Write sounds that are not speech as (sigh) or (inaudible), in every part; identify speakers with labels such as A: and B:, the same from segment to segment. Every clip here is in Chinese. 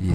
A: 以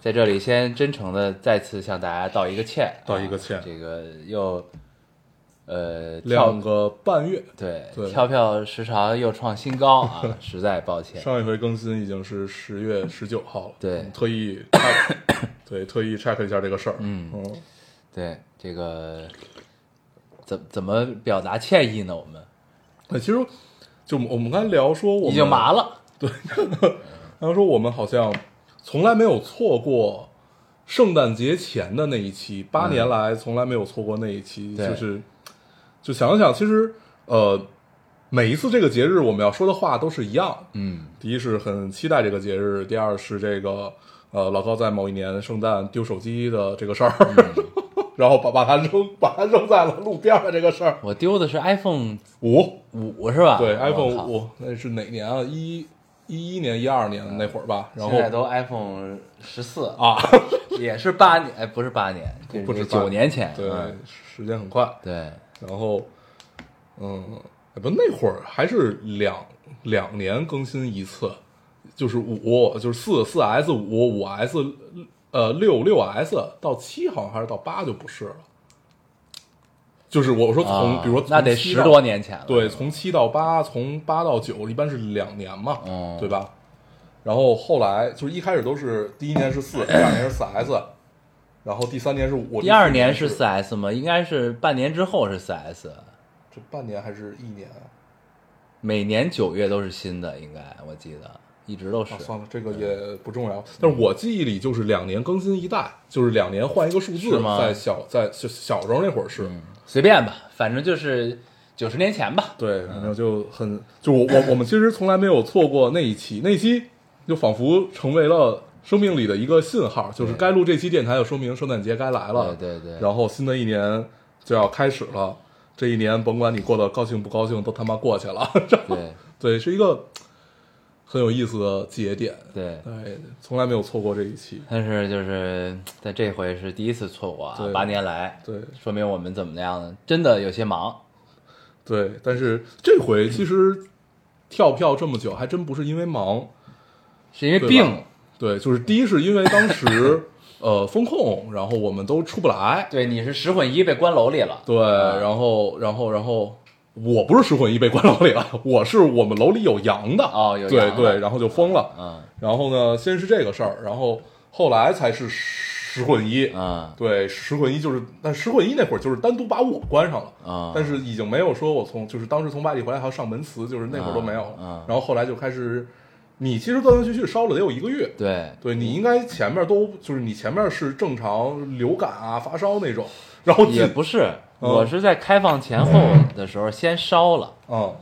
B: 在这里先真诚的再次向大家道一个歉，
C: 嗯道一个歉
B: 啊这个又呃跳
C: 两个半月，
B: 对
C: 对
B: 跳票时长又创新高
C: (laughs)
B: 啊，实在抱歉。
C: 上一回更新已经是十月十九号了。
B: 对
C: 我们特 (coughs) 意 check- 对特意 check 了一下这个事儿。
B: 嗯
C: 嗯，
B: 对这个怎怎么表达歉意呢？我们
C: 那其实就我们刚才聊说，我们
B: 已经麻。了，
C: 然后说我们好像从来没有错过圣诞节前的那一期，八年来从来没有错过那一期，
B: 嗯对
C: 就是就想想，其实呃，每一次这个节日我们要说的话都是一样，
B: 嗯，
C: 第一是很期待这个节日，第二是这个呃老高在某一年圣诞丢手机的这个事儿，
B: 嗯
C: (laughs) 然后把把它扔 (laughs) 把它扔在了路边儿的这个事儿。
B: 我丢的是 iPhone
C: 五
B: 五是吧？
C: 对
B: 啊我
C: iPhone
B: 靠
C: 五那是哪年啊？一一一年一二年那会儿吧，然后
B: 现在都 iPhone 十四啊
C: 啊，
B: (laughs) 也是八年，哎，不是八年，这
C: 不止
B: 这九年前，
C: 对
B: 嗯，
C: 时间很快。
B: 对，
C: 然后，嗯，不，那会儿还是两两年更新一次，就是五，就是四四 S 五五 S，呃六六 S 到七好像还是到八就不是了。就是我说从，
B: 啊
C: 比如说
B: 那得
C: 从7
B: 十
C: 到
B: 多年前了，
C: 对，从七到八，从八到九，一般是两年嘛，
B: 嗯
C: 对吧？然后后来就是一开始都是第一年是四，第二年是四 S，然后第三年是五，
B: 第二年
C: 是
B: 是四 S 吗？应该是半年之后是四 S，
C: 这半年还是一年啊？
B: 每年九月都是新的，应该我记得一直都是
C: 啊，，算了，这个也不重要。但是我记忆里就是两年更新一代，就是两年换一个数
B: 是
C: 字
B: 吗。嗯
C: 在小在小小时候那会儿是，
B: 随便吧，反正就是九十年前
C: (laughs)
B: 吧，
C: 对，反正就很就我我我们其实从来没有错过那一期，那一期就仿佛成为了生命里的一个信号，就是该录这期电台，就说明圣诞节该来了。
B: 对对对
C: 然后新的一年就要开始了，这一年甭管你过得高兴不高兴，都他妈过去了。 (laughs)
B: 对
C: 对，是一个很有意思的节点。
B: 对。
C: 哎，从来没有错过这一期。
B: 但是就是在这回是第一次错过啊，
C: 对
B: 八年来，
C: 对
B: 说明我们怎么样呢？真的有些忙，
C: 对，但是这回其实跳票这么久，还真不是因为忙，
B: 是因为
C: 对吧
B: 病了，
C: 对，就是第一是因为
B: (laughs)
C: 当时呃风控，然后我们都出不来，
B: 对，你是十混一被关楼里了，
C: 对，然后然后然后我不是失魂一被关楼里了，我是我们楼里有羊的
B: 哦有
C: 对
B: 羊的
C: 对，然后就疯了，
B: 嗯
C: 然后呢，先是这个事儿，然后后来才是十混一，
B: 嗯，
C: 对，十混一就是，但十混一那会儿就是单独把我关上了
B: 啊
C: 但是已经没有说我从就是当时从外地回来还要上门磁，就是那会儿都没有了。
B: 啊啊
C: 然后后来就开始，你其实断断续续烧了得有一个月，
B: 嗯对，
C: 对你应该前面都就是你前面是正常流感啊发烧那种，然后
B: 也
C: 进
B: 不是，
C: 嗯
B: 我是在开放前后的时候先烧了，
C: 嗯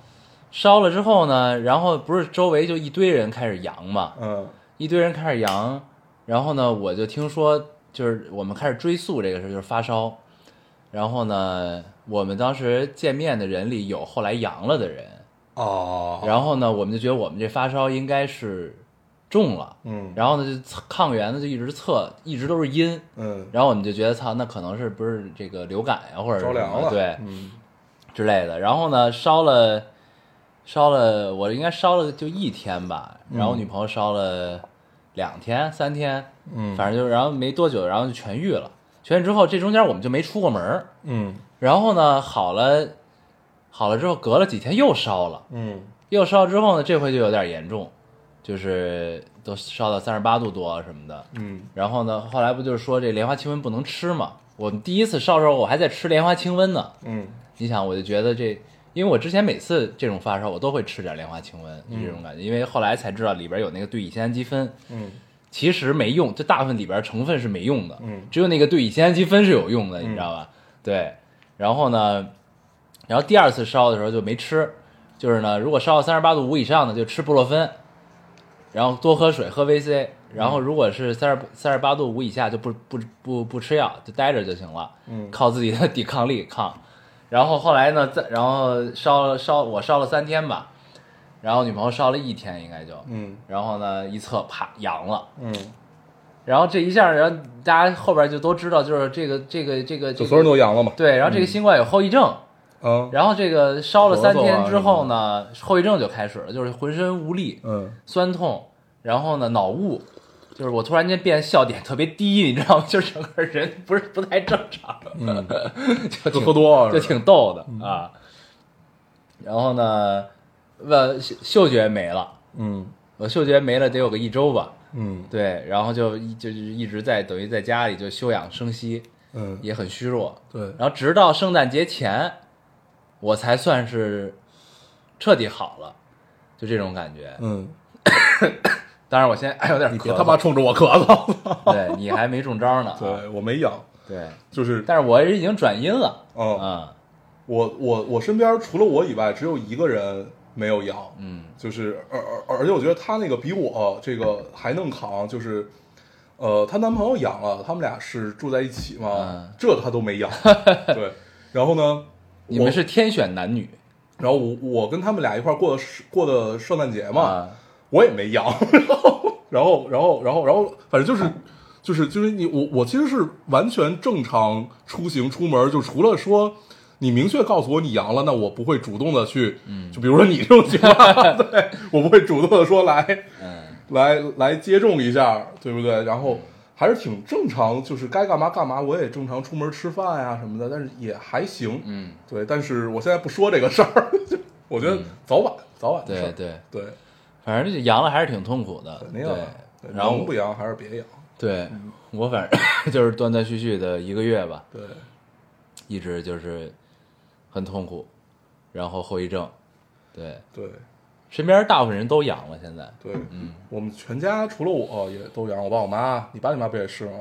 B: 烧了之后呢，然后不是周围就一堆人开始阳嘛，
C: 嗯
B: 一堆人开始阳，然后呢，我就听说就是我们开始追溯这个事儿，就是发烧，然后呢，我们当时见面的人里有后来阳了的人，
C: 哦，
B: 然后呢，我们就觉得我们这发烧应该是中了，
C: 嗯
B: 然后呢，就测抗原呢就一直测，一直都是阴。
C: 嗯
B: 然后我们就觉得操，那可能是不是这个流感呀、或者是
C: 着
B: 什
C: 凉
B: 么
C: 了，
B: 对
C: 嗯
B: 之类的。然后呢，烧了烧了，我应该烧了就一天吧，然后我女朋友烧了两天三天，
C: 嗯
B: 反正就然后没多久，然后就痊愈了。痊愈之后，这中间我们就没出过门儿。
C: 嗯
B: 然后呢，好了好了之后，隔了几天又烧了，
C: 嗯
B: 又烧之后呢，这回就有点严重，就是都烧到三十八度多什么的。
C: 嗯
B: 然后呢，后来不就是说这莲花清瘟不能吃嘛？我们第一次烧的时候，我还在吃莲花清瘟呢。
C: 嗯
B: 你想，我就觉得这，因为我之前每次这种发烧，我都会吃点莲花清瘟，就这种感觉。因为后来才知道里边有那个对乙酰氨基酚，
C: 嗯
B: 其实没用，就大部分里边成分是没用的，
C: 嗯
B: 只有那个对乙酰氨基酚是有用的，你知道吧？对。然后呢，然后第二次烧的时候就没吃，就是呢，如果烧到三十八度五以上呢，就吃布洛芬。然后多喝水，喝 VC，然后
C: 嗯
B: 如果是三十三十八度五以下就不不不不吃药，就待着就行了，
C: 嗯
B: 靠自己的 (laughs) 抵抗力抗。然后后来呢，再然后烧了烧我烧了三天吧，然后女朋友烧了一天应该就，
C: 嗯
B: 然后呢一测啪阳了，
C: 嗯，
B: 然后这一下，然后大家后边就都知道，就是这个这个这个这
C: 就
B: 个
C: 所有人都阳了嘛，
B: 对，然后这个新冠有后遗症，
C: 啊，
B: 然后这个烧了三
C: 咳嗽啊
B: 天之后呢，后遗症就开始了，就是浑身无力、
C: 嗯，
B: 酸痛，然后呢脑雾，就是我突然间变笑点特别低，你知道吗？就是整个人不是不太正常，
C: 嗯
B: 就
C: 就
B: 挺
C: 喝多了
B: 就是
C: 吧，
B: 挺逗的啊。然后呢，呃，嗅嗅觉没了，
C: 嗯
B: 我嗅觉没了得有个一周吧，
C: 嗯
B: 对，然后就一就是一直在等于在家里就休养生息，
C: 嗯，
B: 也很虚弱。
C: 对，
B: 然后直到圣诞节前，我才算是彻底好了，就这种感觉。
C: 嗯，
B: 当然，我现在还有点
C: 你
B: 咳
C: 别
B: 嗽，
C: 他妈冲着我咳嗽，
B: 对你还没中招呢。啊
C: 对哎我没阳，
B: 对，
C: 就是
B: 但是我已经转阴了。
C: 哦
B: 啊，
C: 我我我身边除了我以外，只有一个人没有阳，
B: 嗯，
C: 就是而而而且我觉得她那个比我这个还能扛，就是，呃，她男朋友养了，他们俩是住在一起嘛，
B: 嗯
C: (laughs) 这她都没养，
B: (laughs)
C: 对，然后呢，
B: 你们
C: 我，
B: 是天选男女
C: 然后我我跟他们俩一块儿过的是过的圣诞节嘛，
B: 啊？
C: 我也没养， (laughs) 然后然后然后然后然后反正就是。就是就是你我我其实是完全正常出行出门，就除了说你明确告诉我你阳了，那我不会主动的去，嗯，就比如说你这种情况， (laughs) 对我不会主动的说来
B: 嗯，
C: 来来接种一下，对不对？然后还是挺正常，就是该干嘛干嘛，我也正常出门吃饭呀、什么的，但是也还行，
B: 嗯，
C: 对。但是我现在不说这个事儿， (laughs) 就我觉得早晚、早晚的事
B: 嗯对
C: 儿，
B: 对，
C: 对
B: 反正这阳了还是挺痛苦的。
C: 肯定啊嗯要
B: 对
C: 的，对
B: 然后
C: 能不阳还是别阳，
B: 对我反正 (coughs) 就是断断续续的一个月吧，
C: 对。
B: 一直就是很痛苦，然后后遗症，对，
C: 对
B: 身边大部分人都阳了，现在，
C: 对，嗯，我们全家除了我也都阳，我爸我妈，你爸你妈不也是吗？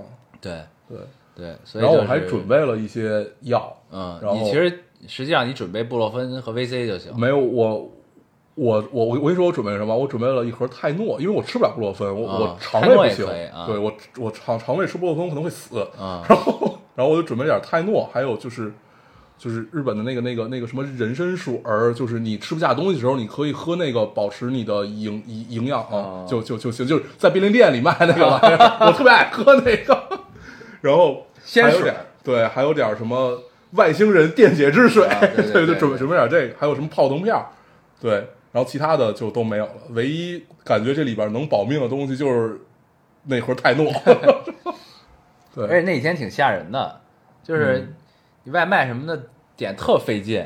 B: 对
C: 对，
B: 对，所以、
C: 然
B: 就是、
C: 后我还准，备了一些药，
B: 嗯，
C: 然后
B: 你其实实际上你准备布洛芬和 VC 就行，
C: 没有我。我我我我跟你说，我准备了什么？我准备了一盒泰诺，因为我吃不了布洛芬，我、
B: 啊
C: 我肠胃不
B: 泰
C: 行。
B: 诺也可以啊
C: 对我我肠肠胃吃布洛芬可能会死，
B: 啊
C: 然后 (laughs) 然后我就准备了点泰诺，还有就是就是日本的那个那个那个什么人参水儿，就是你吃不下东西的时候，你可以喝那个保持你的营营营养啊，就就就行，就是在便利店里卖那个玩意儿，我特别爱喝那个。 (laughs) 然后
B: 鲜
C: 还有
B: 水
C: 点对，还有点什么外星人电解质水，
B: 啊
C: (laughs)
B: 对对对
C: 就
B: 对
C: 准备准备点这个，还有什么泡腾片儿，对，然后其他的就都没有了。唯一感觉这里边能保命的东西就是那盒泰
B: (laughs)
C: 诺。 (laughs) 对，
B: 而且那几天挺吓人的，
C: 嗯
B: 就是你外卖什么的点特费劲，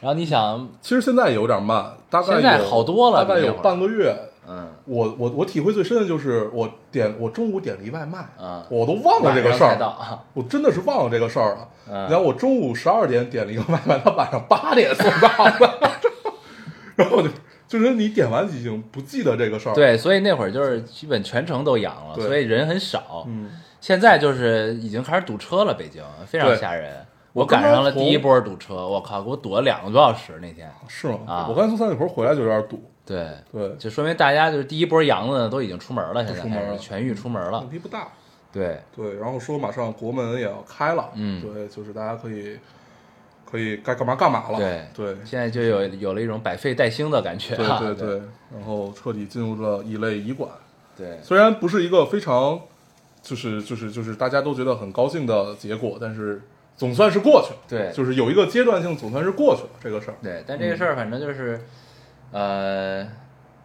B: 然后你想，
C: 其实现在有点慢，大概有
B: 现在好多了
C: 大
B: 比
C: 概
B: 那
C: 有
B: 会儿
C: 半个月。
B: 嗯，
C: 我我我体会最深的就是我点我中午点了一外卖，
B: 嗯
C: 我都忘了这个事
B: 晚上才
C: 儿，
B: 到，
C: 我真的是忘了这个事儿了。
B: 嗯
C: 然后我中午十二点点了一个外卖，他晚上八点送到了， (laughs) 然后我就就是你点完已经不记得这个事儿。，
B: 对，所以那会儿就是基本全程都阳了，
C: 哦对
B: 所以人很少，
C: 嗯，
B: 现在就是已经开始堵车了，北京非常
C: 对
B: 吓人。
C: 我
B: 赶
C: 刚刚
B: 上了第一
C: 从
B: 波堵车，我靠，给我堵了两个多小时那天。
C: 是吗？
B: 啊
C: 我刚才从三里屯回来就有点堵，
B: 对，
C: 对，
B: 就说明大家就是第一波阳的都已经出门了，现在
C: 出门
B: 开始
C: 了嗯
B: 全域出门了
C: 问。题不大。
B: 对，
C: 对，然后说马上国门也要开了，
B: 嗯
C: 对，就是大家可以可以该干嘛干嘛了，
B: 对
C: 对
B: 现在就有有了一种百废待兴的感觉
C: 对
B: 啊。
C: 对对，然后彻底进入了乙类乙管，
B: 对
C: 虽然不是一个非常就是就是就是大家都觉得很高兴的结果，但是总算是过去了，
B: 对
C: 就是有一个阶段性总算是过去了这个事儿，
B: 对，但这个事儿反正就是，呃，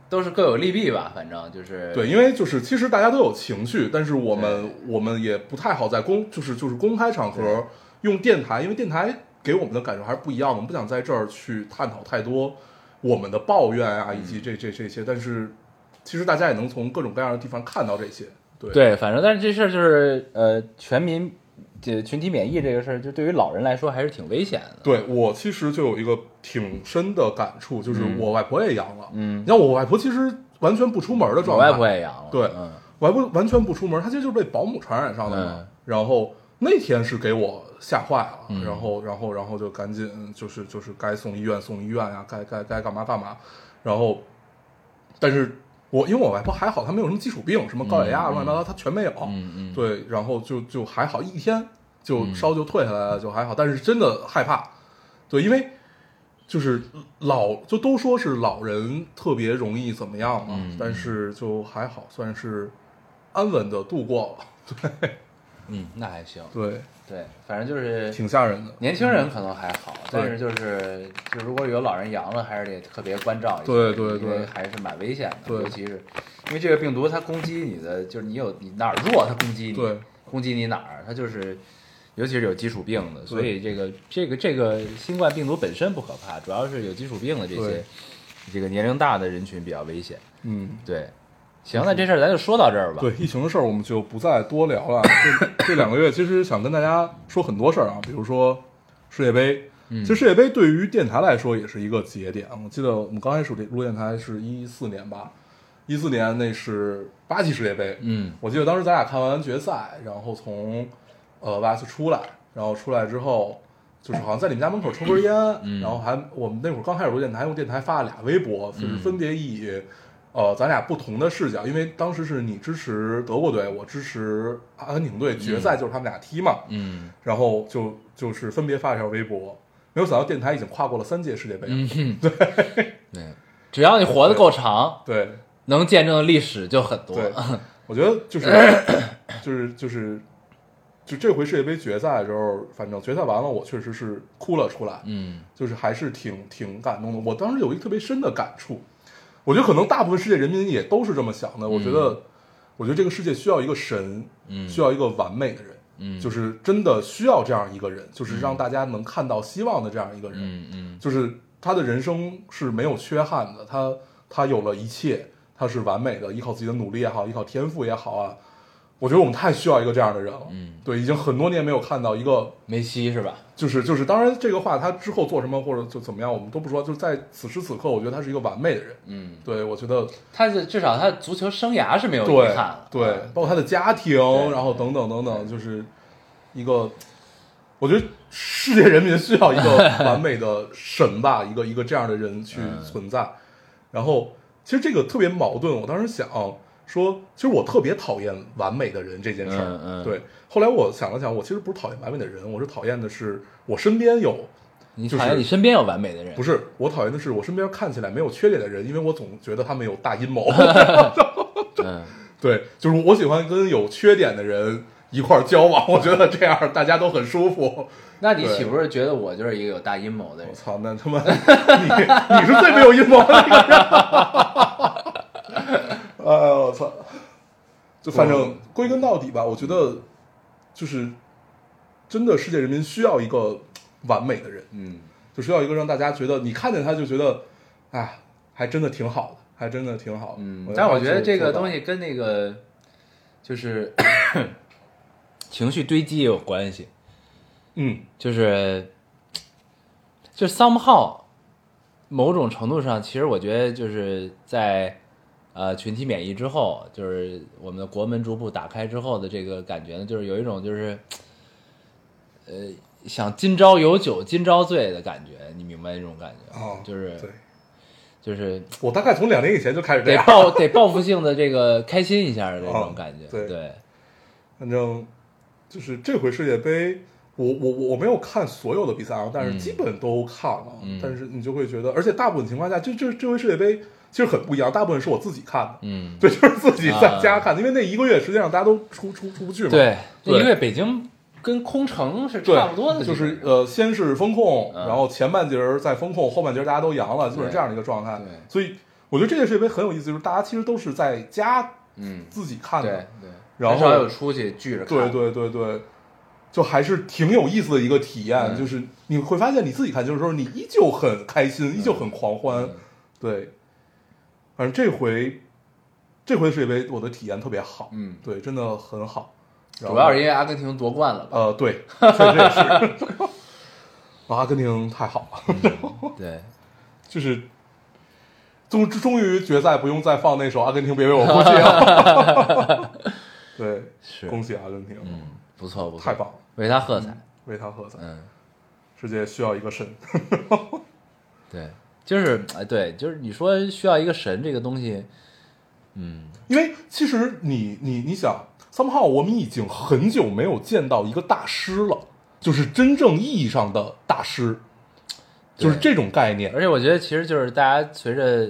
B: 都是各有利弊吧，反正就是
C: 对，因为就是其实大家都有情绪，但是我们我们也不太好在公就是就是公开场合用电台，因为电台给我们的感受还是不一样的。我们不想在这儿去探讨太多我们的抱怨啊，以及这这这些。但是其实大家也能从各种各样的地方看到这些。对
B: 对，反正但是这事儿就是呃，全民这群体免疫这个事儿，就对于老人来说还是挺危险的。
C: 对我其实就有一个挺深的感触，就是我外婆也阳了。
B: 嗯
C: 你像我外婆其实完全不出门的
B: 我
C: 状态，
B: 外婆也阳了。
C: 对
B: 嗯
C: 我还不完全不出门，他其实就是被保姆传染上的嘛。
B: 嗯
C: 然后那天是给我吓坏了，
B: 嗯
C: 然后然后然后就赶紧就是就是该送医院送医院呀、该该该干嘛干嘛。然后，但是我因为我外婆还好，她没有什么基础病，什么高血压、乱七八糟，她全没有。
B: 嗯嗯
C: 对，然后就就还好，一天就烧就退下来了，就还好。但是真的害怕，对，因为就是老就都说是老人特别容易怎么样嘛，
B: 嗯嗯
C: 但是就还好，算是安稳的度过了。
B: 嗯，那还行。
C: 对，
B: 对，反正就是
C: 挺吓人的。
B: 年轻人可能还好，
C: 嗯对
B: 但是就是就如果有老人阳了，还是得特别关照一下，
C: 对对
B: 因为
C: 对
B: 还是蛮危险的，
C: 对
B: 尤其是因为这个病毒它攻击你的，就是你有你哪儿弱它攻击你，
C: 对
B: 攻击你哪儿，它就是尤其是有基础病的，所以这个这个这个新冠病毒本身不可怕，主要是有基础病的这些
C: 对
B: 这个年龄大的人群比较危险，
C: 嗯，
B: 对。行，那这事儿咱就说到这儿吧。
C: 对疫情的事儿，我们就不再多聊了。这这两个月，其实想跟大家说很多事儿啊，比如说世界杯。
B: 嗯
C: 其实世界杯对于电台来说也是一个节点。我记得我们刚开始录电台是一四年吧，一四年那是巴西世界杯。
B: 嗯
C: 我记得当时咱俩看完决赛，然后从呃巴西出来，然后出来之后，就是好像在你们家门口抽根烟，
B: 嗯
C: 然后还我们那会儿刚开始录电台，用电台发了俩微博，
B: 嗯
C: 就是分别以、呃咱俩不同的视角，因为当时是你支持德国队，我支持阿根廷队，决赛就是他们俩踢嘛，
B: 嗯，
C: 然后就就是分别发了条微博。没有想到电台已经跨过了三届世界杯
B: 嗯
C: 了，
B: 对，只要你活得够长，
C: 对，
B: 能见证的历史就很多。 (laughs)
C: 对，我觉得就是就是就是就这回世界杯决赛的时候，反正决赛完了，我确实是哭了出来，
B: 嗯
C: 就是还是挺挺感动的。我当时有一个特别深的感触，我觉得可能大部分世界人民也都是这么想的。我觉得，我觉得这个世界需要一个神，
B: 嗯
C: 需要一个完美的人，
B: 嗯
C: 就是真的需要这样一个人，就是让大家能看到希望的这样一个人，
B: 嗯嗯
C: 就是他的人生是没有缺憾的，他他有了一切，他是完美的，依靠自己的努力也好，依靠天赋也好啊，我觉得我们太需要一个这样的人了。
B: 嗯，
C: 对，已经很多年没有看到一个，
B: 梅西是吧？
C: 就是就是，当然这个话他之后做什么或者就怎么样，我们都不说，就是在此时此刻，我觉得他是一个完美的人。
B: 嗯，
C: 对，我觉得
B: 他是至少他足球生涯是没有
C: 对
B: 遗憾嗯了。
C: 对，包括他的家庭，然后等等等等，就是一个，我觉得世界人民需要一个完美的
B: (laughs)
C: 神吧，一个一个这样的人去存在。
B: 嗯
C: 然后其实这个特别矛盾，我当时想说，其实我特别讨厌完美的人这件事儿。
B: 嗯嗯
C: 对，后来我想了想，我其实不是讨厌完美的人，我是讨厌的是我身边有。
B: 你
C: 就是
B: 好像你身边有完美的人，
C: 不
B: 是？
C: 是，我讨厌的是我身边看起来没有缺点的人，因为我总觉得他们有大阴
B: (laughs)
C: 谋。
B: 嗯，
C: 对，就是我喜欢跟有缺点的人一块儿交往，我觉得这样大家都很舒服。
B: 那你岂不是觉得我就是一个有大阴谋的
C: 我
B: 人？
C: 操，那他妈你你是最没有阴谋的那个人。 (laughs) 哎呦我操！就反正归根到底吧，我觉得就是真的，世界人民需要一个完美的人，
B: 嗯，
C: 就需要一个让大家觉得你看见他就觉得，哎，还真的挺好的，还真的挺好的。
B: 嗯，但我觉得这个东
C: 西。
B: 西跟那个就是情绪堆积也有关系，
C: 嗯，
B: 就是就 somehow 某种程度上，其实我觉得就是在呃群体免疫之后，就是我们的国门逐步打开之后的这个感觉呢，就是有一种就是呃想今朝有酒今朝醉的感觉，你明白这种感觉吗？
C: 哦，
B: 就是
C: 对，
B: 就是
C: 我大概从两年以前就开始这
B: 得
C: 样， (laughs)
B: 报得报复性的这个开心一下的这种
C: 哦
B: 感觉，
C: 对
B: 对，
C: 反正就是这回世界杯，我我我我没有看所有的比赛啊，但是
B: 嗯
C: 基本都看了。
B: 嗯
C: 但是你就会觉得，而且大部分情况下，这这这回世界杯其实很不一样，大部分是我自己看的，
B: 嗯，
C: 对，就是自己在家看，因为那一个月实际上大家都出出出不去嘛。
B: 对，那
C: 对
B: 因为北京跟空城是
C: 对，
B: 差不多的，
C: 就是
B: 基本上
C: 呃，先是封控，
B: 嗯
C: 然后前半截儿再封控，后半截儿大家都阳了，就是
B: 对
C: 这样的一个状态
B: 对。
C: 所以我觉得这届世界杯很有意思，就是大家其实都是在家
B: 嗯，
C: 自己看的
B: 对，对，
C: 然
B: 很少
C: 后
B: 有出去聚着看，
C: 对对对对，就还是挺有意思的一个体验，
B: 嗯
C: 就是你会发现你自己看球的时候，你依旧很开心，依旧很狂欢。
B: 嗯
C: 对，反正这回这回世界杯我的体验特别好，
B: 嗯
C: 对，真的很好。
B: 主要是因
C: 为
B: 为阿根廷夺冠了吧？
C: 呃，对，确实也是。啊阿根廷太好了，
B: 对，
C: 就是终终于决赛不用再放那首《阿根廷别为我哭泣》了。
B: (laughs)
C: (laughs) 对，
B: 是
C: 恭喜阿根廷，
B: 嗯，不错不错，
C: 太棒了，
B: 为他喝彩。
C: 为他喝彩。
B: 嗯，
C: 世界需要一个神。
B: 对，就是哎，对，就是你说需要一个神这个东西，嗯
C: 因为其实你你你想，somehow 我们已经很久没有见到一个大师了，就是真正意义上的大师，
B: 对
C: 就是这种概念。
B: 而且我觉得其实就是大家随着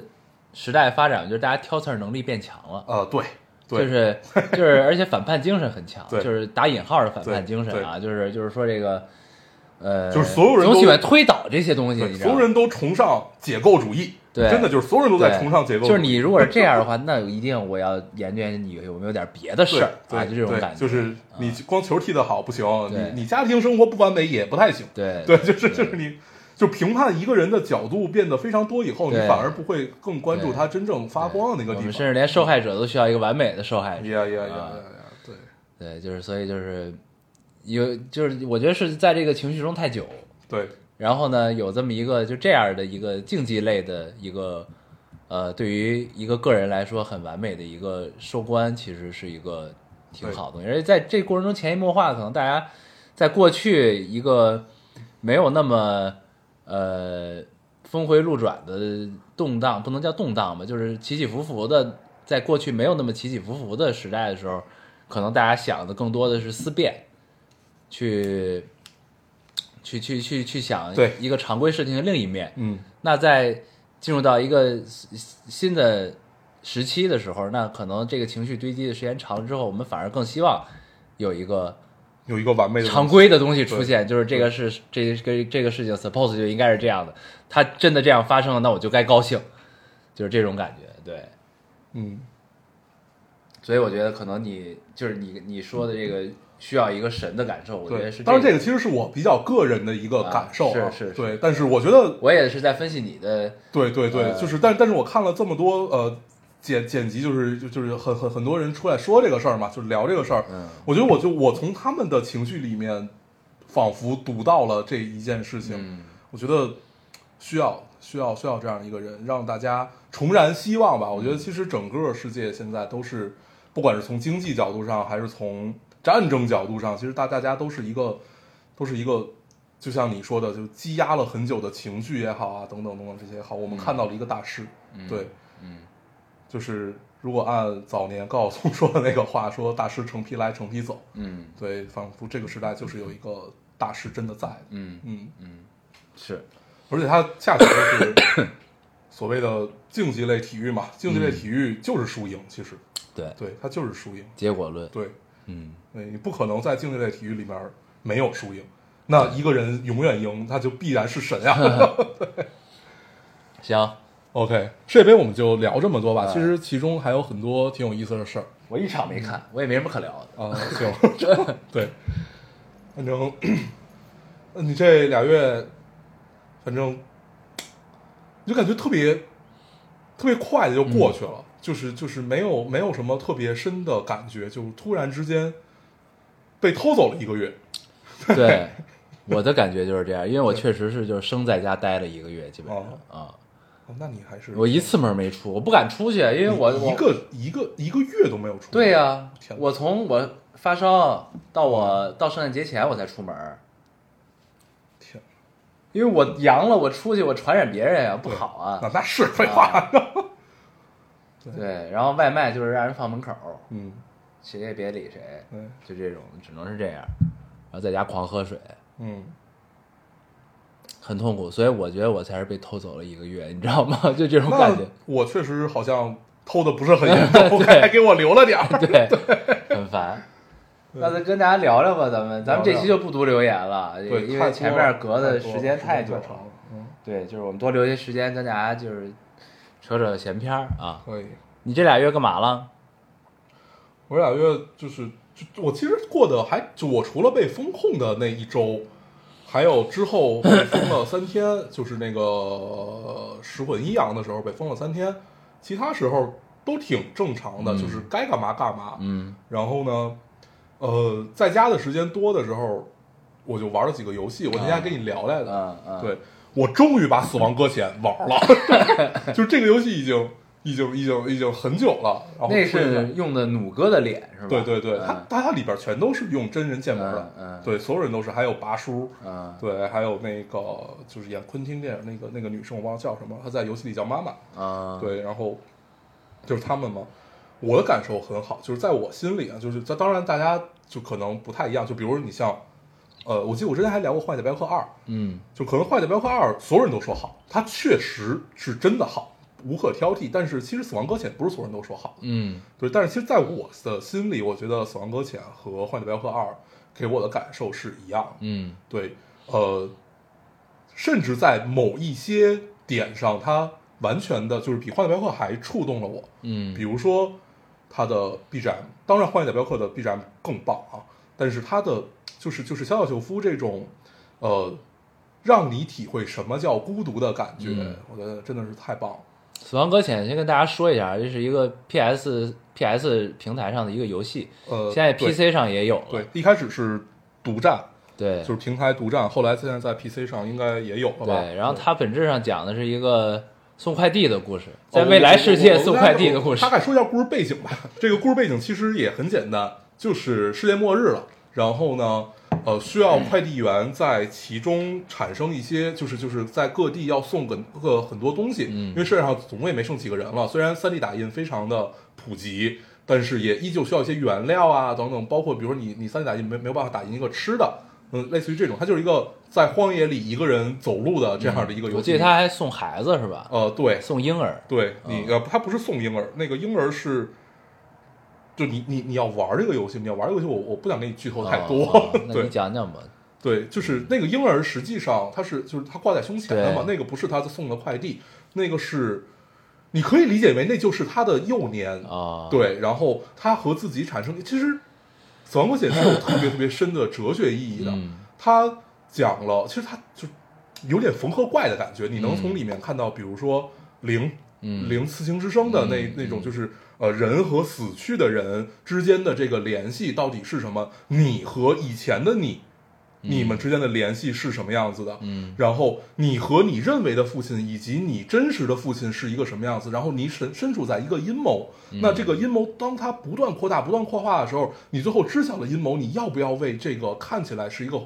B: 时代发展，我觉得大家挑刺儿能力变强了。
C: 呃，对，对，
B: 就是就是，而且反叛精神很强，
C: 对
B: 就是打引号的反叛精神啊，就是就是说这个，呃，
C: 就是所有人都
B: 总喜欢推倒这些东西，
C: 对
B: 你知道
C: 所
B: 吗
C: 有人都崇尚解构主义，
B: 对
C: 真的就是所有人都在
B: 对
C: 崇尚解构主义。
B: 就是你如果是这样的话，那一定我要研究研究你有没有点别的事儿
C: 对
B: 啊，
C: 对
B: 就这种
C: 对
B: 感觉，嗯
C: 就是你光球踢得好不行，
B: 对
C: 你你家庭生活不完美也不太行。
B: 对
C: 对，就是就是你，就评判一个人的角度变得非常多以后，你
B: 对
C: 反而不会更关注他真正发光的那个
B: 我
C: 地
B: 们
C: 方。
B: 甚至连受害者都需要一个完美的受害者，
C: 呀呀呀呀
B: 啊
C: 呀！对，
B: 对，就是所以就是有就是我觉得是在这个情绪中太久，
C: 对，
B: 然后呢，有这么一个就这样的一个竞技类的一个，呃，对于一个个人来说很完美的一个收官，其实是一个挺好的东西。而且在这过程中潜移默化，可能大家在过去一个没有那么呃峰回路转的动荡，不能叫动荡吧，就是起起伏伏的，在过去没有那么起起伏伏的时代的时候，可能大家想的更多的是思辨，去。去去去去想
C: 对
B: 一个常规事情的另一面，
C: 嗯，
B: 那在进入到一个新新的时期的时候，那可能这个情绪堆积的时间长了之后，我们反而更希望有一个
C: 有一个完美的
B: 常
C: 东西。
B: 规的东西出现，就是这个是这个这个事情 suppose 就应该是这样的，它真的这样发生了，那我就该高兴，就是这种感觉，对。
C: 嗯，
B: 所以我觉得可能你就是你你说的这个需要一个神的感受，我觉
C: 对
B: 得是、。
C: 当然，这
B: 这
C: 个其实是我比较个人的一个
B: 啊
C: 感受啊，
B: 是是是
C: 对。但是我觉得
B: 我也是在分析你的，
C: 对对对，
B: 呃
C: 就是，但但是我看了这么多呃剪剪辑，就是就就是很很很多人出来说这个事儿嘛，就是聊这个事儿。
B: 嗯
C: 我觉得我就我从他们的情绪里面，仿佛读到了这一件事情。
B: 嗯
C: 我觉得需要需要需要这样一个人，让大家重燃希望吧。我觉得其实整个世界现在都是，不管是从经济角度上，还是从战争角度上，其实大大家都是一个都是一个，就像你说的，就积压了很久的情绪也好啊，等等等等这些也好，我们看到了一个大势。对，
B: 嗯，
C: 就是如果按早年高晓松说的那个话，说大师成批来，成批走。
B: 嗯
C: 对，仿佛这个时代就是有一个大师真的在的。
B: 嗯
C: 嗯。
B: 是，
C: 而且它恰巧就是 (coughs) 所谓的竞技类体育嘛，竞技类体育就是输赢，其实
B: 对，
C: 对它就是输赢，
B: 结果论，
C: 对，
B: 嗯，
C: 对你不可能在竞技类体育里面没有输赢，那一个人永远赢，他就必然是神呀。
B: (laughs) 行，
C: OK，世界杯我们就聊这么多吧，
B: 哎
C: 其实其中还有很多挺有意思的事儿
B: 我一场没看，我也没什么可聊的。
C: 啊、 (laughs) 行，对，反正那你这俩月，反正你就感觉特别特别快的就
B: 嗯
C: 过去了，就是就是没有没有什么特别深的感觉，就突然之间被偷走了一个月。
B: (laughs) 对，我的感觉就是这样，因为我确实是就是生在家待了一个月，基本上啊，
C: 哦那你还是
B: 我一次门没出，我不敢出去，因为
C: 你
B: 我
C: 一
B: 我
C: 个一个一个月都没有出门。
B: 对呀、
C: 天哪
B: 我从我发烧到我到圣诞节前我才出门儿，
C: 天哪，
B: 因为我阳了，我出去我传染别人呀、不
C: 对
B: 好
C: 那
B: 啊。
C: 那是废话。 (laughs)
B: 对，然后外卖就是让人放门口儿，
C: 嗯，
B: 谁也别理谁，
C: 对，
B: 就这种，只能是这样，然后在家狂喝水。
C: 嗯，
B: 很痛苦，所以我觉得我才是被偷走了一个月，你知道吗？ (laughs) 就这种感
C: 那
B: 觉，
C: 我确实好像偷的不是
B: (laughs)
C: 很严重，还给我留了点儿。
B: 对，很烦。那再跟大家聊聊吧，咱们咱们这期就不读留言了，
C: 对，
B: 因
C: 太
B: 为
C: 多
B: 前
C: 了
B: 面隔的
C: 太多
B: 时间
C: 了
B: 太
C: 太
B: 久
C: 长了。嗯，
B: 对，就是我们多留些时间跟大家就是扯扯闲篇儿啊。
C: 可以。
B: 你这俩月干嘛了？
C: 我这俩月就是，就我其实过得还就我除了被封控的那一周，还有之后被封了三天，就是那个呃食混一阳的时候被封了三天，其他时候都挺正常的，就是该干嘛干嘛。
B: 嗯
C: 然后呢，呃，在家的时间多的时候，我就玩了几个游戏。我那天还跟你聊来的，
B: 嗯嗯，
C: 对，我终于把《死亡搁浅》玩
B: (laughs)
C: 了， (laughs) 就是这个游戏已经已经已经已经很久了。然后
B: 那
C: 出现在
B: 是用的弩哥的脸是吧？
C: 对对对，它
B: 嗯
C: 它它里边全都是用真人建模的，
B: 嗯嗯
C: 对，所有人都是，还有拔叔，
B: 嗯
C: 对，还有那个就是演昆汀电影那个那个女生，我忘了叫什么，她在游戏里叫妈妈，
B: 嗯，
C: 对，然后就是他们嘛，我的感受很好，就是在我心里啊，就是在当然大家就可能不太一样，就比如你像，呃，我记得我之前还聊过《坏的镖客二》，
B: 嗯
C: 就可能《坏的镖客二》所有人都说好，它确实是真的好，无可挑剔。但是其实《死亡搁浅》不是所有人都说好的，
B: 嗯
C: 对。但是其实在我的心里，我觉得《死亡搁浅》和《坏的镖客二》给我的感受是一样的。
B: 嗯
C: 对，呃，甚至在某一些点上，它完全的就是比《荒野镖客》还触动了我。
B: 嗯
C: 比如说它的 BGM，当然《荒野镖客》的 BGM 更棒啊，但是它的就是就是小小秀夫这种，呃，让你体会什么叫孤独的感觉，
B: 嗯
C: 我觉得真的是太棒了。
B: 死亡搁浅》先跟大家说一下，这是一个 PS PS 平台上的一个游戏，
C: 呃，
B: 现在
C: 对
B: PC 上也有了。
C: 对，一开始是独占，
B: 对
C: 就是平台独占，后来现在在 PC 上应该也有了吧？
B: 对，然后
C: 对
B: 它本质上讲的是一个送快递的故事，
C: 哦
B: 在未来世界送快递的故事
C: 我我我我大。概说一下故事背景吧。这个故事背景其实也很简单，就是世界末日了。然后呢，呃，需要快递员在其中产生一些，就是就是在各地要送个个很多东西，
B: 嗯
C: 因为世界上总共也没剩几个人了。虽然三 D 打印非常的普及，但是也依旧需要一些原料啊等等，包括比如说你你三 D 打印没没有办法打印一个吃的，嗯，类似于这种，它就是一个在荒野里一个人走路的这样的一个游戏。
B: 嗯我记得他还送孩子是吧？
C: 呃，对，
B: 送婴儿。
C: 对
B: 嗯
C: 你呃，它不是送婴儿，那个婴儿是，就你你你要玩这个游戏，你要玩这个游戏，我我不想给你剧透太多。
B: 哦
C: (laughs)
B: 哦那
C: 对
B: 你讲讲吧。
C: 对，就是那个婴儿实际上他是就是他挂在胸前的嘛，
B: 对
C: 那个不是他送的快递，那个是你可以理解为那就是他的幼年
B: 哦
C: 对，然后他和自己产生其实《死亡搁浅》是有特别特别深的哲学意义的，
B: 嗯
C: 他讲了，其实他就有点缝合怪的感觉，你能从里面看到，比如说灵。
B: 嗯
C: 灵雌情之声的那、那种，就是呃，人和死去的人之间的这个联系到底是什么？你和以前的你，你们之间的联系是什么样子的？
B: 嗯
C: 然后你和你认为的父亲以及你真实的父亲是一个什么样子，然后你身身处在一个阴谋，那这个阴谋当它不断扩大、不断扩化的时候，你最后知晓了阴谋，你要不要为这个看起来是一个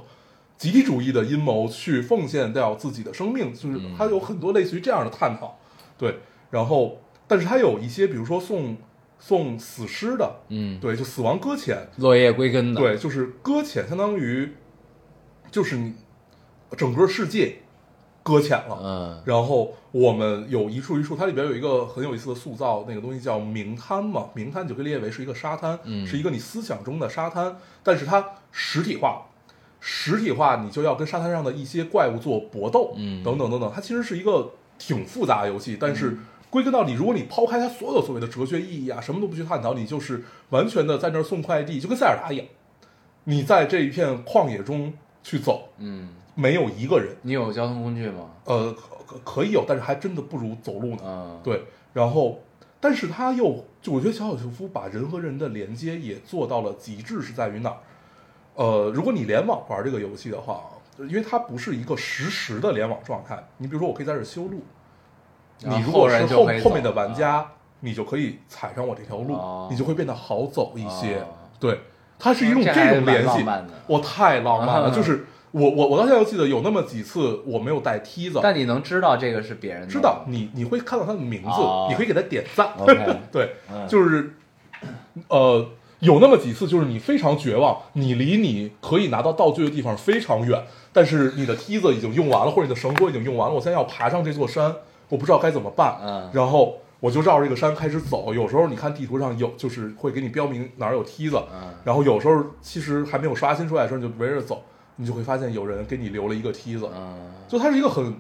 C: 集体主义的阴谋去奉献掉自己的生命？就是它有很多类似于这样的探讨，对，然后但是它有一些，比如说送送死尸的，
B: 嗯，
C: 对，就死亡搁浅，
B: 落叶归根的。
C: 对，就是搁浅，相当于就是你整个世界搁浅了。
B: 嗯
C: 然后我们有一处一处，它里边有一个很有意思的塑造，那个东西叫冥滩嘛，冥滩你就可以理解为是一个沙滩，
B: 嗯
C: 是一个你思想中的沙滩，但是它实体化了。实体化，你就要跟沙滩上的一些怪物做搏斗，
B: 嗯
C: 等等等等，它其实是一个挺复杂的游戏，但是归根到底，如果你抛开它所有所谓的哲学意义啊，什么都不去探讨，你就是完全的在那儿送快递，就跟塞尔达一样，你在这一片旷野中去走，
B: 嗯，
C: 没有一个人，
B: 你有交通工具吗？
C: 呃，可可可以有，但是还真的不如走路呢。
B: 嗯，
C: 对，然后，但是他又，就我觉得小小秀夫把人和人的连接也做到了极致，是在于哪儿？呃，如果你联网玩这个游戏的话，因为它不是一个实时的联网状态，你比如说我可以在这儿修路，
B: 然后
C: 你如果是
B: 人就
C: 后
B: 可以
C: 后面的
B: 走了
C: 玩家，你就可以踩上我这条路
B: 哦，
C: 你就会变得好走一些
B: 哦。
C: 对，它是一种
B: 这
C: 这
B: 还
C: 种
B: 蛮
C: 联
B: 浪
C: 系
B: 漫的，
C: 我太浪漫了，
B: 嗯
C: 就是。我我我到现在都记得有那么几次我没有带梯子，
B: 但你能知道这个是别人的吗
C: 知道你你会看到他的名字，
B: 哦
C: 你可以给他点赞。
B: OK
C: (laughs) 对，
B: 嗯
C: 就是 (coughs) 呃，有那么几次，就是你非常绝望，你离你可以拿到道具的地方非常远，但是你的梯子已经用完了，或者你的绳索已经用完了，我现在要爬上这座山，我不知道该怎么办。
B: 嗯
C: 然后。我就绕着这个山开始走，有时候你看地图上有，就是会给你标明哪儿有梯子，
B: 嗯
C: 然后有时候其实还没有刷新出来的时候，你就围着走，你就会发现有人给你留了一个梯子，
B: 嗯，
C: 就它是一个很，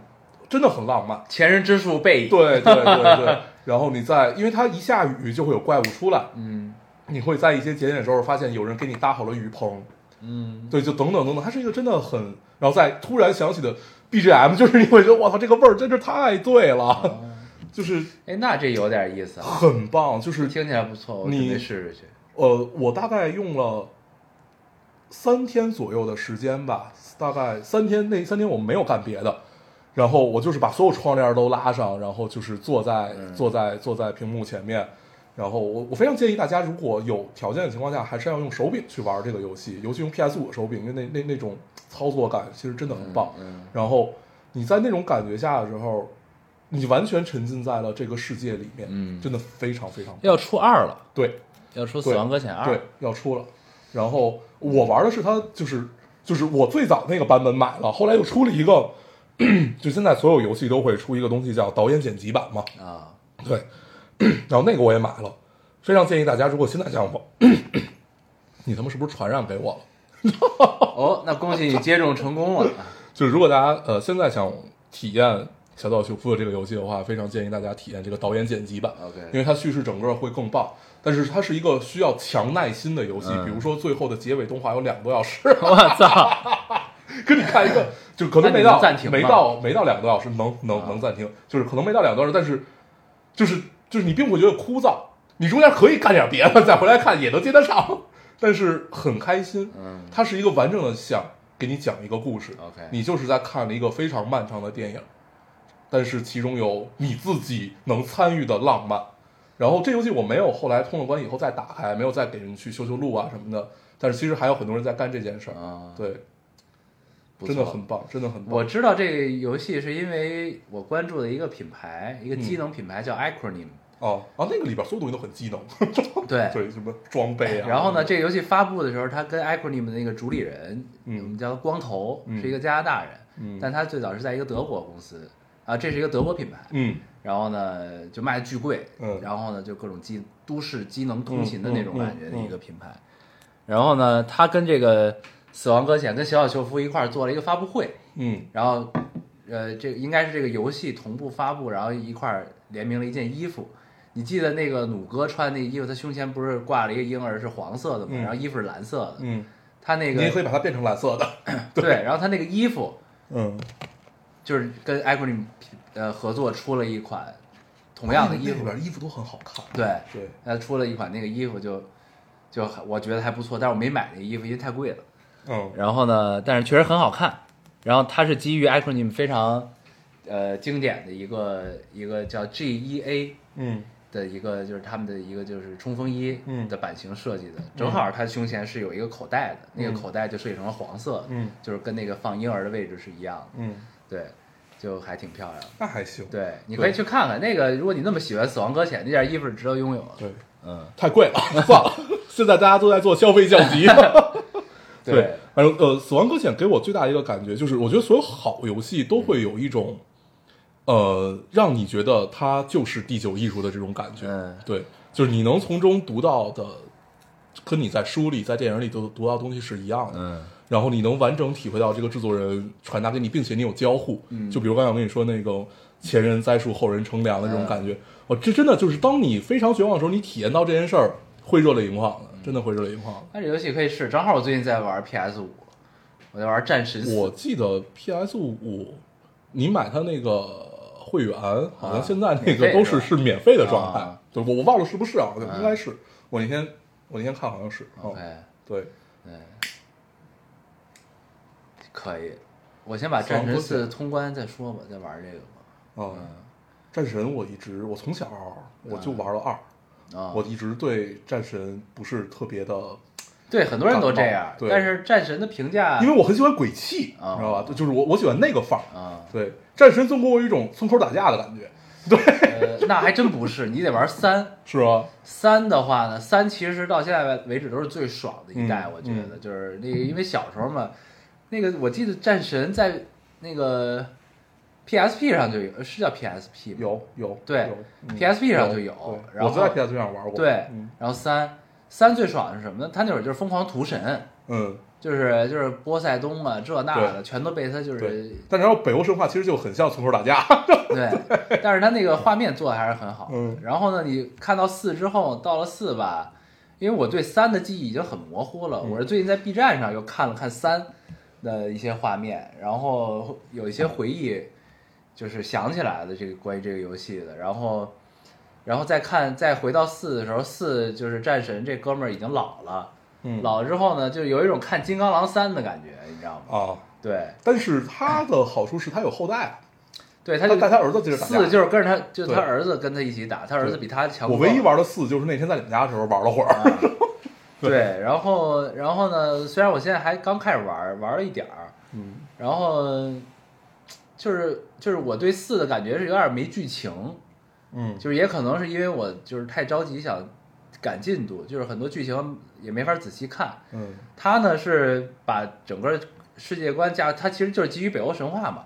C: 真的很浪漫，
B: 前人之树背影。
C: 对对对对， (laughs) 然后你在，因为它一下雨就会有怪物出来，
B: 嗯
C: 你会在一些节点的时候发现有人给你搭好了雨棚，
B: 嗯，
C: 对，就等等等等，它是一个真的很，然后再突然响起的 BGM，就是你会觉得我操，这个味儿真是太对了， (laughs) 就是
B: 哎，那这有点意思啊，
C: 很棒，就是
B: 听起来不错，我准
C: 你
B: 备试试去。
C: 呃，我大概用了三天左右的时间吧，大概三天那三天我没有干别的，然后我就是把所有窗帘都拉上，然后就是坐在、
B: 嗯
C: 坐在坐在屏幕前面，然后我我非常建议大家，如果有条件的情况下，还是要用手柄去玩这个游戏，尤其用 PS 五的手柄，因为那那那种操作感其实真的很棒。
B: 嗯
C: 然后你在那种感觉下的时候，你完全沉浸在了这个世界里面，嗯，真的非常非常棒
B: 要出二了，
C: 对
B: 要出《
C: 对
B: 死亡搁浅二》
C: 对，要出了。然后我玩的是它，就是就是我最早那个版本买了，后来又出了一个， (clears throat) 就现在所有游戏都会出一个东西叫导演剪辑版嘛，
B: 啊，
C: 对， (coughs) 然后那个我也买了，非常建议大家，如果现在想玩， (coughs) 你他妈是不是传染给我了？
B: 哦，那恭喜你接种成功
C: (laughs)
B: 了，
C: 就是如果大家呃现在想体验小岛秀夫的这个游戏的话，非常建议大家体验这个导演剪辑版
B: OK
C: 因为它叙事整个会更棒。但是它是一个需要强耐心的游戏，
B: 嗯
C: 比如说最后的结尾动画有两个多小时，
B: 我操，
C: 跟你看一个，就可能
B: 那
C: 没
B: 你
C: 到
B: 能暂停吗
C: 没到没到两个多小时，能能
B: 啊
C: 能暂停，就是可能没到两个多小时，但是就是就是你并不觉得枯燥，你中间可以干点别的，再回来看也能接得上，但是很开心。
B: 嗯
C: 它是一个完整的想给你讲一个故事
B: OK
C: 你就是在看了一个非常漫长的电影，但是其中有你自己能参与的浪漫。然后这游戏我没有后来通了关以后再打开，没有再给人去修修路啊什么的，但是其实还有很多人在干这件事儿，
B: 啊，
C: 对，
B: 不
C: 真的
B: 错
C: 很棒，真的很棒。
B: 我知道这个游戏是因为我关注的一个品牌，
C: 嗯
B: 一个机能品牌叫 Acronym，、
C: 哦啊，那个里边所有东西都很机能， (laughs)
B: 对。
C: 对什么装备啊。
B: 哎然后呢，这个游戏发布的时候，它跟 Acronym 的那个主理人，
C: 嗯
B: 我们叫他光头，
C: 嗯
B: 是一个加拿大人，
C: 嗯
B: 但他最早是在一个德国公司啊，这是一个德国品牌。
C: 嗯
B: 然后呢，就卖的巨贵，
C: 嗯
B: 然后呢，就各种机都市机能通勤的那种感觉的
C: 嗯嗯嗯嗯
B: 一个品牌。然后呢，他跟这个《死亡搁浅》跟小小秀夫一块儿做了一个发布会，
C: 嗯
B: 然后，呃，这个应该是这个游戏同步发布，然后一块儿联名了一件衣服。你记得那个弩哥穿那衣服，他胸前不是挂了一个婴儿，是黄色的嘛，
C: 嗯
B: 然后衣服是蓝色的。
C: 嗯，
B: 他那
C: 你也可
B: 个
C: 以把它变成蓝色的。
B: 对，然后他那个衣服
C: (laughs) 嗯，
B: 就是跟 Acronym 呃合作出了一款同样的衣
C: 那里
B: 服，
C: 边衣服都很好看。
B: 对，
C: 对，
B: 他出了一款那个衣服就就很我觉得还不错，但是我没买那个衣服，因为太贵了。
C: 嗯
B: 然后呢，但是确实很好看。然后它是基于 acronym 非常呃经典的一个一个叫 GEA
C: 嗯
B: 的一个就是他们的一个就是冲锋衣
C: 嗯
B: 的版型设计的，正好它胸前是有一个口袋的，那个口袋就设计成了黄色的，
C: 嗯
B: 就是跟那个放婴儿的位置是一样的，
C: 嗯，
B: 对，就还挺漂亮的。
C: 那还行。
B: 对，你可以去看看那个，如果你那么喜欢《死亡搁浅》，那件衣服是值得拥有的。
C: 对，
B: 嗯，
C: 太贵了，算了。 (laughs) 现在大家都在做消费降 (laughs) 级。对，反正呃，《死亡搁浅》给我最大一个感觉就是，我觉得所有好游戏都会有一种，呃，让你觉得它就是第九艺术的这种感觉。
B: 嗯
C: 对，就是你能从中读到的，跟你在书里、在电影里都读到的东西是一样的。
B: 嗯，
C: 然后你能完整体会到这个制作人传达给你，并且你有交互。嗯，就比如刚才我跟你说那个前人栽树，后人乘凉的这种感觉，我、这真的就是当你非常绝望的时候，你体验到这件事儿会热泪盈眶
B: 嗯
C: 的，真的会热泪盈眶的。
B: 那这游戏可以试。正好我最近在玩 PS 五，我在玩《战神四》。
C: 我记得 PS 五，你买它那个会员，好像现在那
B: 免费
C: 个都是
B: 是吧
C: 是免费的状态
B: 啊。
C: 对，我我忘了是不是啊？我应该是。我那天我那天看好像是。哦
B: OK，
C: 对，
B: 可以。我先把《
C: 死亡
B: 战神
C: 搁
B: 四
C: 浅》
B: 通关再说吧，再玩这个吧。
C: 啊，战神我一直我从小我就玩了二，
B: 嗯啊、
C: 我一直对战神不是特别的，
B: 对很多人都这样
C: 感冒，对
B: 但是《战神》的评价，
C: 因为我很喜欢鬼泣，你知
B: 啊
C: 道吧？就是我我喜欢那个范儿。
B: 啊、
C: 对，战神总给我有一种村口打架的感觉，
B: 呃，那还真不是，你得玩三。
C: 是吧？
B: 三的话呢，三其实到现在为止都是最爽的一代，
C: 嗯
B: 我觉得就是那个，因为小时候嘛，那个我记得《战神》在那个 PSP 上就有，是叫 PSP 吗？
C: 有有
B: 对
C: 有嗯
B: PSP 上就有
C: 有对
B: 然后
C: 我就在 PSP 上玩过。
B: 对
C: 嗯，
B: 然后三三最爽的是什么呢？他那会儿就是疯狂屠神，
C: 嗯。
B: 就是就是波塞冬啊，这那的
C: 对
B: 全都被他就是
C: 对，但是然后北欧神话其实就很像村口打架，
B: (laughs) 对，但是他那个画面做的还是很好。
C: 嗯
B: 然后呢，你看到四之后，到了四吧，因为我对三的记忆已经很模糊
C: 嗯
B: 了，我是最近在 B 站上又看了看三的一些画面，然后有一些回忆，就是想起来了这个关于这个游戏的，然后。然后再看，再回到四的时候，四就是战神这哥们儿已经老了，
C: 嗯
B: 老了之后呢，就有一种看《金刚狼三》的感觉，你知道吗？
C: 啊。
B: 对，
C: 但是他的好处是他有后代啊，
B: 对，他
C: 他
B: 就
C: 带他儿子接着打
B: 四
C: 架。
B: 就是跟着他，就他
C: 对
B: 儿子跟他一起打，他儿子比他强。
C: 我唯一。玩的四就是那天在你们家的时候玩了会儿，
B: 啊、 (laughs) 对，然后然后呢？虽然我现在还刚开始玩，玩了一点儿，
C: 嗯，
B: 然后就是就是我对四的感觉是有点没剧情，
C: 嗯
B: 就是也可能是因为我就是太着急想赶进度，就是很多剧情也没法仔细看。
C: 嗯
B: 他呢是把整个世界观架，他其实就是基于北欧神话嘛，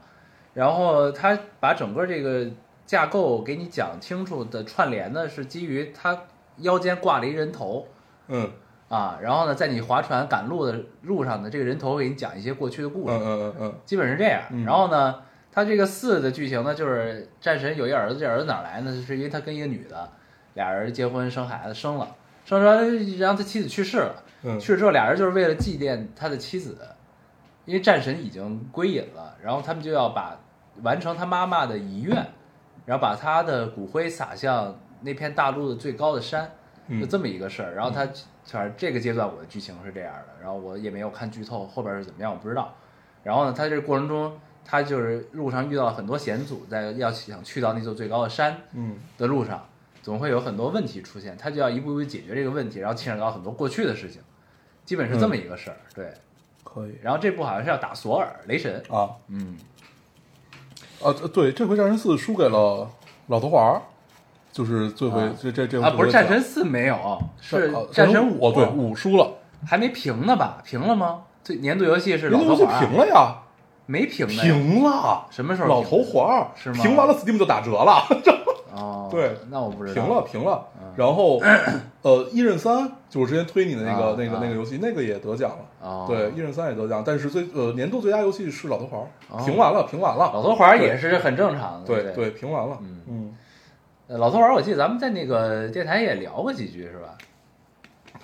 B: 然后他把整个这个架构给你讲清楚的串联呢，是基于他腰间挂了一人头
C: 嗯
B: 啊，然后呢，在你划船赶路的路上呢，这个人头给你讲一些过去的
C: 嗯
B: 故事，
C: 嗯嗯
B: 基本是这样。
C: 嗯
B: 然后呢，他这个四的剧情呢，就是战神有一儿子，这儿子哪儿来呢？是因为他跟一个女的，俩人结婚生孩子，生了，生出来让他妻子去世了，
C: 嗯，
B: 去世之后俩人就是为了祭奠他的妻子，因为战神已经归隐了，然后他们就要把完成他妈妈的遗愿，然后把他的骨灰撒向那片大陆的最高的山。
C: 嗯
B: 就这么一个事儿。然后他反正这个阶段我的剧情是这样的，然后我也没有看剧透后边是怎么样，我不知道。然后呢，他这过程中，他就是路上遇到了很多险阻，在要想去到那座最高的山
C: 嗯
B: 的路上，总会有很多问题出现，他就要一步一步解决这个问题，然后牵扯到很多过去的事情，基本是这么
C: 嗯
B: 一个事儿。对，
C: 可以
B: 然后这部好像是要打索尔雷神，
C: 啊
B: 嗯，
C: 啊对，这回战神四输给了老头环儿，就是这回
B: 啊
C: 这这这回
B: 啊，不是
C: 我讲
B: 战神四没有，是
C: 啊
B: 战神
C: 五哦对五输了，
B: 还没平呢吧？平了吗？这年度游戏是
C: 人
B: 老
C: 家游
B: 头
C: 戏
B: 环啊
C: 平了呀，
B: 没平呢？
C: 平了，
B: 什么时候
C: 老
B: 平
C: 头环儿
B: 是吗
C: 平完了 Steam 就打折了，
B: 哦，
C: 对
B: 那我不知道。嗯
C: (laughs) 平了，平了。然后呃，《一刃三》就是我之前推你的那个
B: 啊
C: 那个
B: 啊
C: 那个游戏，那个也得奖了。
B: 哦
C: 对，《一刃三》也得奖，但是最呃年度最佳游戏是《老头环
B: 哦》，
C: 平完了，平完了。
B: 老头环也是很正常的。
C: 对
B: 对
C: 对，平完了。
B: 嗯
C: 嗯，
B: 呃老头环，我记得咱们在那个电台也聊过几句，是吧？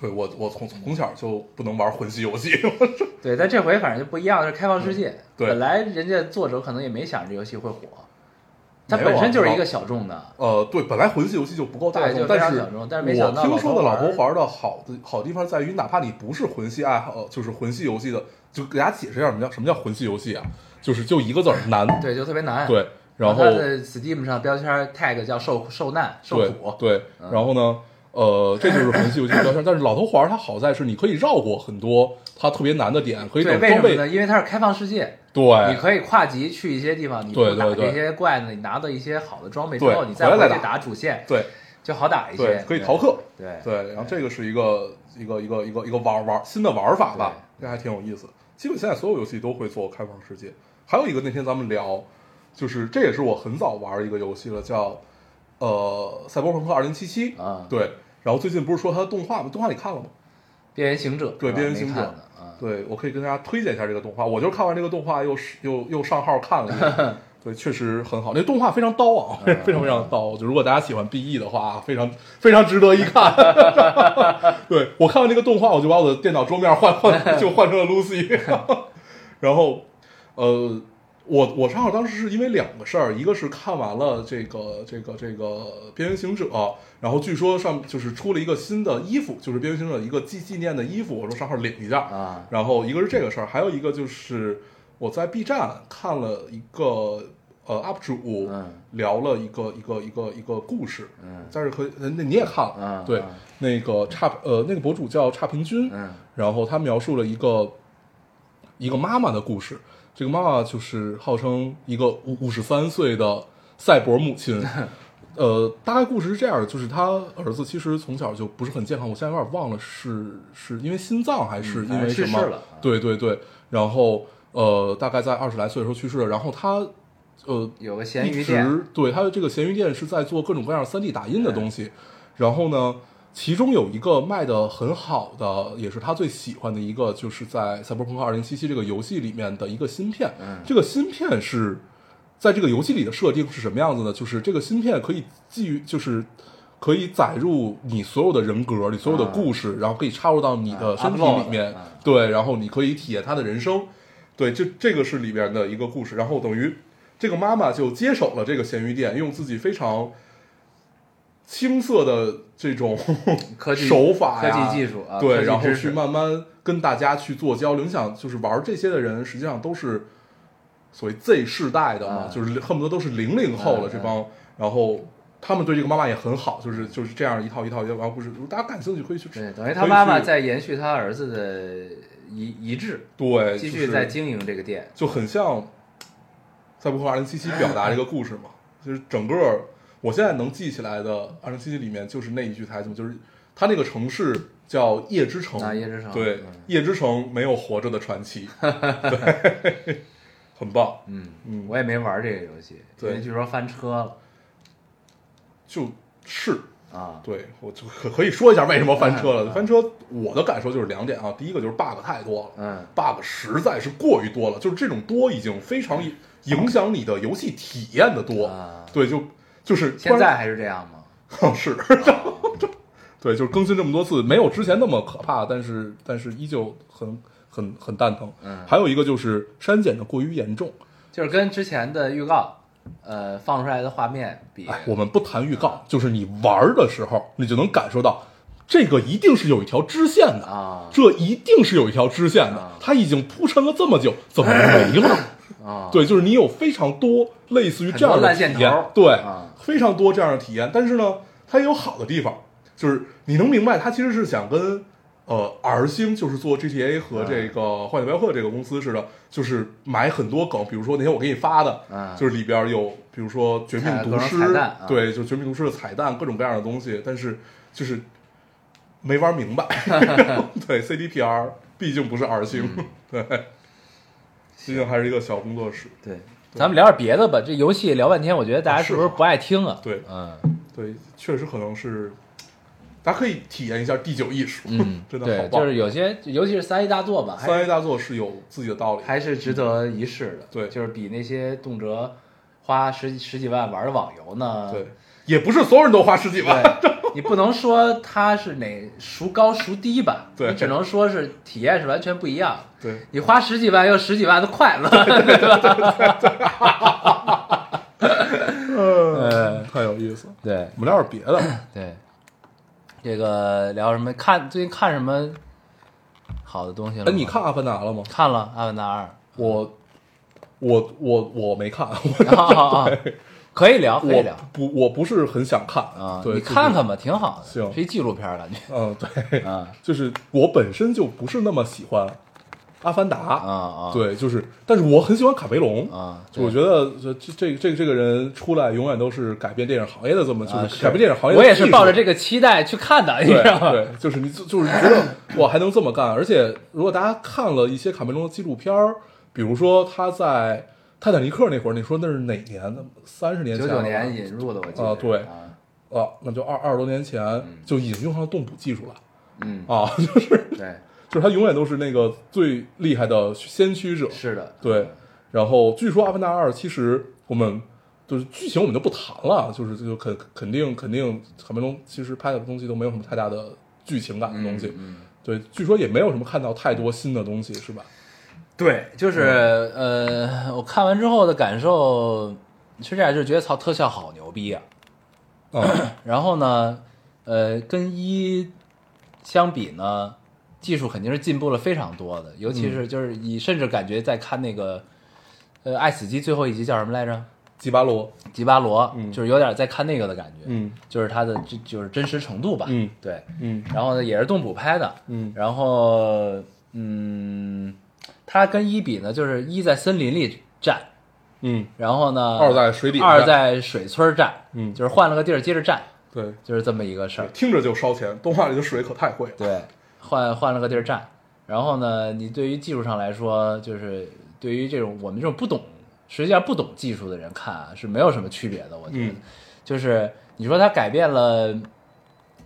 C: 对我我从从小就不能玩魂系游戏。 (laughs)
B: 对，但这回反正就不一样，是开放世界。
C: 嗯对
B: 本来人家作者可能也没想着这游戏会火，它
C: 没有啊
B: 本身就是一个小众的。
C: 呃，对，本来魂系游戏就不够大
B: 对
C: 众
B: 就，非常
C: 但是
B: 小众但是没想到
C: 我听说的
B: 老
C: 老
B: 头环
C: 头环的好的好地方在于，哪怕你不是魂系爱好，呃就是魂系游戏的，就给大家解释一下什么叫什么叫魂系游戏啊？就是就一个字儿难。
B: 对，就特别难。，
C: 对，然后
B: 它的 Steam 上标签 tag 叫受受难受
C: 对
B: 苦。
C: 对，然后呢，呃，这就是魂系游戏的标签。但是老头环儿它好在是你可以绕过很多它特别难的点，可以
B: 对，
C: 等
B: 为什
C: 装
B: 么
C: 备。
B: 呢？因为它是开放世界，你
C: 对
B: 可以跨级去一些地方，你不
C: 对对
B: 打
C: 对
B: 这些怪呢，你拿到一些好的装备之
C: 对
B: 后，你再
C: 回
B: 回
C: 来
B: 去
C: 打
B: 打主线
C: 对
B: 就好打一些
C: 对，，可以逃课。
B: 对。对
C: 对，然后这个是一个一个一个一个一个玩玩新的玩法吧，这还挺有意思。基本现在所有游戏都会做开放世界。还有一个那天咱们聊，就是这也是我很早玩一个游戏了，叫呃《赛博朋克2077》
B: 啊
C: 对，然后最近不是说它的动画吗？动画你看了吗？
B: 边缘行者，
C: 对
B: 是吧
C: 边缘行者
B: 没看呢啊，
C: 对，我可以跟大家推荐一下这个动画。我就是看完这个动画又是又又上号看了一遍，对，确实很好。那动画非常刀啊， (laughs) 非常非常刀。就如果大家喜欢 BE 的话，非常非常值得一看。 (laughs) 对我看完这个动画，我就把我的电脑桌面换换就换成了 Lucy，然后呃。我我上号当时是因为两个事儿，一个是看完了这个这个这个《边缘行者》，然后据说上就是出了一个新的衣服，就是《边缘行者》一个纪纪念的衣服，我说上号领一下
B: 啊
C: 然后一个是这个事儿，还有一个就是我在 B 站看了一个呃 UP 主
B: 嗯
C: 聊了一个一个一个一个故事，
B: 嗯
C: 但是可以那你也看了，
B: 嗯
C: 对，
B: 嗯
C: 那个差呃那个博主叫差评君，
B: 嗯
C: 然后他描述了一个一个妈妈的故事，这个妈妈就是号称一个五五十三岁的赛博母
B: (laughs)
C: 亲。呃，大概故事是这样的，就是他儿子其实从小就不是很健康，我现在有点忘了是是因为心脏还是
B: 嗯
C: 因为什
B: 去
C: 么？
B: 世了
C: 对对对，然后呃，大概在二十来岁的时候去世了，然后他呃
B: 有个咸鱼
C: 一
B: 店，
C: 直对它的这个闲鱼店是在做各种各样三 D 打印的东西，然后呢，其中有一个卖的很好的，也是他最喜欢的一个，就是在《赛博朋克2077》这个游戏里面的一个芯片。
B: 嗯
C: 这个芯片是在这个游戏里的设定是什么样子呢？就是这个芯片可以基于就是。可以载入你所有的人格，你
B: 嗯
C: 所有的故事，然后可以插入到你的
B: 啊
C: 呃身体
B: ，upload
C: 里面，
B: 啊
C: 对，然后你可以体验他的人生，对，这这个是里边的一个故事。然后等于这个妈妈就接手了这个咸鱼店，用自己非常青涩的这种
B: 科技
C: (laughs) 手法
B: 科技
C: 呀
B: 技术啊科
C: 对，
B: 技
C: 然后
B: 知
C: 去
B: 识
C: 慢慢跟大家去做交流。你想，就是玩这些的人，实际上都是所谓 Z 世代的嘛，
B: 啊
C: 就是恨不得都是零零后了、
B: 嗯
C: 这帮，然后。他们对这个妈妈也很好，就是就是这样一套一套一套玩故事，如果大家感兴趣可以去。
B: 对，等于他
C: 可以
B: 妈妈
C: 去
B: 在延续他儿子的遗遗志，
C: 对
B: 继
C: 哎呃就
B: 续
C: 是
B: 在经营这个店。
C: 就很像赛博朋克二
B: (laughs)
C: 零七七表达这个故事嘛，就是整个我现在能记起来的二零七七里面就是那一句台词嘛，就是他那个城市叫夜之城，
B: 啊夜之城
C: 对
B: 嗯，
C: 夜之城没有活着的传
B: (laughs)
C: 奇，对，很棒，
B: 嗯
C: 嗯
B: 我也没玩这个游戏，因
C: 对
B: 为据说翻车了
C: 就是
B: 啊。
C: 对我就可可以说一下为什么翻车
B: 嗯
C: 了，翻车我的感受就是两点啊，第一个就是 bug 太多了，
B: 嗯
C: bug 实在是过于多了，就是这种多已经非常影响你的游戏体验的多。
B: 啊
C: 对，就就是突
B: 现
C: 然
B: 在还是这样吗？
C: (laughs) 是
B: 啊
C: 对，就是更新这么多次，没有之前那么可怕，但是但是依旧很很很蛋疼。
B: 嗯
C: 还有一个就是删减的过于严重。
B: 就是跟之前的预告，呃，放出来的画面比，
C: 哎，我们不谈预告，就是你玩儿的时候，你就能感受到。这个一定是有一条支线的
B: 啊
C: 这一定是有一条支线的
B: 啊，
C: 它已经铺陈了这么久，怎么没
B: (laughs)
C: 了？
B: 啊，
C: 对，就是你有非常多类似于这样
B: 很多
C: 的
B: 烂
C: 体
B: 线
C: 验
B: 头，
C: 对，
B: 啊
C: 非常多这样的体验。但是呢，它也有好的地方，就是你能明白，它其实是想跟呃 R 星，就是做 GTA 和
B: 嗯
C: 这个《幻影镖客》这个公司似的，就是买很多梗，比如说那天我给你发的，
B: 嗯
C: 就是里边有比如说《绝命
B: 彩
C: 毒
B: 各种
C: 师》
B: 彩蛋啊
C: 对，就《绝命毒师》的彩蛋，各种各样的东西，但是就是没玩明
B: (laughs)
C: 白。对，CDPR 毕竟不是 R 星，
B: 嗯
C: 对，毕竟还是一个小工作室。
B: 对，咱们聊点别的吧。这游戏聊半天，我觉得大家
C: 啊
B: 是不是不爱听啊？
C: 对
B: 嗯
C: 对，确实可能是，大家可以体验一下第九艺术，
B: 嗯
C: (laughs) ，真的好
B: 对，
C: 棒。
B: 就是有些，尤其是三 A 大作吧，还
C: 三 A 大作是有自己的道理，
B: 还是值得一试的。
C: 对
B: 就是比那些动辄花十几十几万玩的网游呢，
C: 对，也不是所有人都花十几万， (laughs)
B: 对，你不能说它是哪孰高孰低吧，
C: 对
B: 你只能说是体验是完全不一样的。
C: 对，
B: 你花十几万又十几万的快乐，
C: (laughs) 呃，太有意思了。
B: 对
C: 我们聊点别的，
B: (laughs) 对，这个聊什么？看最近看什么好的东西了吗？
C: 哎，你看《阿凡达》了吗？
B: 看了《阿凡达二 (laughs)
C: 我，我，我，我没看，我》
B: 啊啊啊，可以聊，可以
C: 我
B: 聊
C: 不，我不是很想看
B: 啊，
C: 对，
B: 你
C: 就是
B: 看，看吧，挺好的，
C: 行
B: 是一纪录片儿感觉
C: 嗯，对，
B: 啊
C: 就是我本身就不是那么喜欢《阿凡达》
B: 啊啊，
C: 对，就是，但是我很喜欢卡梅隆
B: 啊
C: 就我觉
B: 对
C: 得这这这这个人出来永远都是改变电影行业的这么，就
B: 啊
C: 改变电影行业的技术。
B: 我也是抱着这个期待去看的，你
C: 对
B: 知道吗？
C: 对，就是你就就是觉得哇还能这么干，而且如果大家看了一些卡梅隆的纪录片儿，比如说他在《泰坦尼克》那会儿，你说那是哪年的？三十年
B: 九
C: 前了
B: 九
C: 吧，
B: 年引入的，我记得
C: 啊对
B: 啊
C: 啊，那就二二十多年前就已经用上动捕技术了
B: 嗯，
C: 啊， (laughs) 就是
B: 对，
C: 就是他永远都是那个最厉害的先驱者，
B: 是嗯的，
C: 对，然后据说《阿凡达二》其实我们就是剧情我们就不谈了，就是就肯肯定肯定卡梅隆其实拍的东西都没有什么太大的剧情感的东西，
B: 嗯
C: 对，据说也没有什么看到太多新的东西，是吧？
B: 对，就是呃，我看完之后的感受是这样，就是觉得操特效好牛逼啊，
C: 啊、
B: 然后呢，呃，跟一相比呢，技术肯定是进步了非常多的，尤其是就是你甚至感觉在看那个，呃，爱死机最后一集叫什么来着？
C: 吉巴罗，
B: 吉巴罗，
C: 嗯
B: 就是有点在看那个的感觉，
C: 嗯
B: 就是它的这就是真实程度吧，
C: 嗯
B: 对，
C: 嗯
B: 然后呢也是动捕拍的，
C: 嗯
B: 然后嗯，它跟一比呢，就是一在森林里战，
C: 嗯，
B: 然后呢
C: 二在水里
B: 二
C: 战
B: 在水村战，
C: 嗯
B: 就是换了个地儿接着战，
C: 对，
B: 就是这么一个事儿。
C: 听着就烧钱，动画里的水可太贵了，
B: 对，换换了个地儿站。然后呢，你对于技术上来说，就是对于这种我们这种不懂，实际上不懂技术的人看啊，是没有什么区别的。我觉得，
C: 嗯
B: 就是你说它改变了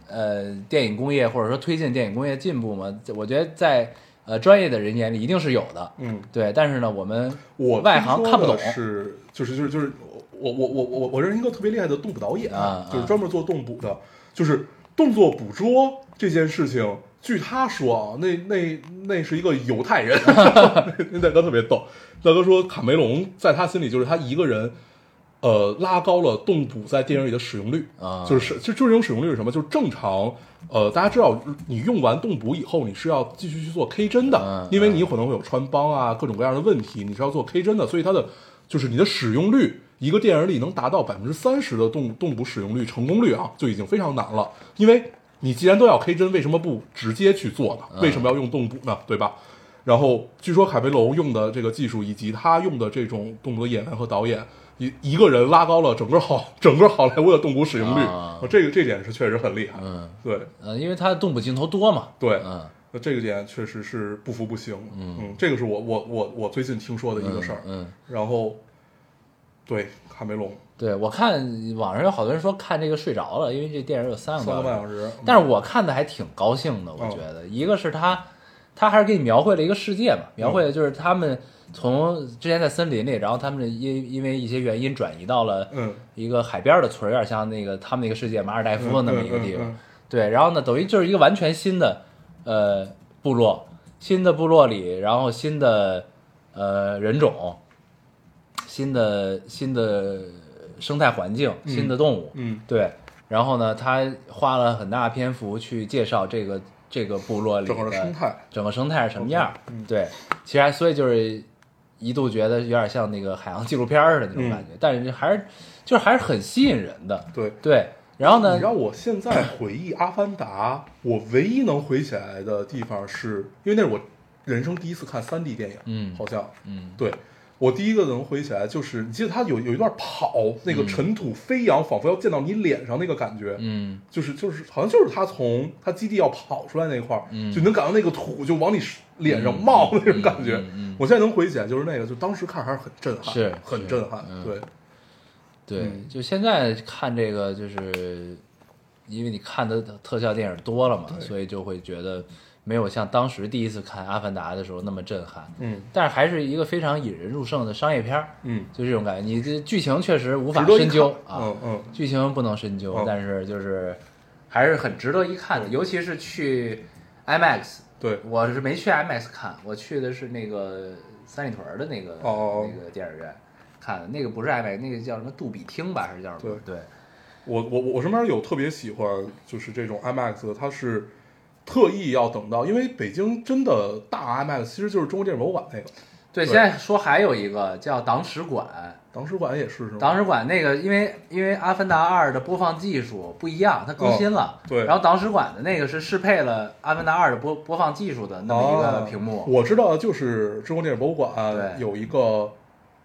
B: 呃电影工业，或者说推进电影工业进步嘛，我觉得在呃专业的人眼里一定是有的。
C: 嗯。
B: 对，但是呢，我们
C: 我
B: 外行
C: 听说
B: 看不
C: 的
B: 懂
C: 是就是就是就是我我我我我认识一个特别厉害的动捕导演，
B: 啊
C: 就是
B: 啊
C: 专门做动捕的，就是动作捕捉这件事情。据他说啊，那那那是一个犹太人， (laughs) 那大哥特别逗。大哥说，卡梅隆在他心里就是他一个人，呃，拉高了动捕在电影里的使用率
B: 啊
C: 就是就就这种使用率是什么？就是正常，呃，大家知道你用完动捕以后，你是要继续去做 K 针的，
B: 嗯
C: 因为你有可能会有穿帮啊，各种各样的问题，你是要做 K 针的，所以它的就是你的使用率，一个电影里能达到百分之三十的动动捕使用率成功率啊，就已经非常难了。
B: 啊
C: 因为你既然都要 K 针，为什么不直接去做呢？为什么要用动捕呢？对吧？然后据说卡梅隆用的这个技术，以及他用的这种动作演员和导演，一一个人拉高了整个好整个好莱坞的动捕使用率，
B: 啊
C: 这个这点是确实很厉害。
B: 嗯
C: 对
B: 呃，因为他动捕镜头多嘛，
C: 对，
B: 嗯
C: 那这个点确实是不服不行。嗯这个是我我我我最近听说的一个事儿。
B: 嗯，
C: 然后，对卡梅隆
B: 对我看网上有好多人说看这个睡着了，因为这电影有三个
C: 三
B: 半
C: 个半
B: 小时，
C: 小时，
B: 但是我看的还挺高兴
C: 哦
B: 的，我觉得，一个是他，他还是给你描绘了一个世界嘛，
C: 嗯
B: 描绘的就是他们从之前在森林里，然后他们因因为一些原因转移到了
C: 嗯
B: 一个海边的村儿，有点像那个他们那个世界马尔代夫的那么一个地方。
C: 嗯嗯嗯嗯
B: 对，然后呢，等于就是一个完全新的呃部落，新的部落里，然后新的呃人种，新的新的生态环境，新的动物，
C: 嗯
B: 对。然后呢，他花了很大篇幅去介绍这个这个部落里
C: 整个的生态，嗯
B: 整个生态是什么样儿。对，其实还所以就是一度觉得有点像那个海洋纪录片儿的那
C: 嗯
B: 种感觉，但是还是就是还是很吸引人的。
C: 对。
B: 对，然后呢
C: 你，让我现在回忆《阿凡达》，我唯一能回起来的地方是，因为那是我人生第一次看3 D 电影，
B: 嗯
C: 好像，
B: 嗯，
C: 对我第一个能回起来就是，你记得他有有一段跑，那个尘土飞扬，仿佛要溅到你脸上那个感觉，
B: 嗯
C: 就是就是好像就是他从他基地要跑出来那块儿，
B: 嗯
C: 就能感到那个土就往你脸上冒那种感觉。
B: 嗯嗯嗯
C: 我现在能回忆起来，就是那个，就当时看还是很震撼，
B: 是
C: 很
B: 是
C: 震撼，
B: 嗯
C: 对，，
B: 对
C: 嗯，
B: 就现在看这个，就是因为你看的特效电影多了嘛，所以就会觉得没有像当时第一次看《阿凡达》的时候那么震撼，
C: 嗯
B: 但是还是一个非常引人入胜的商业片儿，
C: 嗯，
B: 就这种感觉。你这剧情确实无
C: 值
B: 法
C: 得一
B: 深究
C: 看
B: 啊
C: 嗯，嗯
B: 剧情不能深究，
C: 嗯
B: 但是就是还是很值得一看的，尤其是去 IMAX。
C: 对，
B: 我是没去 IMAX 看，我去的是那个三里屯儿的那个
C: 哦
B: 那个电影院看的，那个不是 IMAX，那个叫什么杜比厅吧，还是叫什么？对
C: 我我我身边有特别喜欢就是这种 IMAX 的，它是特意要等到，因为北京真的大 IMAX 其实就是中国电影博物馆那个，
B: 对现在说还有一个叫党史馆，
C: 党史馆也是是吗？
B: 党史馆那个因为因为《阿凡达二》的播放技术不一样，它更新了，
C: 哦对
B: 然后党史馆的那个是适配了《阿凡达二》的播播放技术的那么一个屏幕，
C: 哦我知道就是中国电影博物馆
B: 对
C: 有一个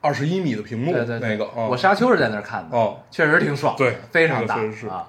C: 二十一米的屏幕，
B: 对对对，
C: 那个啊，
B: 我沙丘是在那儿看的，
C: 哦，
B: 确实挺爽，
C: 对
B: 非常大
C: 那个确实是
B: 啊。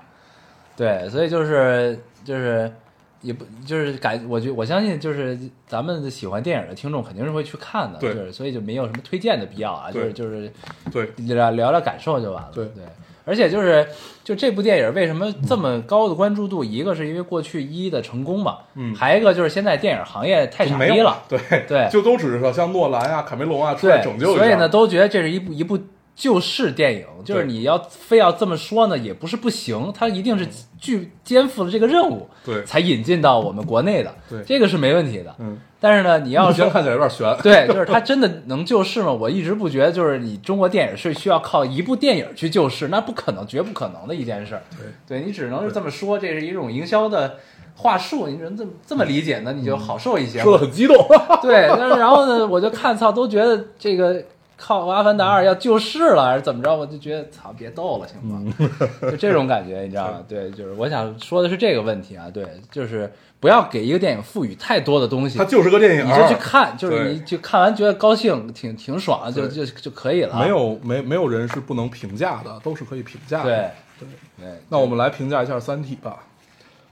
B: 对，所以就是就是也不就是感，我觉我相信就是咱们喜欢电影的听众肯定是会去看的，
C: 对
B: 就是所以就没有什么推荐的必要啊，就
C: 对
B: 是就是
C: 对，
B: 聊聊聊感受就完了。
C: 对
B: 对，而且就是就这部电影为什么这么高的关注度，一个是因为过去一的成功嘛，
C: 嗯
B: 还有一个就是现在电影行业太傻
C: 没
B: 逼
C: 有
B: 了，，
C: 对
B: 对
C: 就都只是说像诺兰啊、卡梅隆啊出
B: 对，
C: 来拯救一下，
B: 所以呢，都觉得这是一部一部救世电影，就是
C: 对
B: 你要非要这么说呢，也不是不行，它一定是具肩负了这个任务，
C: 对
B: 才引进到我们国内的，
C: 对
B: 这个是没问题的。
C: 嗯，
B: 但是呢，你要
C: 目 (laughs) 前
B: 说
C: 看起来有点悬，
B: 对，就是它真的能救世吗？我一直不觉得，就是你中国电影是需要靠一部电影去救世，那不可能，绝不可能的一件事儿。对，你只能是这么说，这是一种营销的话术，你只能这么这么理解呢，你就好受一些。
C: 说的很激动，
B: (laughs) 对，但是然后呢，我就看操，都觉得这个靠《阿凡达二》要救世了，还是怎么着？我就觉得操，别逗了，行吗？
C: 嗯
B: 就这种感觉，你知
C: (laughs)
B: 道吗？对，就是我想说的是这个问题啊，对，就是不要给一个电影赋予太多的东西
C: 它，就是个电影，
B: 你就去看，就是
C: 对
B: 你就看完觉得高兴，挺挺爽，就
C: 对
B: 就就可以了啊。
C: 没有没没有人是不能评价的，都是可以评价的。
B: 对对，
C: 那我们来评价一下《三体》吧。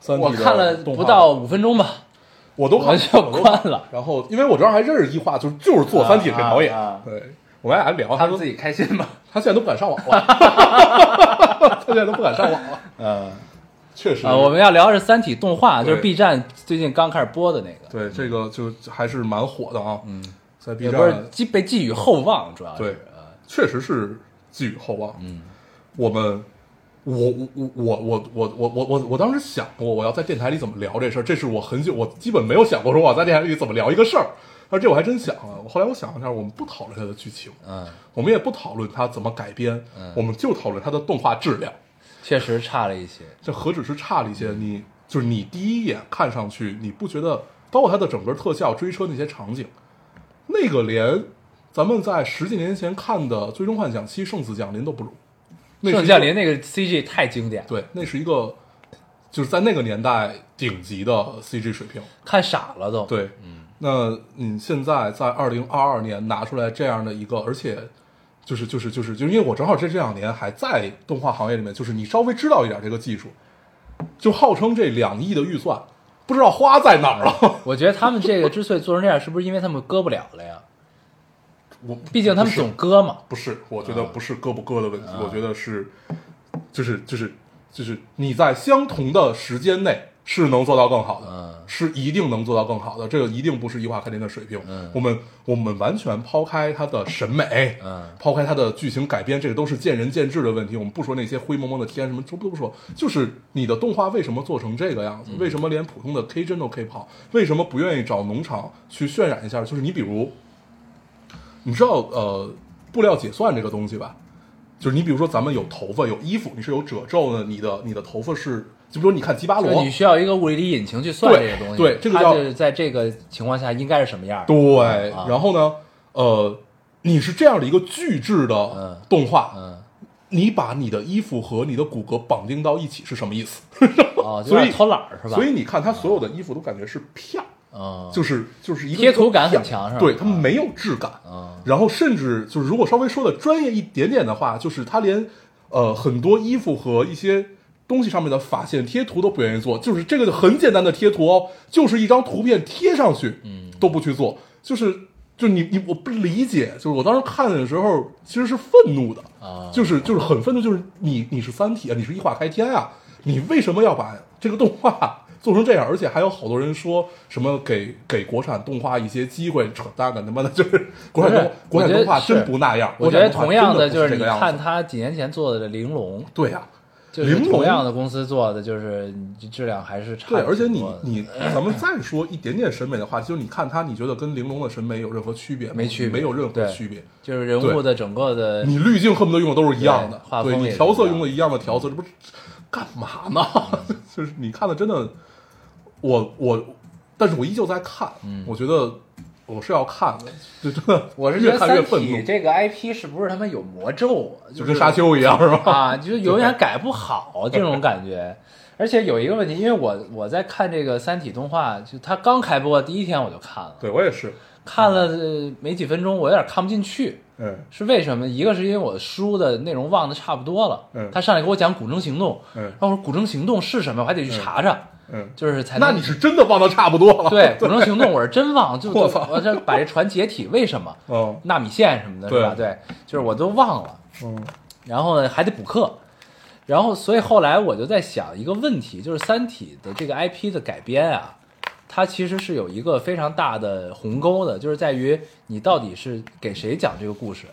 C: 三体
B: 我
C: 的
B: 看了
C: 动
B: 不
C: 画
B: 到，五分钟吧，
C: 我都
B: 我
C: 看
B: 就
C: 我都
B: 关了。
C: 然后，因为我知道还认识一画，就是就是做《三体》这导演
B: 啊啊啊。
C: 对，我们俩聊，
B: 他
C: 他
B: 们
C: 说
B: 自己开心吧。
C: 他现在都不敢上网了， (laughs)
B: (laughs)
C: 他现在都不敢上网了。
B: 嗯
C: 确实
B: 啊，我们要聊的是《三体》动画，就是
C: 对
B: B 站最近刚开始播的那个。
C: 对这个就还是蛮火的啊。嗯，在 B
B: 也不是
C: 站
B: 寄被寄予厚望，主要是
C: 对确实是寄予厚望。嗯，我们。我我我我我我我我我我当时想过我要在电台里怎么聊这事儿，这是我很久我基本没有想过说我要在电台里怎么聊一个事儿，而这我还真想了。我后来我想了一下，我们不讨论它的剧情，
B: 嗯，
C: 我们也不讨论它怎么改编，我们就讨论它的动画质量。
B: 确实差了一些。
C: 这何止是差了一些，你就是你第一眼看上去，你不觉得，包括它的整个特效、追车那些场景，那个连咱们在十几年前看的《最终幻想七：圣子降临》都不如。那是一
B: 圣
C: 个
B: 降临那个 CG 太经典了，
C: 对，那是一个就是在那个年代顶级的 CG 水平。
B: 看傻了都。
C: 对，嗯，那你现在在二零二二年拿出来这样的一个，而且就是就是就是就因为我正好这这两年还在动画行业里面，就是你稍微知道一点这个技术，就号称这两亿的预算，不知道花在哪儿了。
B: 我觉得他们这个之所以做成这样，是不是因为他们割不了了呀？
C: 我
B: 毕竟他们
C: 不是
B: 总割嘛。
C: 不是，我觉得
B: 啊
C: 不是割不割的问题，我觉得是就是就是就是你在相同的时间内是能做到更好的，
B: 嗯
C: 是一定能做到更好的，这个一定不是一化开天的水平。
B: 嗯
C: 我们我们完全抛开它的审美，
B: 嗯
C: 抛开它的剧情改编，这个都是见仁见智的问题。我们不说那些灰蒙蒙的啊天什么，都不都不说，就是你的动画为什么做成这个样子？
B: 嗯
C: 为什么连普通的 K 帧都 K 不好？为什么不愿意找农场去渲染一下？就是你比如，你知道呃布料解算这个东西吧？就是你比如说咱们有头发有衣服，你是有褶皱的，你的你的头发是，就比如你看吉巴
B: 就是
C: 罗，
B: 你需要一个物理引擎去算这
C: 对
B: 个东西，
C: 对这个
B: 它
C: 叫
B: 就是在这个情况下应该是什么样的？
C: 对，
B: 啊
C: 然后呢，呃，你是这样的一个巨制的
B: 嗯
C: 动画，
B: 嗯，
C: 你把你的衣服和你的骨骼绑定到一起是什么意思？
B: 哦，就
C: 所
B: 有
C: 以
B: 点偷懒儿是吧？
C: 所以，你看他所有的衣服都感觉是片，
B: 嗯，
C: 就是就是一个
B: 贴图感很
C: 片
B: 强是吧
C: 对，它
B: 啊
C: 没有质感。
B: 嗯
C: 然后甚至就是如果稍微说的专业一点点的话，就是他连呃很多衣服和一些东西上面的发线贴图都不愿意做，就是这个就很简单的贴图哦，就是一张图片贴上去，嗯，都不去做，就是就你你我不理解，就是我当时看的时候其实是愤怒的
B: 啊
C: 就是就是很愤怒，就是你你是三体啊，你是异化开天啊，你为什么要把这个动画 (laughs) 做成这样？而且还有好多人说什么给给国产动画一些机会，扯淡的他妈的，就是国产动
B: 不
C: 国
B: 是
C: 产动画
B: 我觉得
C: 真不那样。
B: 我觉得
C: 国产动画
B: 同样
C: 真的
B: 就
C: 不
B: 是
C: 是
B: 你
C: 这个样子
B: 看，他几年前做的《玲珑》，
C: 对呀、
B: 就是
C: 玲珑
B: 同样的公司做的，就是质量还是差挺
C: 对，
B: 多的。
C: 而且你你咱们再说一点点审美的话，就是你看它，你觉得跟玲珑的审美有任何区别吗？
B: 没区别
C: 没有任何
B: 对
C: 区别。
B: 就是人物
C: 对
B: 的整个的，
C: 你滤镜恨不得用的都是一样的
B: 对画，风
C: 对
B: 也
C: 你
B: 是
C: 调色
B: 一样嗯
C: 用的一样的调色，这不是干嘛呢？ (laughs) 就是你看的真的，我我，但是我依旧在看，我觉得我是要看的，就真的，
B: 嗯我是觉
C: 越
B: 得《
C: 看
B: 三
C: 越
B: 体
C: 愤怒》，
B: 这个 IP 是不是他妈有魔咒啊？
C: 就是跟沙丘一样，是吧？
B: 啊，就是永远改不好这种感
C: (laughs)
B: 觉。而且有一个问题，因为我我在看这个《三体》动画，就它刚开播第一天我就看了，
C: 对我也是，
B: 看了呃没几分钟，我有点看不进去，
C: 嗯
B: 是为什么？一个是因为我书的内容忘得差不多了，
C: 嗯
B: 他上来给我讲《古筝行动》，
C: 嗯
B: 然后我说《古筝行动》是什么，我还得去查查，
C: 嗯，
B: 就是才能
C: 那你是真的忘得差不多了，
B: 对《古筝行动》，我是真忘，
C: (laughs)
B: 就
C: 我操
B: 我这把这船解体，为什么？
C: (laughs) 嗯
B: 纳米线什么的，是吧？对，就是我都忘了，
C: 嗯
B: 然后呢还得补课，然后所以后来我就在想一个问题，就是《三体》的这个 IP 的改编啊，它其实是有一个非常大的鸿沟的，就是在于你到底是给谁讲这个故事。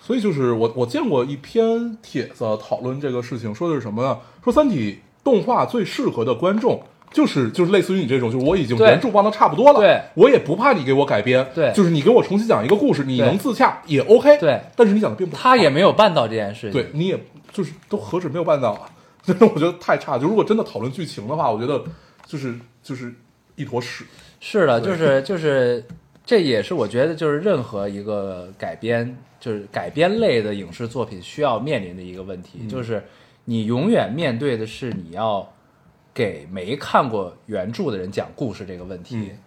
C: 所以就是我我见过一篇帖子讨论这个事情，说的是什么呢？说《三体》动画最适合的观众。就是就是类似于你这种，就是我已经
B: 对
C: 原著忘得差不多了，
B: 对
C: 我也不怕你给我改编，
B: 对
C: 就是你给我重新讲一个故事，你
B: 对
C: 能自洽也 OK，
B: 对
C: 但是你讲的并不好，
B: 他也没有办到这件事情。
C: 对，你也就是都何止没有办到啊， (laughs) 真的我觉得太差。就如果真的讨论剧情的话，我觉得就是就是一坨屎，
B: 是的，
C: 对
B: 就是就是，这也是我觉得就是任何一个改编就是改编类的影视作品需要面临的一个问题，
C: 嗯
B: 就是你永远面对的是你要给没看过原著的人讲故事这个问题，
C: 嗯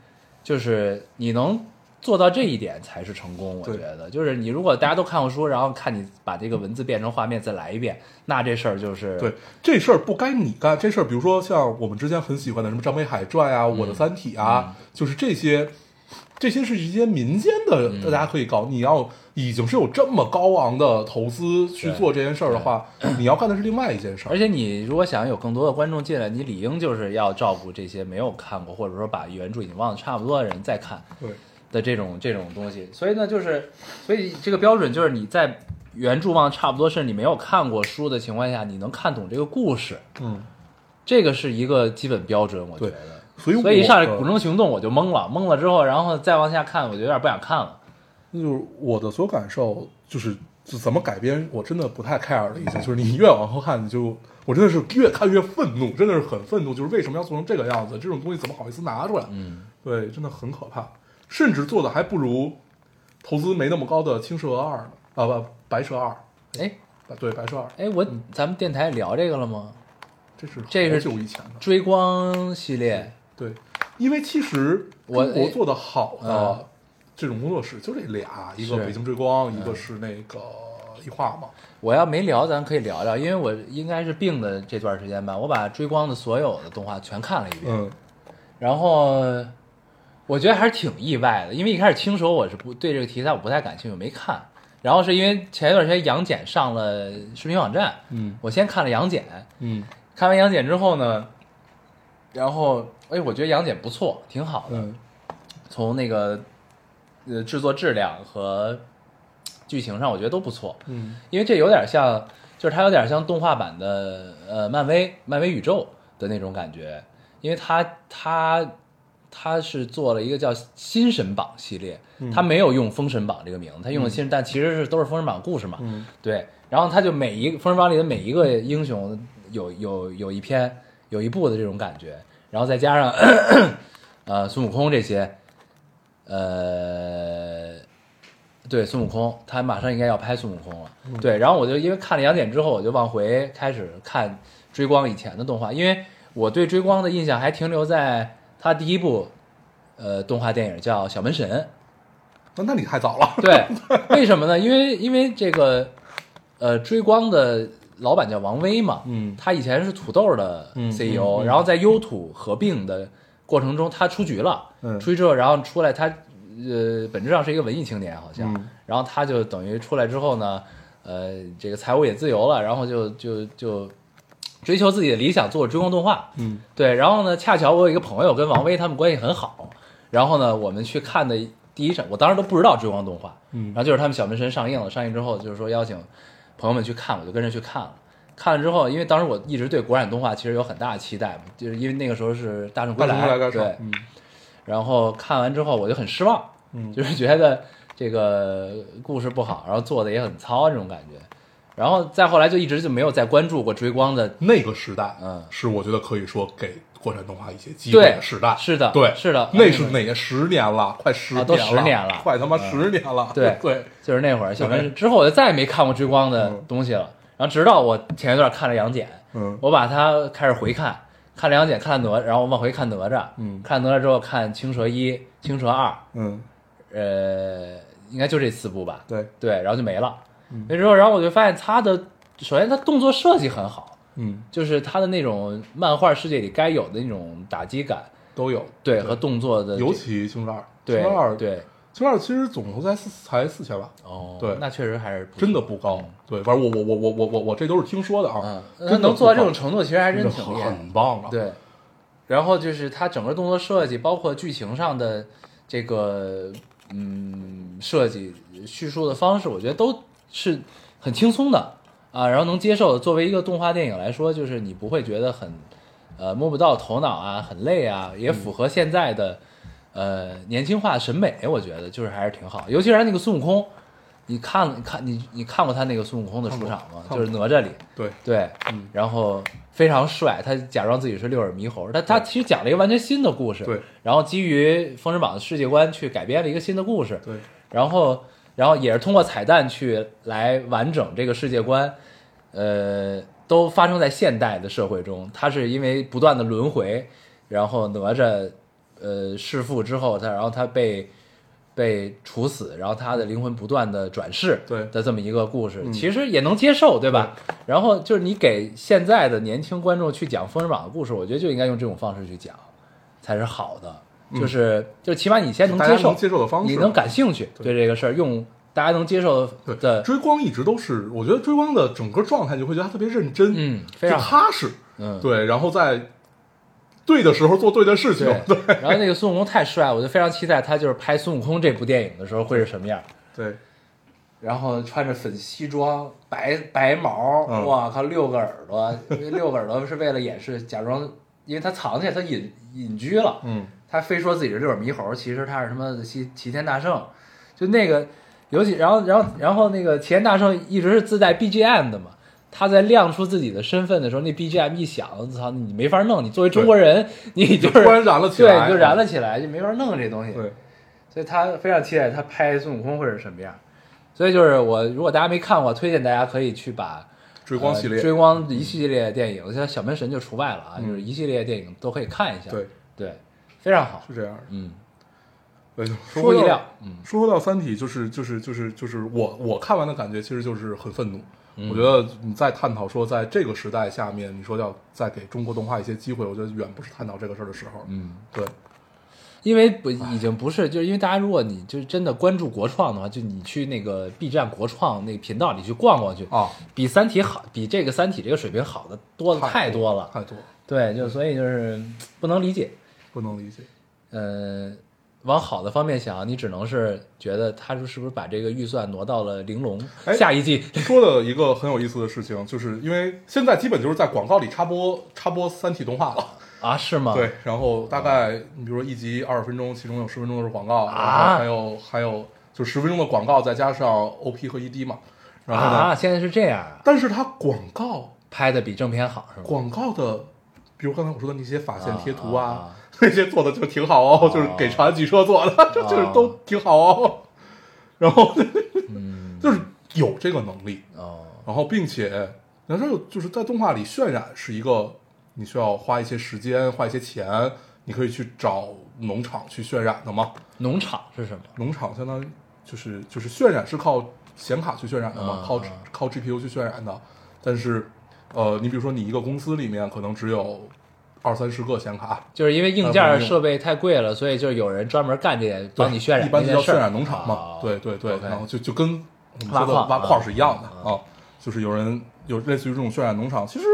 B: 就是你能。做到这一点才是成功，我
C: 对
B: 觉得。就是你如果大家都看过书，然后看你把这个文字变成画面再来一遍，那这事儿就是
C: 对这事儿不该你干，这事儿比如说像我们之前很喜欢的什么《张北海传》啊，
B: 嗯
C: 我的《三体》啊，就是这些，这些是一些民间的，
B: 嗯
C: 大家可以搞。你要已经是有这么高昂的投资去
B: 对
C: 做这件事儿的话，你要干的是另外一件事儿
B: 而。且你如果想有更多的观众进来，你理应就是要照顾这些没有看过，或者说把原著已经忘得差不多的人再看
C: 对，
B: 的这种这种东西。所以呢，就是所以这个标准就是你在原著忘得差不多，甚至你没有看过书的情况下，你能看懂这个故事，
C: 嗯，
B: 这个是一个基本标准，我觉
C: 对
B: 得。
C: 所以我呃
B: 所以一上来《
C: 的
B: 古筝行动》我就懵了，懵了之后，然后再往下看，我就有点不想看了。
C: 就是我的所有感受，就是就怎么改编，我真的不太 care 了。已经就是你越往后看，你就我真的是越看越愤怒，真的是很愤怒。就是为什么要做成这个样子？这种东西怎么好意思拿出来？嗯，对，真的很可怕。甚至做的还不如投资没那么高的《青蛇二》呢，啊不，《白蛇二啊
B: 哎》
C: 对，《白蛇二》
B: 哎，我咱们电台聊这个了吗？
C: 这是
B: 这
C: 好
B: 是
C: 久以前的，
B: 追光系列，
C: 对，因为其实
B: 我
C: 中国做的好
B: 嗯
C: 的这种工作室就这俩，一个
B: 是嗯
C: 北京追光，一个是那个一画嘛。
B: 我要没聊，咱可以聊聊，因为我应该是病的这段时间吧，我把追光的所有的动画全看了一遍，
C: 嗯
B: 然后我觉得还是挺意外的，因为一开始听说我是不对这个题材我不太感兴趣，我没看。然后是因为前一段时间杨戬上了视频网站，
C: 嗯
B: 我先看了杨戬，
C: 嗯
B: 看完杨戬之后呢，然后哎，我觉得杨戬不错，挺好的，
C: 嗯
B: 从那个呃制作质量和剧情上，我觉得都不错。
C: 嗯
B: 因为这有点像，就是它有点像动画版的呃漫威漫威宇宙的那种感觉，因为它它它是做了一个叫新神榜系列，它没有用封神榜这个名字，它用了新神，但其实是都是封神榜故事嘛，
C: 嗯
B: 对，然后它就每一个封神榜里的每一个英雄有有有一篇有一部的这种感觉，然后再加上 (coughs) 呃孙悟空这些，呃，对孙悟空，他马上应该要拍孙悟空了。对，然后我就因为看了两点之后，我就往回开始看追光以前的动画，因为我对追光的印象还停留在他第一部呃动画电影叫《小门神》。
C: 那那你太早了。
B: (laughs) 对，为什么呢？因为因为这个呃追光的老板叫王威嘛，
C: 嗯
B: 他以前是土豆的
C: 嗯
B: CEO，、
C: 嗯嗯
B: 然后在优土合并的过程中，他出局了，
C: 嗯
B: 出局之后，然后出来他呃本质上是一个文艺青年好像，
C: 嗯
B: 然后他就等于出来之后呢，呃这个财务也自由了，然后就就就追求自己的理想，做追光动画，
C: 嗯
B: 对，然后呢，恰巧我有一个朋友跟王威他们关系很好，然后呢，我们去看的第一场，我当时都不知道追光动画，
C: 嗯
B: 然后就是他们小门神上映了，上映之后就是说邀请朋友们去看，我就跟着去看了。看了之后，因为当时我一直对国产动画其实有很大的期待嘛，就是因为那个时候是《大圣归
C: 大圣归 (laughs) 来该说
B: 对，
C: 嗯
B: 然后看完之后我就很失望，
C: 嗯
B: 就是觉得这个故事不好，然后做的也很糙这种感觉，然后再后来就一直就没有再关注过追光的
C: 那个时代，
B: 嗯
C: 是我觉得可以说给国产动画一些机会的
B: 对
C: 时代。
B: 是的
C: 对，
B: 是的
C: 那是哪个十年了？快十
B: 啊
C: 年
B: 都
C: 了，
B: 十年了嗯
C: 快他妈十年了。
B: 对
C: (laughs) 对，
B: 就是那会儿小
C: 对
B: 门之后，我就再也没看过追光的东西了。然后直到我前一段看了杨戬，
C: 嗯
B: 我把它开始回看，看了杨戬，看了哪，然后往回看哪吒，
C: 嗯
B: 看哪吒之后看青蛇一、青蛇二，
C: 嗯，
B: 呃，应该就这四部吧。
C: 对，嗯
B: 对，然后就没了。没之后，然后我就发现他的，首先他动作设计很好，
C: 嗯，
B: 就是他的那种漫画世界里该有的那种打击感，
C: 都有。
B: 对和动作的这，
C: 尤其《青春二》，
B: 对
C: 青春二》，
B: 对
C: 青春二》其实总投才四才四千万，
B: 哦，
C: 对
B: 那确实还是不错
C: 真的不高。对，反正我我我我我我我这都是听说的啊
B: 嗯，，那
C: 真的
B: 能做到这
C: 不高
B: 种程度，其实还
C: 真
B: 真
C: 的
B: 挺厉
C: 很
B: 害的。
C: 很棒啊了。，
B: 对，然后就是它整个动作设计，包括剧情上的这个嗯设计、叙述的方式，我觉得都是很轻松的啊，然后能接受的。作为一个动画电影来说，就是你不会觉得很呃摸不到头脑啊，很累啊，也
C: 嗯
B: 符合现在的、呃年轻化审美，我觉得就是还是挺好。尤其是它那个孙悟空。你看了看你你看过他那个孙悟空的出
C: 看过
B: 场吗？
C: 看
B: 就是哪吒里，
C: 对，
B: 对，
C: 嗯
B: 然后非常帅，他假装自己是六耳猕猴，他他其实讲了一个完全新的故事，
C: 对，
B: 然后基于《封神榜》的世界观去改编了一个新的故事，
C: 对，
B: 然后然后也是通过彩蛋去来完整这个世界观，呃，都发生在现代的社会中，他是因为不断的轮回，然后哪吒呃弑父之后，他然后他被。被处死，然后他的灵魂不断的转世，
C: 对嗯
B: 的这么一个故事，其实也能接受，对吧？然后就是你给现在的年轻观众去讲《封神榜》的故事，我觉得就应该用这种方式去讲，才是好的。就是、就起码你先能
C: 嗯大
B: 接
C: 家
B: 受，
C: 能接受的方式，
B: 你能感兴趣
C: 对
B: 对这个事儿，用大家能接受
C: 对
B: 的，
C: 追光一直都是，我觉得追光的整个状态你就会觉得他特别认真，
B: 嗯，非
C: 就
B: 常好，
C: 踏实，
B: 嗯，
C: 对，然后在对的时候做对的事情，对
B: 对。然后那个孙悟空太帅，我就非常期待他就是拍孙悟空这部电影的时候会是什么样。
C: 对
B: 然后穿着粉西装，白白毛，
C: 嗯
B: 哇靠，六个耳朵，因为六个耳朵是为了掩饰，假装，因为他藏起来，他隐隐居了，
C: 嗯，
B: 他非说自己是六耳猕猴，其实他是他妈的齐齐天大圣，就那个，尤其然后然后然后那个齐天大圣一直是自带 BGM 的嘛。他在亮出自己的身份的时候，那 BGM 一响，我操，你没法弄。你作为中国人，你就是
C: 突然燃了起来嗯
B: 对，你就燃了起来，就没法弄这东西。
C: 对，
B: 所以他非常期待他拍孙悟空会是什么样。所以就是我，如果大家没看过，推荐大家可以去把
C: 追光系
B: 呃
C: 列，嗯
B: 追光一系列电影，像小门神就除外了啊，就是一系列电影都可以看一下。
C: 对，
B: 对，非常好。
C: 是这样的。
B: 嗯，
C: 对，
B: 出
C: 说
B: 乎意
C: 到
B: 料。嗯
C: 说回到《三体》，就是就是就是就是我我看完的感觉，其实就是很愤怒。我觉得你在探讨说，在这个时代下面，你说要再给中国动画一些机会，我觉得远不是探讨这个事儿的时候。
B: 嗯，
C: 对，
B: 因为
C: 哎
B: 不已经不是，就是因为大家如果你就是真的关注国创的话，就你去那个 B 站国创那个频道里去逛逛去，
C: 啊，
B: 比《三体》好，比这个《三体》这个水平好的多的太多了。
C: 太多了
B: 对，就所以就是不能理解。
C: 不能理解。
B: 呃，往好的方面想，你只能是觉得他说是不是把这个预算挪到了玲珑、
C: 哎
B: 下一季？
C: 说的一个很有意思的事情，就是因为现在基本就是在广告里插播插播《三体》动画了，
B: 啊，是吗？
C: 对，，然后大概你比如说一集二十分钟，其中有十分钟都是广告，然
B: 啊
C: 后还有还有就十分钟的广告，再加上 OP 和 ED 嘛，然后呢，
B: 啊，现在是这样啊，
C: 但是它广告
B: 拍的比正片好是吗？
C: 广告的，比如刚才我说的那些法线贴图啊，
B: 啊啊啊
C: 那些做的就挺好哦，就是给长安汽车做的， (laughs) 就
B: 啊
C: 就是都挺好哦。然后， (laughs)
B: 嗯
C: 就是有这个能力，
B: 哦，
C: 然后并且，然后就是在动画里渲染是一个你需要花一些时间、花一些钱，你可以去找农场去渲染的嘛。
B: 农场是什么？
C: 农场相当于就是就是渲染是靠显卡去渲染的嘛，
B: 嗯
C: 靠
B: 嗯
C: 靠 GPU 去渲染的。但是，呃，你比如说你一个公司里面可能只有二三十个显卡，
B: 就是因为硬件
C: 啊
B: 儿
C: 不用
B: 设备太贵了，所以就有人专门干这个，帮你渲染
C: 一般
B: 这件
C: 就叫
B: 事
C: 渲
B: 儿
C: 染农场嘛
B: 哦。
C: 对对对，
B: OK
C: 然后就就跟我们
B: 挖
C: 说的
B: 矿
C: 挖矿
B: 嗯
C: 是一样的
B: 嗯
C: 啊，就是有人有类似于这种渲染农场，其实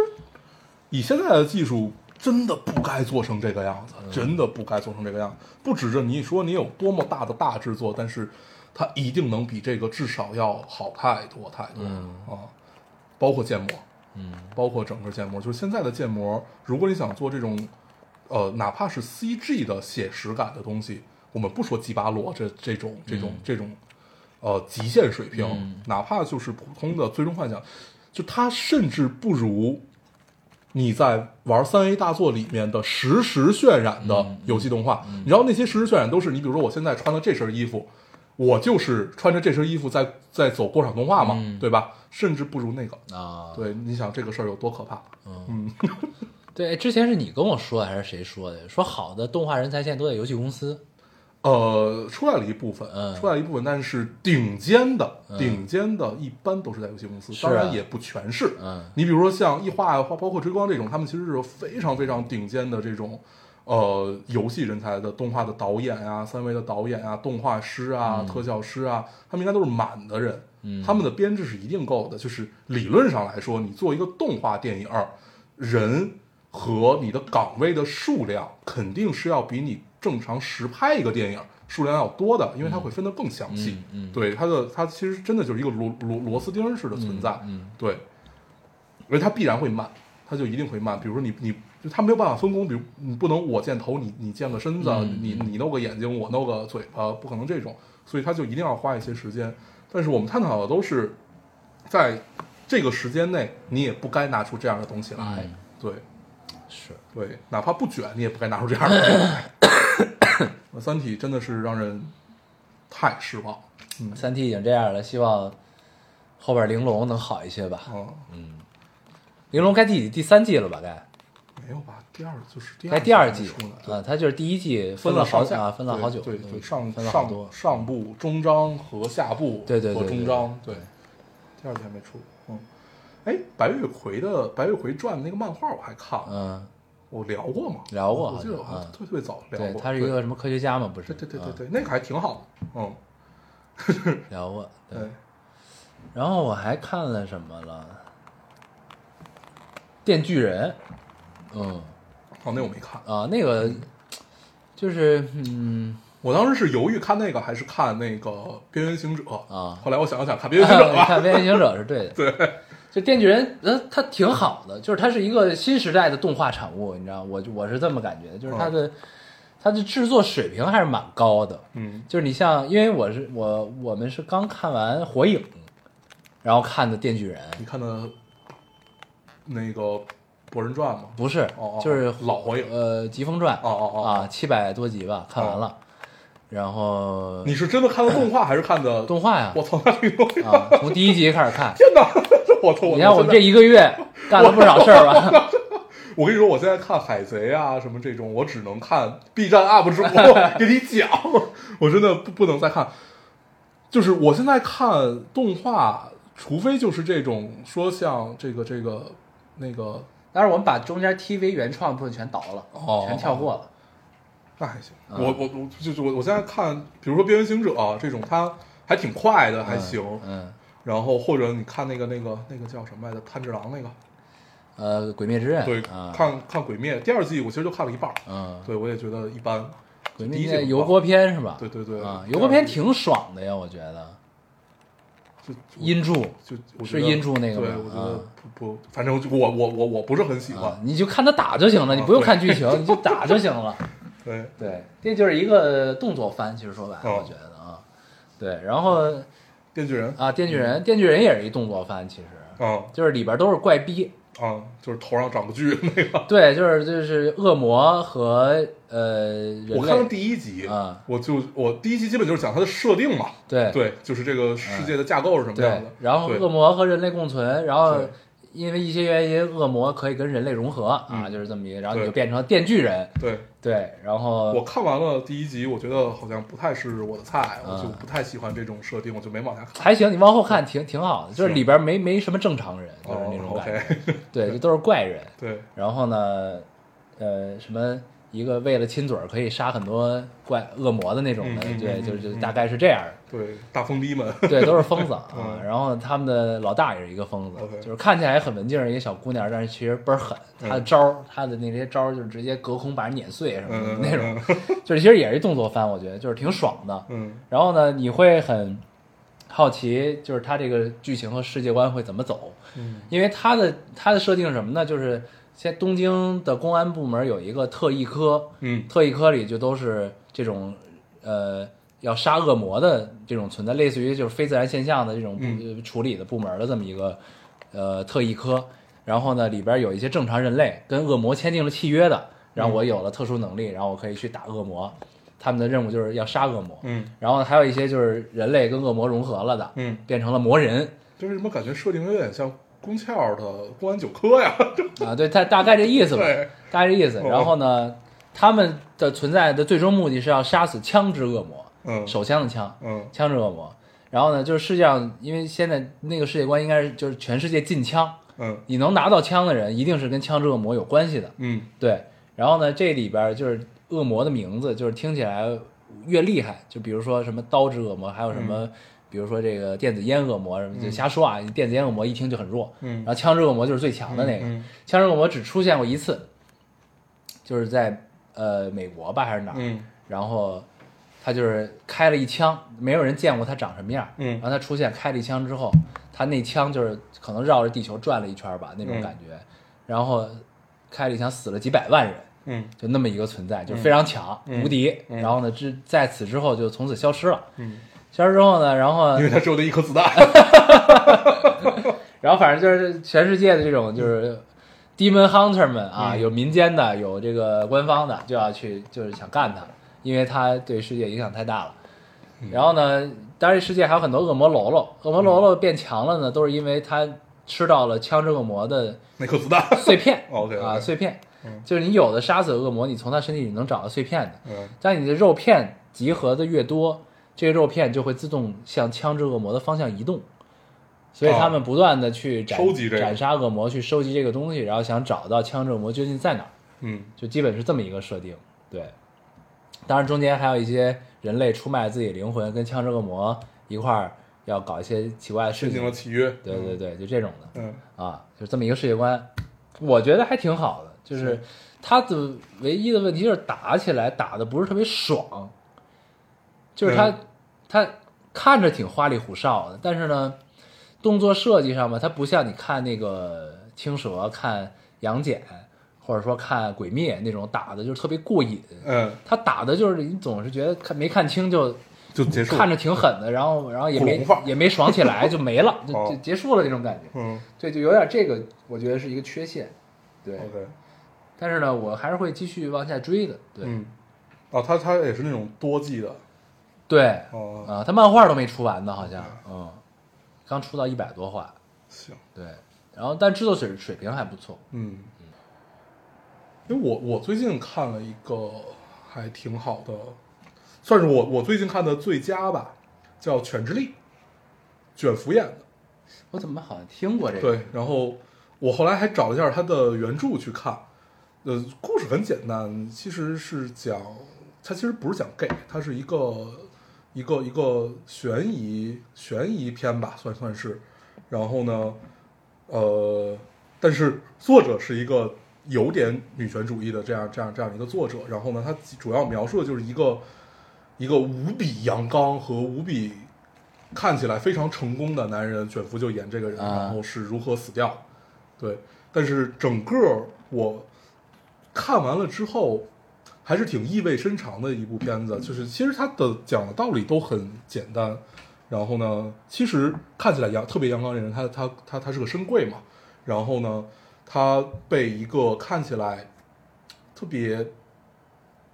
C: 以现在的技术。真的不该做成这个样子，真的不该做成这个样子。不指着你说你有多么大的大制作，但是它一定能比这个至少要好太多太多了、啊！包括建模，嗯，包括整个建模，就是现在的建模，如果你想做这种，呃，哪怕是 CG 的写实感的东西，我们不说基巴罗这这种这种、这种，呃，极限水平，哪怕就是普通的《最终幻想》，就它甚至不如你在玩三 A 大作里面的实时渲染的游戏动画。你知道那些实时渲染都是你，比如说我现在穿的这身衣服，我就是穿着这身衣服在在走过场动画嘛，对吧？甚至不如那个。
B: 啊。
C: 对，你想这个事儿有多可怕？
B: 对，之前是你跟我说的还是谁说的？说好的动画人才现在都在游戏公司
C: 呃，出来了一部分，
B: 嗯
C: 出来了一部分，但是顶尖的、顶尖的，一般都是在游戏公司，
B: 是啊
C: 当然也不全是。
B: 嗯
C: 你比如说像异化呀，包包括追光这种，他们其实是有非常非常顶尖的这种。呃，游戏人才的动画的导演啊，三维的导演啊，动画师啊，
B: 嗯
C: 特效师啊，他们应该都是满的人，他们的编制是一定够的。就是理论上来说，你做一个动画电影儿，人和你的岗位的数量肯定是要比你正常实拍一个电影数量要多的，因为它会分得更详细。
B: 嗯嗯
C: 对它的它其实真的就是一个螺螺螺丝钉式的
B: 嗯
C: 存在。对，而它必然会慢，它就一定会慢。比如说你你就它没有办法分工，比如你不能我见头，你你见个身子，啊
B: 嗯
C: 你你弄个眼睛，我弄个嘴巴，不可能这种，所以它就一定要花一些时间。但是我们探讨的都是在这个时间内，你也不该拿出这样的东西来。
B: 嗯
C: 对
B: 是
C: 对，哪怕不卷，你也不该拿出这样的东西来。
B: (laughs)
C: 《三体》真的是让人太失望了。
B: 《三体》已经这样了，希望后边玲珑能好一些吧。
C: 嗯，
B: 玲珑该第第三季了吧？该
C: 没有吧？第二就是第二
B: 该哎第二季
C: 出来对
B: 啊，它就是第一季分了好
C: 上下
B: 啊，分了好久，
C: 对对，
B: 嗯
C: 上
B: 分了好
C: 上
B: 多。
C: 上部中章和下部，
B: 对对对
C: 和
B: 对
C: 中章，对，第二季还没出，嗯，哎，白月葵的《白月葵传》那个漫画我还看了，
B: 嗯，
C: 我聊过吗？
B: 聊过
C: 我记得好
B: 好像嗯
C: 像特别特别早聊
B: 对，
C: 过，
B: 他是一个嗯什么科学家嘛？不是？
C: 对，对对对对对，那个还挺好的，嗯，哎
B: 嗯聊过。对，
C: 对，
B: 然后我还看了什么了？电锯人，嗯
C: 哦，那我没看，
B: 啊，那个就是嗯
C: 我当时是犹豫看那个还是看那个《边缘行者》
B: 啊
C: 后来我想了想，看《边
B: (laughs) 你
C: 缘行者》吧，
B: 看《边缘行者》是对的，对，就《电锯人》，呃，它挺好的，就是它是一个新时代的动画产物，你知道，我就我是这么感觉的，就是它
C: 哦
B: 的、它的制作水平还是蛮高的，
C: 嗯，
B: 就是你像，因为我是我我们是刚看完《火影》，然后看的《电锯人》，
C: 你看的那个《博人传》吗？
B: 不是，
C: 哦哦
B: 就是
C: 老火影
B: 呃，《疾风传》
C: 哦哦哦
B: 啊，七百多集吧，看完了，然后
C: 你是真的看的动画还是看的？
B: 动画呀
C: 我，操，那个东西！
B: 啊，从第一集开始看，
C: (laughs) 天哪！我操！
B: 你看我们
C: 现在
B: (laughs) 这一个月干了不少事儿吧？
C: 我跟你说，我现在看海贼啊什么这种，我只能看 B 站
B: (laughs)
C: UP 主给你讲，我真的不不能再看。就是我现在看动画，除非就是这种说像这个这个那个，
B: 但是我们把中间 TV 原创部分全倒了，
C: 哦
B: 全跳过了。
C: 那还行。
B: 嗯
C: 我我我就是我我现在看，比如说《边缘行者、啊这种，它还挺快的，还行。
B: 嗯，
C: 然后或者你看那个那个那个叫什么来着，炭治郎那个，
B: 呃，《鬼灭之刃》
C: 对，
B: 啊，
C: 看看《鬼灭》第二季，我其实就看了一半儿，
B: 嗯，
C: 对我也觉得一般。
B: 《鬼
C: 第一
B: 灭
C: 季》我
B: 油
C: 忘
B: 锅篇是吧？
C: 对对对
B: 啊，
C: 第
B: 油锅篇
C: 二季
B: 挺爽的呀，我觉得。
C: 就
B: 音柱
C: 就我
B: 是
C: 觉得
B: 音柱那个
C: 对，
B: 吗
C: 我觉
B: 啊
C: 得不不，反正我我我我不是很喜
B: 啊
C: 欢，，
B: 你就看他打就行了，你
C: 啊
B: 不用
C: 对
B: 看剧情，你就打就行了。
C: 对，
B: 对，这就是一个动作番，其实说白了，
C: 哦
B: 我觉得啊，对，然后
C: 电锯人
B: 啊，电锯
C: 嗯
B: 人，电锯人也是一动作番，其实
C: 啊
B: 就是里边都是怪逼，
C: 啊，就是头上长个锯那个，
B: 对，就是就是恶魔和呃人类，
C: 我看了第一集
B: 啊，
C: 我就我第一集基本就是讲它的设定嘛，
B: 对
C: 对，就是这个世界的架构是什么样
B: 对
C: 的，，
B: 然后
C: 对
B: 恶魔和人类共存，然后
C: 对
B: 因为一些原因，恶魔可以跟人类融合啊，
C: 嗯
B: 就是这么一个，然后你
C: 对
B: 就变成了电锯人，
C: 对，
B: 对，然后
C: 我看完了第一集，我觉得好像不太是我的菜，我就
B: 啊
C: 不太喜欢这种设定，我就没往下看。
B: 还行，你往后看挺挺好的，就是
C: 嗯是
B: 里边没没什么正常人，就是那种
C: 哦
B: 感觉，
C: ，OK，
B: 对，就都是怪人。
C: (laughs) 对，
B: 然后呢，呃，什么一个为了亲嘴儿可以杀很多怪恶魔的那种的，
C: 嗯嗯
B: 对，
C: 嗯
B: 就就
C: 嗯
B: 大概是这样儿。
C: 对，大疯
B: (laughs)
C: 逼们，
B: 对，都是疯
C: (laughs)
B: 子啊。
C: 嗯
B: 然后他们的老大也是一个疯子
C: OK
B: 就是看起来很文静儿一个小姑娘，但是其实倍儿狠。她
C: 嗯
B: 的招儿，她的那些招儿就是直接隔空把人碾碎什么的
C: 嗯
B: 那种，
C: 嗯
B: 就是其实也是动作番，我觉得就是挺爽的。
C: 嗯
B: (laughs) 然后呢，你会很好奇，就是它这个剧情和世界观会怎么走，
C: 嗯
B: 因为它的它的设定是什么呢？就是现在东京的公安部门有一个特异科，
C: 嗯
B: 特异科里就都是这种呃要杀恶魔的这种存在，类似于就是非自然现象的这种部、
C: 嗯
B: 呃处理的部门的这么一个呃特异科。然后呢，里边有一些正常人类跟恶魔签订了契约的，然
C: 嗯
B: 后我有了特殊能力，然后我可以去打恶魔。他们的任务就是要杀恶魔。
C: 嗯，
B: 然后还有一些就是人类跟恶魔融合了的，
C: 嗯，
B: 变成了魔人
C: 就是怎么感觉设定有点像宫壳的公安九科呀？
B: 啊，对，大大概这意思吧
C: 对，
B: 大概这意思。
C: 哦
B: 然后呢，他们的存在的最终目的是要杀死枪之恶魔，
C: 嗯
B: 手枪的枪，
C: 嗯
B: 枪之恶魔。然后呢，就是世界上，因为现在那个世界观应该是就是全世界禁枪，
C: 嗯
B: 你能拿到枪的人一定是跟枪之恶魔有关系的，
C: 嗯
B: 对。然后呢，这里边就是恶魔的名字，就是听起来越厉害，就比如说什么刀之恶魔，还有什
C: 嗯
B: 么，比如说这个电子烟恶魔什么，就瞎说啊，电子烟恶魔一听就很弱，
C: 嗯
B: 然后枪之恶魔就是最强的那个，
C: 嗯嗯
B: 枪之恶魔只出现过一次，就是在呃美国吧还是哪儿，
C: 嗯
B: 然后他就是开了一枪，没有人见过他长什么样。
C: 嗯
B: 然后他出现开了一枪之后，他那枪就是可能绕着地球转了一圈儿吧，那种
C: 嗯
B: 感觉。然后开了一枪，死了几百万人，
C: 嗯
B: 就那么一个存在，就是非常强、无敌。然后呢，之在此之后就从此消失了。
C: 嗯，
B: 消失之后呢，然后
C: 因为它只有那一
B: (laughs)
C: 颗子弹。
B: 然后反正就是全世界的这种就是
C: 嗯
B: demon hunter 们啊，有民间的，有这个官方的，就要去就是想干他，因为他对世界影响太大了。
C: 嗯
B: 然后呢，当然世界还有很多恶魔喽喽，恶魔喽喽变强了呢，
C: 嗯
B: 都是因为他吃到了枪之恶魔的
C: 那颗
B: (laughs)
C: 子弹，
B: 碎片
C: 哦 OK，OK
B: 啊，碎片
C: 嗯，
B: 就是你有的杀死恶魔，你从他身体里能找到碎片的，
C: 嗯
B: 当你的肉片集合的越多，这个肉片就会自动向枪之恶魔的方向移动。所以他们不断的去斩、
C: 哦收集这个
B: 斩杀恶魔，去收集这个东西，然后想找到枪之恶魔究竟在哪儿，
C: 嗯
B: 就基本是这么一个设定。对，当然中间还有一些人类出卖自己灵魂，跟枪之恶魔一块儿要搞一些奇怪的事
C: 签订
B: 情
C: 了。契约。
B: 对对对，就这种的。
C: 嗯
B: 啊，就是这么一个世界观，我觉得还挺好的。就是它的唯一的问题就是打起来打的不是特别爽，就是它、
C: 嗯
B: 它看着挺花里胡哨的，但是呢，动作设计上吧，它不像你看那个青蛇、看杨戬，或者说看鬼灭那种打的就是特别过瘾。
C: 嗯，
B: 它打的就是你总是觉得看没看清就
C: 就结束。
B: 看着挺狠的，然后然后也
C: 古龙
B: 没
C: 范儿
B: 也没爽起来就没
C: (laughs)
B: 了，就
C: 哦
B: 就结束了那种感觉。
C: 嗯
B: 对，就有点这个，我觉得是一个缺陷。对，
C: ，OK，
B: 但是呢，我还是会继续往下追的。对，
C: 嗯，啊，它它也是那种多季的。
B: 对，啊、
C: 哦
B: 他漫画都没出完呢，好像，嗯，刚出到一百多话。
C: 行，
B: 对，然后但制作水水平还不错。
C: 嗯，因为我我最近看了一个还挺好的，算是我我最近看的最佳吧，叫《犬之力》，卷福演的。
B: 我怎么好像听过这个？
C: 对，然后我后来还找了一下它的原著去看，呃，故事很简单，其实是讲，它其实不是讲 gay，它是一个一个一个悬疑悬疑片吧，算算是。然后呢，呃，但是作者是一个有点女权主义的这样这样这样的一个作者。然后呢，他主要描述的就是一个一个无比阳刚和无比看起来非常成功的男人，卷福就演这个人，
B: 啊
C: 然后是如何死掉。对，但是整个我看完了之后，还是挺意味深长的一部片子。就是其实它的讲的道理都很简单，然后呢，其实看起来阳特别阳刚的人，他他他他是个深贵嘛，然后呢，他被一个看起来特别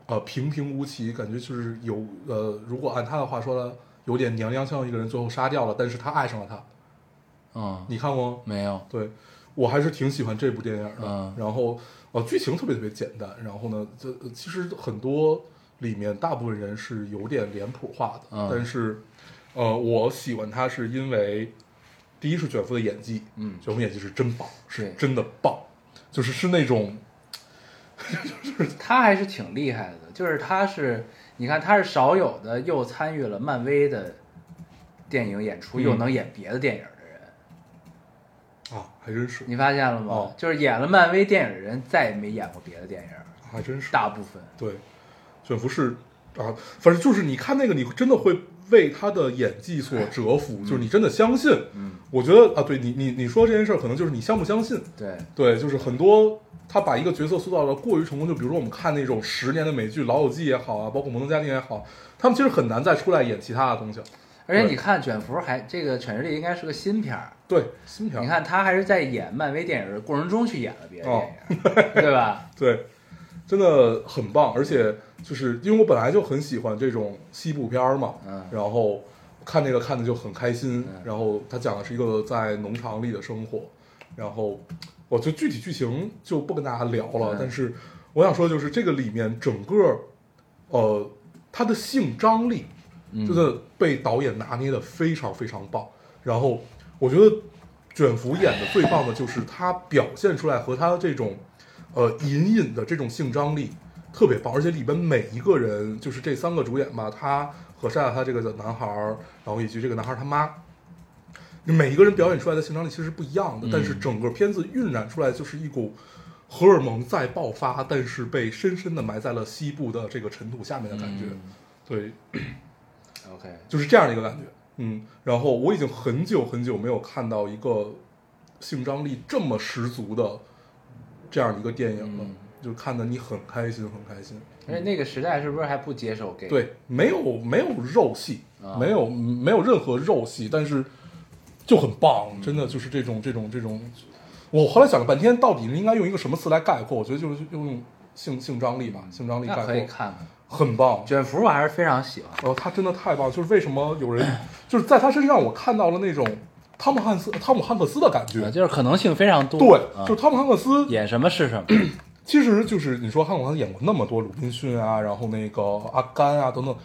C: 呃平平无奇，感觉就是有呃，如果按他的话说呢，有点娘娘腔的一个人，最后杀掉了，但是他爱上了他。
B: 嗯，
C: 你看过吗？
B: 没有，
C: 对，我还是挺喜欢这部电影的。
B: 嗯
C: 然后呃，剧情特别特别简单，然后呢，这呃其实很多里面大部分人是有点脸谱化的，
B: 嗯
C: 但是呃，我喜欢他是因为第一是卷福的演技，
B: 嗯
C: 卷福演技是真棒，是
B: 对
C: 真的棒，就是是那种
B: 他还是挺厉害的，就是他是，你看他是少有的又参与了漫威的电影演出，
C: 嗯
B: 又能演别的电影的人，
C: 啊，还真是，
B: 你发现了吗？
C: 哦
B: 就是演了漫威电影的人，再也没演过别的电影，
C: 还真是，
B: 大部分。
C: 对，卷福是啊，反正就是你看那个，你真的会为他的演技所折服，就是你真的相信。
B: 哎嗯，
C: 我觉得啊，对你你你说这件事儿，可能就是你相不相信。
B: 对，
C: 对，就是很多他把一个角色塑造的过于成功，就比如说我们看那种十年的美剧《老友记》也好啊，包括《摩登家庭》也好，他们其实很难再出来演其他的东西了。
B: 而且
C: 对
B: 你看卷福还这个《犬之力》应该是个新片儿，
C: 对，新片儿
B: 你看他还是在演漫威电影的过程中去演了别的
C: 哦
B: 电影，对
C: (laughs)
B: 吧？
C: 对，真的很棒，而且就是因为我本来就很喜欢这种西部片儿嘛，
B: 嗯
C: 然后看这个看的就很开心，
B: 嗯
C: 然后它讲的是一个在农场里的生活，然后我就具体剧情就不跟大家聊了，
B: 嗯
C: 但是我想说的就是这个里面整个呃它的性张力
B: 嗯
C: 真的被导演拿捏的非常非常棒，然后我觉得卷福演的最棒的就是他表现出来和他这种，呃，隐隐的这种性张力特别棒，而且里边每一个人就是这三个主演吧，他和善他这个男孩儿，然后以及这个男孩儿他妈，每一个人表演出来的性张力其实是不一样的，但是整个片子晕染出来就是一股荷尔蒙在爆发，但是被深深的埋在了西部的这个尘土下面的感觉，对，
B: OK，
C: 就是这样的一个感觉。嗯，然后我已经很久很久没有看到一个性张力这么十足的这样一个电影了，
B: 嗯
C: 就看得你很开心，很开心。
B: 而且那个时代是不是还不接受 gay？，
C: 对，没有没有肉戏，
B: 啊
C: 没有没有任何肉戏，但是就很棒，真的就是这种这种这种。我后来想了半天，到底应该用一个什么词来概括？我觉得就是用性性张力吧，性张力概
B: 那可以
C: 括，
B: 看看
C: 很棒。
B: 卷福，我还是非常喜欢。
C: 然后他真的太棒，就是为什么有人就是在他身上我看到了那种汤姆汉斯、汤姆汉克斯的感觉
B: 啊，。就是可能性非常多。
C: 对，
B: 啊
C: 就是汤姆汉克斯，
B: 演什么是什么。
C: (clears throat) 其实就是你说汉克斯演过那么多《鲁滨逊》啊，然后那个《阿甘》啊等等，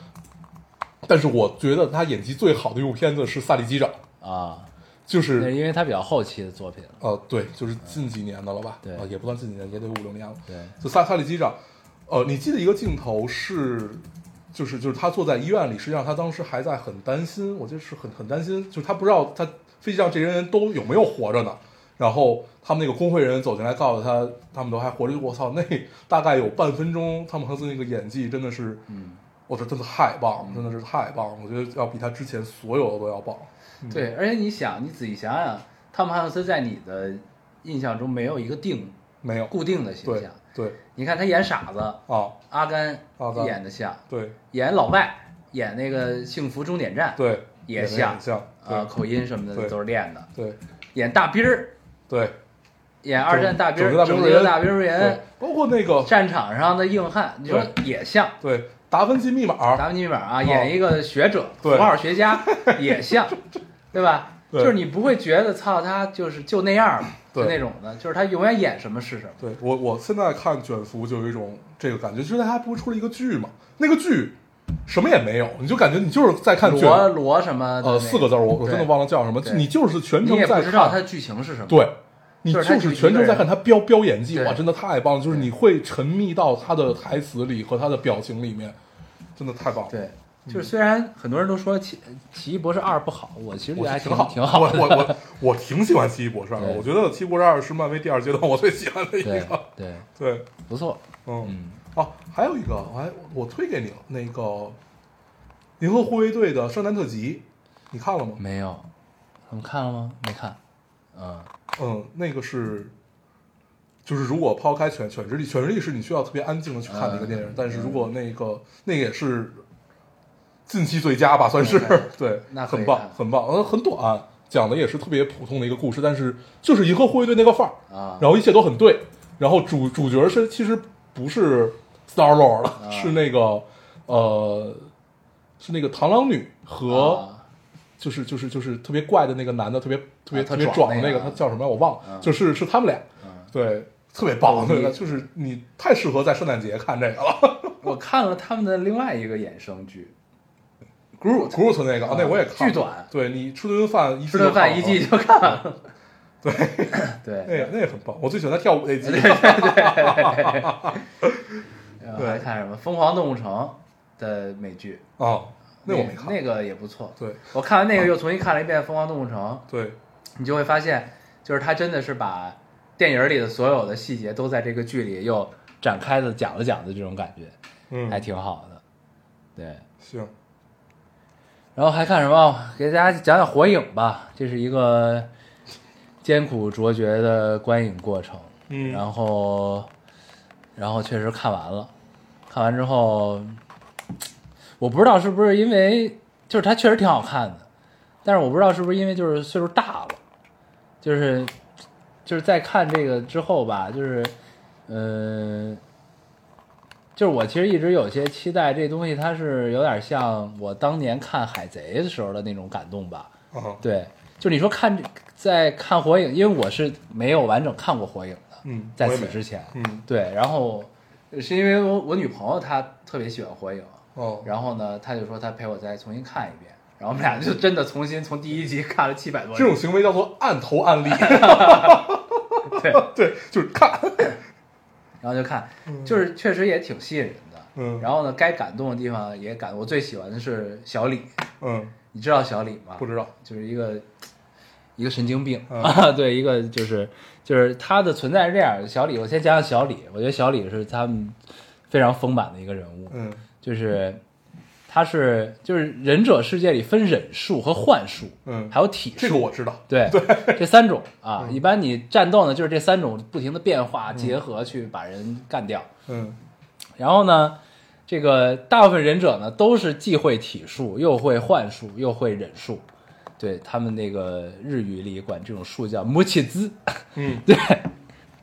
C: 但是我觉得他演技最好的一部片子是《萨利机长》，
B: 啊，
C: 就
B: 那
C: 是
B: 是因为他比较后期的作品了。
C: 呃，对，就是近几年的了吧？
B: 对
C: 啊也不算近几年，也得五六年了。
B: 对，
C: 就萨萨利机长，呃，你记得一个镜头是，就是就是他坐在医院里，实际上他当时还在很担心，我就是很很担心，就是他不知道他飞机上这些人都有没有活着呢。然后他们那个工会人走进来，告诉他他们都还活着。我操，那 (laughs) 大概有半分钟，汤姆汉克斯那个演技真的是，
B: 嗯，
C: 我这真的太棒了，真的是太棒了，我觉得要比他之前所有的都要棒。
B: 对，而且你想，你仔细想想，汤姆汉克斯在你的印象中没有一个定
C: 没有，
B: 固定的形
C: 对
B: 象。
C: 对
B: 你看他演傻子，
C: 啊，
B: 阿甘
C: 阿甘
B: 演的像，
C: 对
B: 演老外，演那个《幸福终点站》
C: 对，
B: 也
C: 演得
B: 像
C: 像，
B: 啊，口音什么的
C: 对
B: 都是练的。
C: 对对
B: 演大兵儿，
C: 对。
B: 演二战大兵儿，
C: 拯
B: 拯
C: 救
B: 救
C: 大
B: 大兵
C: 对
B: 人，，
C: 包括那个
B: 战场上的硬汉，你说
C: 对
B: 也像。
C: 对《达芬奇密码》
B: 达芬奇密码啊，
C: 哦
B: 演一个学者、
C: 对
B: 符号学
C: (laughs)
B: 家也像，对吧？
C: 对
B: 就是你不会觉得操他就是就那样了，
C: 对
B: 就那种的，就是他永远演什么是什么。
C: 对我，我现在看卷福就有一种这个感觉，就是他不是出了一个剧嘛，那个剧什么也没有，你就感觉你就是在看卷，
B: 罗罗什么的那
C: 呃，四个字儿，我我真的忘了叫什么，
B: 对
C: 就你就是全
B: 你
C: 程
B: 也不
C: 在
B: 知道它的
C: 看，
B: 剧情是什么。
C: 对，你
B: 就是他
C: 就
B: 就是一
C: 全
B: 个
C: 程在
B: 人
C: 看他飙飙演技，哇，
B: 对
C: 真的太棒了，就是你会沉迷到他的台词里和他的表情里面，真的太棒了。
B: 对，
C: 嗯
B: 就是虽然很多人都说奇奇异博士二不好，我其实觉
C: 我
B: 得
C: 觉
B: 还
C: 得
B: 挺
C: 挺好，
B: 挺好的。
C: 我我我我挺喜欢《奇异博士二》，
B: (laughs) 对
C: 我觉得《奇异博士二》是漫威第二阶段我最喜欢的一
B: 对
C: 个。
B: 对，
C: 对，
B: 不错。
C: 嗯，
B: 嗯，
C: 哦，还有一个，我还我推给你了，那个《银河护卫队》的圣诞特辑，你看了吗？
B: 没有，你们看了吗？没看。嗯，
C: 嗯，那个是，就是如果抛开犬《犬之力》，《犬之力》是你需要特别安静的去看的一个电影，
B: 嗯
C: 但是如果那个那个也是近期最佳吧，算是、
B: 嗯
C: 对，
B: 那可以
C: 很棒
B: 看，
C: 很棒，嗯，很短，讲的也是特别普通的一个故事，但是就是银河护卫队那个范儿
B: 啊
C: 然后一切都很对，然后主主角是其实不是 Star Lord 了，
B: 啊
C: 是那个呃，是那个螳螂女和、
B: 啊
C: 就是就是就是特别怪的那个男的，特别特别、
B: 啊
C: 特
B: 特
C: 别
B: 壮
C: 壮的
B: 那个
C: 个，他叫什么我忘了，
B: 嗯
C: 就是是他们俩，
B: 嗯
C: 对，特别棒，
B: 哦
C: 对
B: 你
C: 的，就是你太适合在圣诞节看这个 (laughs) 了。
B: (laughs) 我看了他们的另外一个衍生剧，
C: Groot Groot 那个，哦
B: 啊
C: 那我也看，
B: 巨短，
C: 对你吃顿饭一
B: 吃
C: 次就
B: 顿
C: 看
B: 饭
C: 了
B: 一季就看完
C: (laughs)
B: 了。 (laughs) 对 (laughs)
C: 那也那也很棒，我最喜欢他跳舞那集，
B: 然后呃
C: 对
B: 还看什么《疯狂动物城》的美剧，
C: 啊，那我没看，
B: 那个也不错。
C: 对
B: 我看完那个又重新看了一遍《疯狂动物城》，
C: 对
B: 你就会发现，就是他真的是把电影里的所有的细节都在这个剧里又展开的讲了讲的这种感觉，
C: 嗯
B: 还挺好的。对，
C: 行，
B: 然后还看什么？给大家讲讲《火影》吧，这是一个艰苦卓绝的观影过程。
C: 嗯
B: 然后，然后确实看完了，看完之后，我不知道是不是因为就是它确实挺好看的，但是我不知道是不是因为就是岁数大了，就是就是在看这个之后吧，就是嗯。呃就是我其实一直有些期待，这东西它是有点像我当年看《海贼》的时候的那种感动吧。
C: 啊，
B: 对，就你说看在看《火影》，因为我是没有完整看过《火影》的，
C: 嗯，
B: 在
C: 我也
B: 此
C: 没
B: 之前，
C: 嗯
B: 对，然后是因为我我女朋友她特别喜欢《火影》，
C: 哦，
B: 然后呢，她就说她陪我再重新看一遍，然后我们俩就真的重新从第一集看了七百多集
C: 这种行为叫做按头按 (laughs) 例，
B: 对，
C: 对，就是看，
B: 然后就看，就是确实也挺吸引人的。
C: 嗯
B: 然后呢，该感动的地方也感动。我最喜欢的是小李，
C: 嗯，
B: 你知道小李吗？
C: 不知道，
B: 就是一个一个神经病
C: 嗯
B: 啊， (laughs) 对，一个就是就是他的存在是这样。小李，我先讲讲小李，我觉得小李是他们非常丰满的一个人物，
C: 嗯
B: 就是他是就是忍者世界里分忍术和幻术，
C: 嗯，
B: 还有体术，
C: 这个我知道，
B: 对这三种啊，一般你战斗呢就是这三种不停的变化结合去把人干掉，
C: 嗯
B: 然后呢。这个大部分忍者呢，都是既会体术，又会幻术，又会忍术。对他们那个日语里管这种术叫“摩切兹”，
C: 嗯
B: (laughs) 对，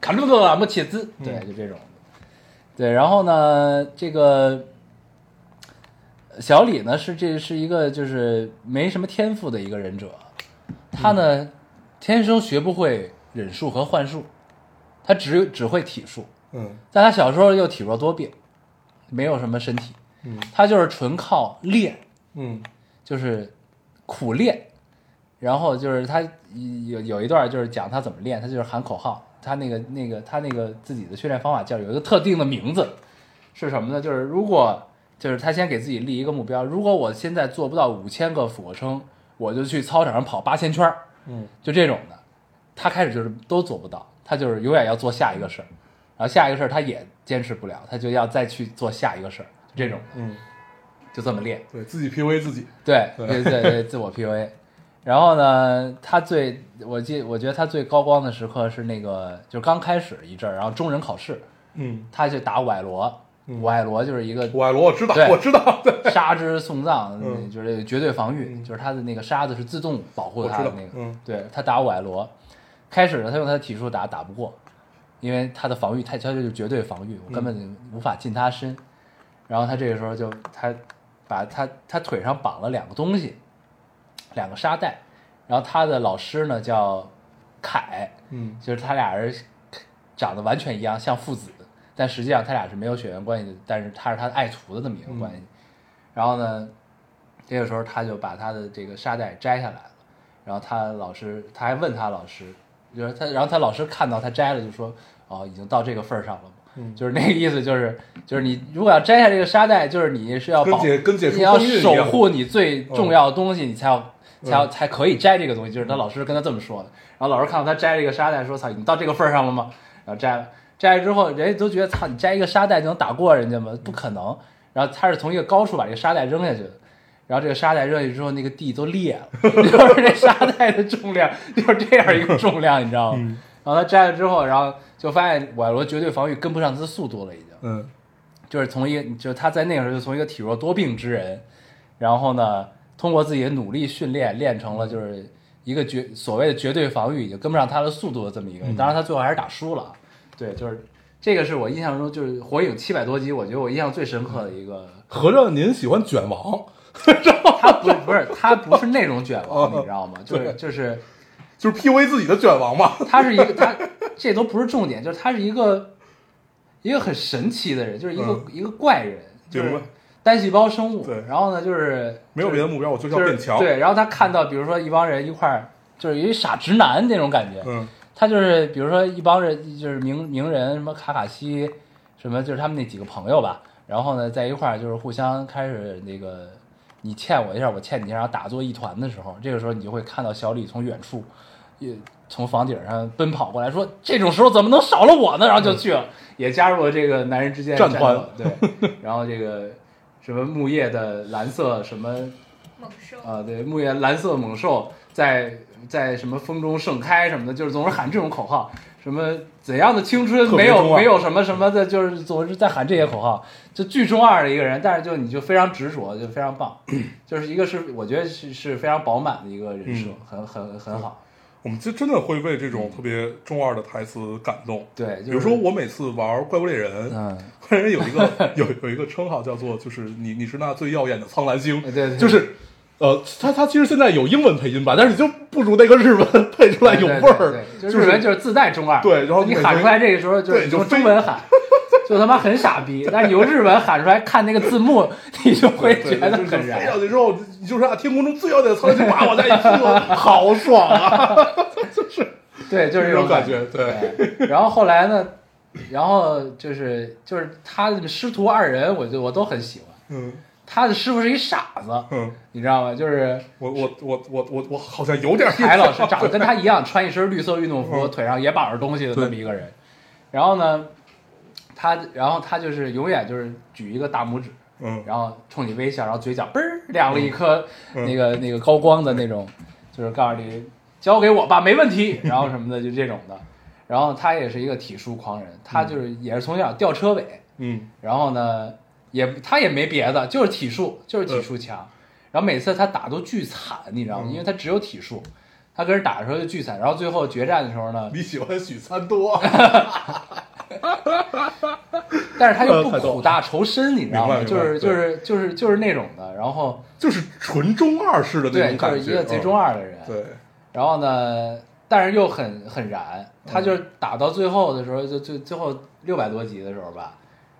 B: 卡鲁多啊，莫切兹，对，就这种。对，然后呢，这个小李呢是这是一个就是没什么天赋的一个忍者，他呢、天生学不会忍术和幻术，他只只会体术，
C: 嗯
B: 但他小时候又体弱多病，没有什么身体，
C: 嗯
B: 他就是纯靠练，
C: 嗯
B: 就是苦练，然后就是他有有一段就是讲他怎么练，他就是喊口号，他那个那个他那个自己的训练方法叫有一个特定的名字，是什么呢？就是如果就是他先给自己立一个目标，如果我现在做不到五千个俯卧撑，我就去操场上跑八千圈儿，
C: 嗯
B: 就这种的，他开始就是都做不到，他就是永远要做下一个事儿，然后下一个事儿他也坚持不了，他就要再去做下一个事儿，这种的
C: 嗯，
B: 就这么练。
C: 对自己 PUA 自己，
B: 对
C: 对
B: 对对对，自我 PUA。然后呢，他最我记，我觉得他最高光的时刻是那个，就是刚开始一阵儿，然后中忍考试，
C: 嗯，
B: 他就打我爱罗，我爱罗就是一个
C: 我爱罗，我知道，
B: 对
C: 我知道， (laughs) 对，
B: 杀之送葬，
C: 嗯
B: 就是绝对防御，
C: 嗯
B: 就是他的那个沙子是自动保护他的那
C: 我
B: 个
C: 知。道嗯
B: 对他打我爱罗，开始呢他用他的体术打打不过，因为他的防御太，他就是绝对防御，我根本
C: 嗯
B: 就无法近他身。然后他这个时候就他把他他腿上绑了两个东西，两个沙袋，然后他的老师呢叫凯，
C: 嗯
B: 就是他俩人长得完全一样，像父子，但实际上他俩是没有血缘关系的，但是他是他的爱徒的那么一个关系。然后呢，这个时候他就把他的这个沙袋摘下来了，然后他老师他还问他老师，就是他，然后他老师看到他摘了，就说哦，已经到这个份儿上了嘛。
C: 嗯
B: 就是那个意思，就是就是你如果要摘下这个沙袋，就是你是要
C: 跟
B: 保
C: 解跟解除
B: 你要
C: 封印一
B: 守
C: 样嗯
B: 护你最重要的东西，你才要才要才可以摘这个东西。就是他老师跟他这么说的，然后老师看到他摘这个沙袋，说：“操，你到这个份儿上了吗？”然后摘了，摘了之后，人家都觉得：“操，你摘一个沙袋就能打过人家吗？不可能。”然后他是从一个高处把这个沙袋扔下去的。然后这个沙袋扔下去之后，那个地都裂了， (laughs) 就是这沙袋的重量就是这样一个重量，你知道吗？然后他摘了之后，然后就发现瓦罗绝对防御跟不上他的速度了，已经。
C: 嗯
B: 就是从一个，就是他在那个时候就从一个体弱多病之人，然后呢，通过自己的努力训练，练成了就是一个绝所谓的绝对防御，已经跟不上他的速度的这么一个人。当然，他最后还是打输了。对，就是这个是我印象中就是《火影》七百多集，我觉得我印象最深刻的一个。
C: 合着您喜欢卷王，
B: 他不是不是他不是那种卷王，你知道吗？就是
C: 对
B: 就是
C: 就是 P U A 自己的卷王 (laughs) 嘛？
B: 他是一个他这都不是重点，就是他是一个一个很神奇的人，就是一个、
C: 嗯
B: 一个怪人，就
C: 明
B: 是
C: 白
B: 单细胞生物。
C: 对
B: 然后呢，就是
C: 没有别的目标，我就是要变强。
B: 就是。对，然后他看到，比如说一帮人一块儿，就是有一傻直男那种感觉。
C: 嗯
B: 他就是比如说一帮人，就是名名人，什么卡卡西，什么就是他们那几个朋友吧。然后呢，在一块儿就是互相开始那个，你欠我一下，我欠你一下，然后打作一团的时候，这个时候你就会看到小李从远处，也从房顶上奔跑过来，说这种时候怎么能少了我呢？然后就去 (laughs) 了，也加入了这个男人之间的
C: 战
B: 斗
C: 团
B: 对，然后这个什么木叶的蓝色什么
D: 猛兽，
B: 啊，对，木叶蓝色猛兽在在什么风中盛开什么的，就是总是喊这种口号，什么怎样的青春
C: 特别
B: 没有
C: 中二
B: 没有什么什么的，就是总是在喊这些口号，就巨中二的一个人，但是就你就非常执着，就非常
C: (clears throat)
B: 棒，就是一个是我觉得是是非常饱满的一个人设，很
C: 嗯
B: 很很好，
C: 我们就真的会为这种特别中二的台词感动。
B: 对，就是、
C: 比如说，我每次玩《怪物猎人》，
B: 嗯，
C: 怪物猎人有一个有有一个称号叫做就是你你是那最耀眼的苍蓝星，
B: 哎对对
C: 就是呃，他他其实现在有英文配音版，但是就不如那个日文配出来有味儿
B: 对，对对就
C: 就
B: 是日
C: 是
B: 文就是自带中二，
C: 对然后
B: 你
C: 每
B: 喊
C: 回
B: 出来这个时候就
C: 对
B: 是
C: 就
B: 用
C: 非
B: 中文
C: (laughs)
B: 喊，就他妈很傻逼，但你用日文喊出来看那个字幕，你就会
C: 对
B: 觉得
C: 就是
B: 很
C: 飞
B: 燃
C: 上。去之后，你就是啊，天空中最耀眼的苍蓝星把我在一起，好
B: (laughs)
C: 爽啊！
B: 对，就是
C: 这
B: 这
C: 种感
B: 觉。
C: 觉，对，
B: 对，然后后来呢，然后就是就是他的师徒二人，我就我都很喜欢。
C: 嗯
B: 他的师傅是一傻子，
C: 嗯，
B: 你知道吗？就是
C: (laughs) 我我我我我我好像有点儿
B: 海老师长得跟他一样，穿一身绿色运动
C: 嗯
B: 服，腿上也绑着东西的那么一个人。然后呢，他然后他就是永远就是举一个大拇指，
C: 嗯
B: 然后冲你微笑，然后嘴角嘣儿亮了一颗
C: 嗯
B: 那个那个高光的那种，就是告诉你交给我吧，没问
C: (laughs)
B: 题，然后什么的就这种的。然后他也是一个体术狂人，他就是也是从小吊车尾，
C: 嗯
B: 然后呢也他也没别的，就是体术，就是体术强。然后每次他打都巨惨，你知道吗？
C: 嗯
B: 因为他只有体术，他跟人打的时候就巨惨。然后最后决战的时候呢，
C: 你喜欢许三多，啊
B: 但是他又不
C: (laughs) 呃太逗
B: 苦大仇深，你知道吗？
C: 明白
B: 就
C: 明白
B: 是就是就是就是那种的。然后
C: 就是纯中二式的那
B: 对，
C: 种
B: 就
C: 感
B: 是
C: 觉，
B: 一个贼中二的人。
C: 嗯，对，
B: 然后呢，但是又很很燃，他就是打到最后的时候，就就最后六百多级的时候吧，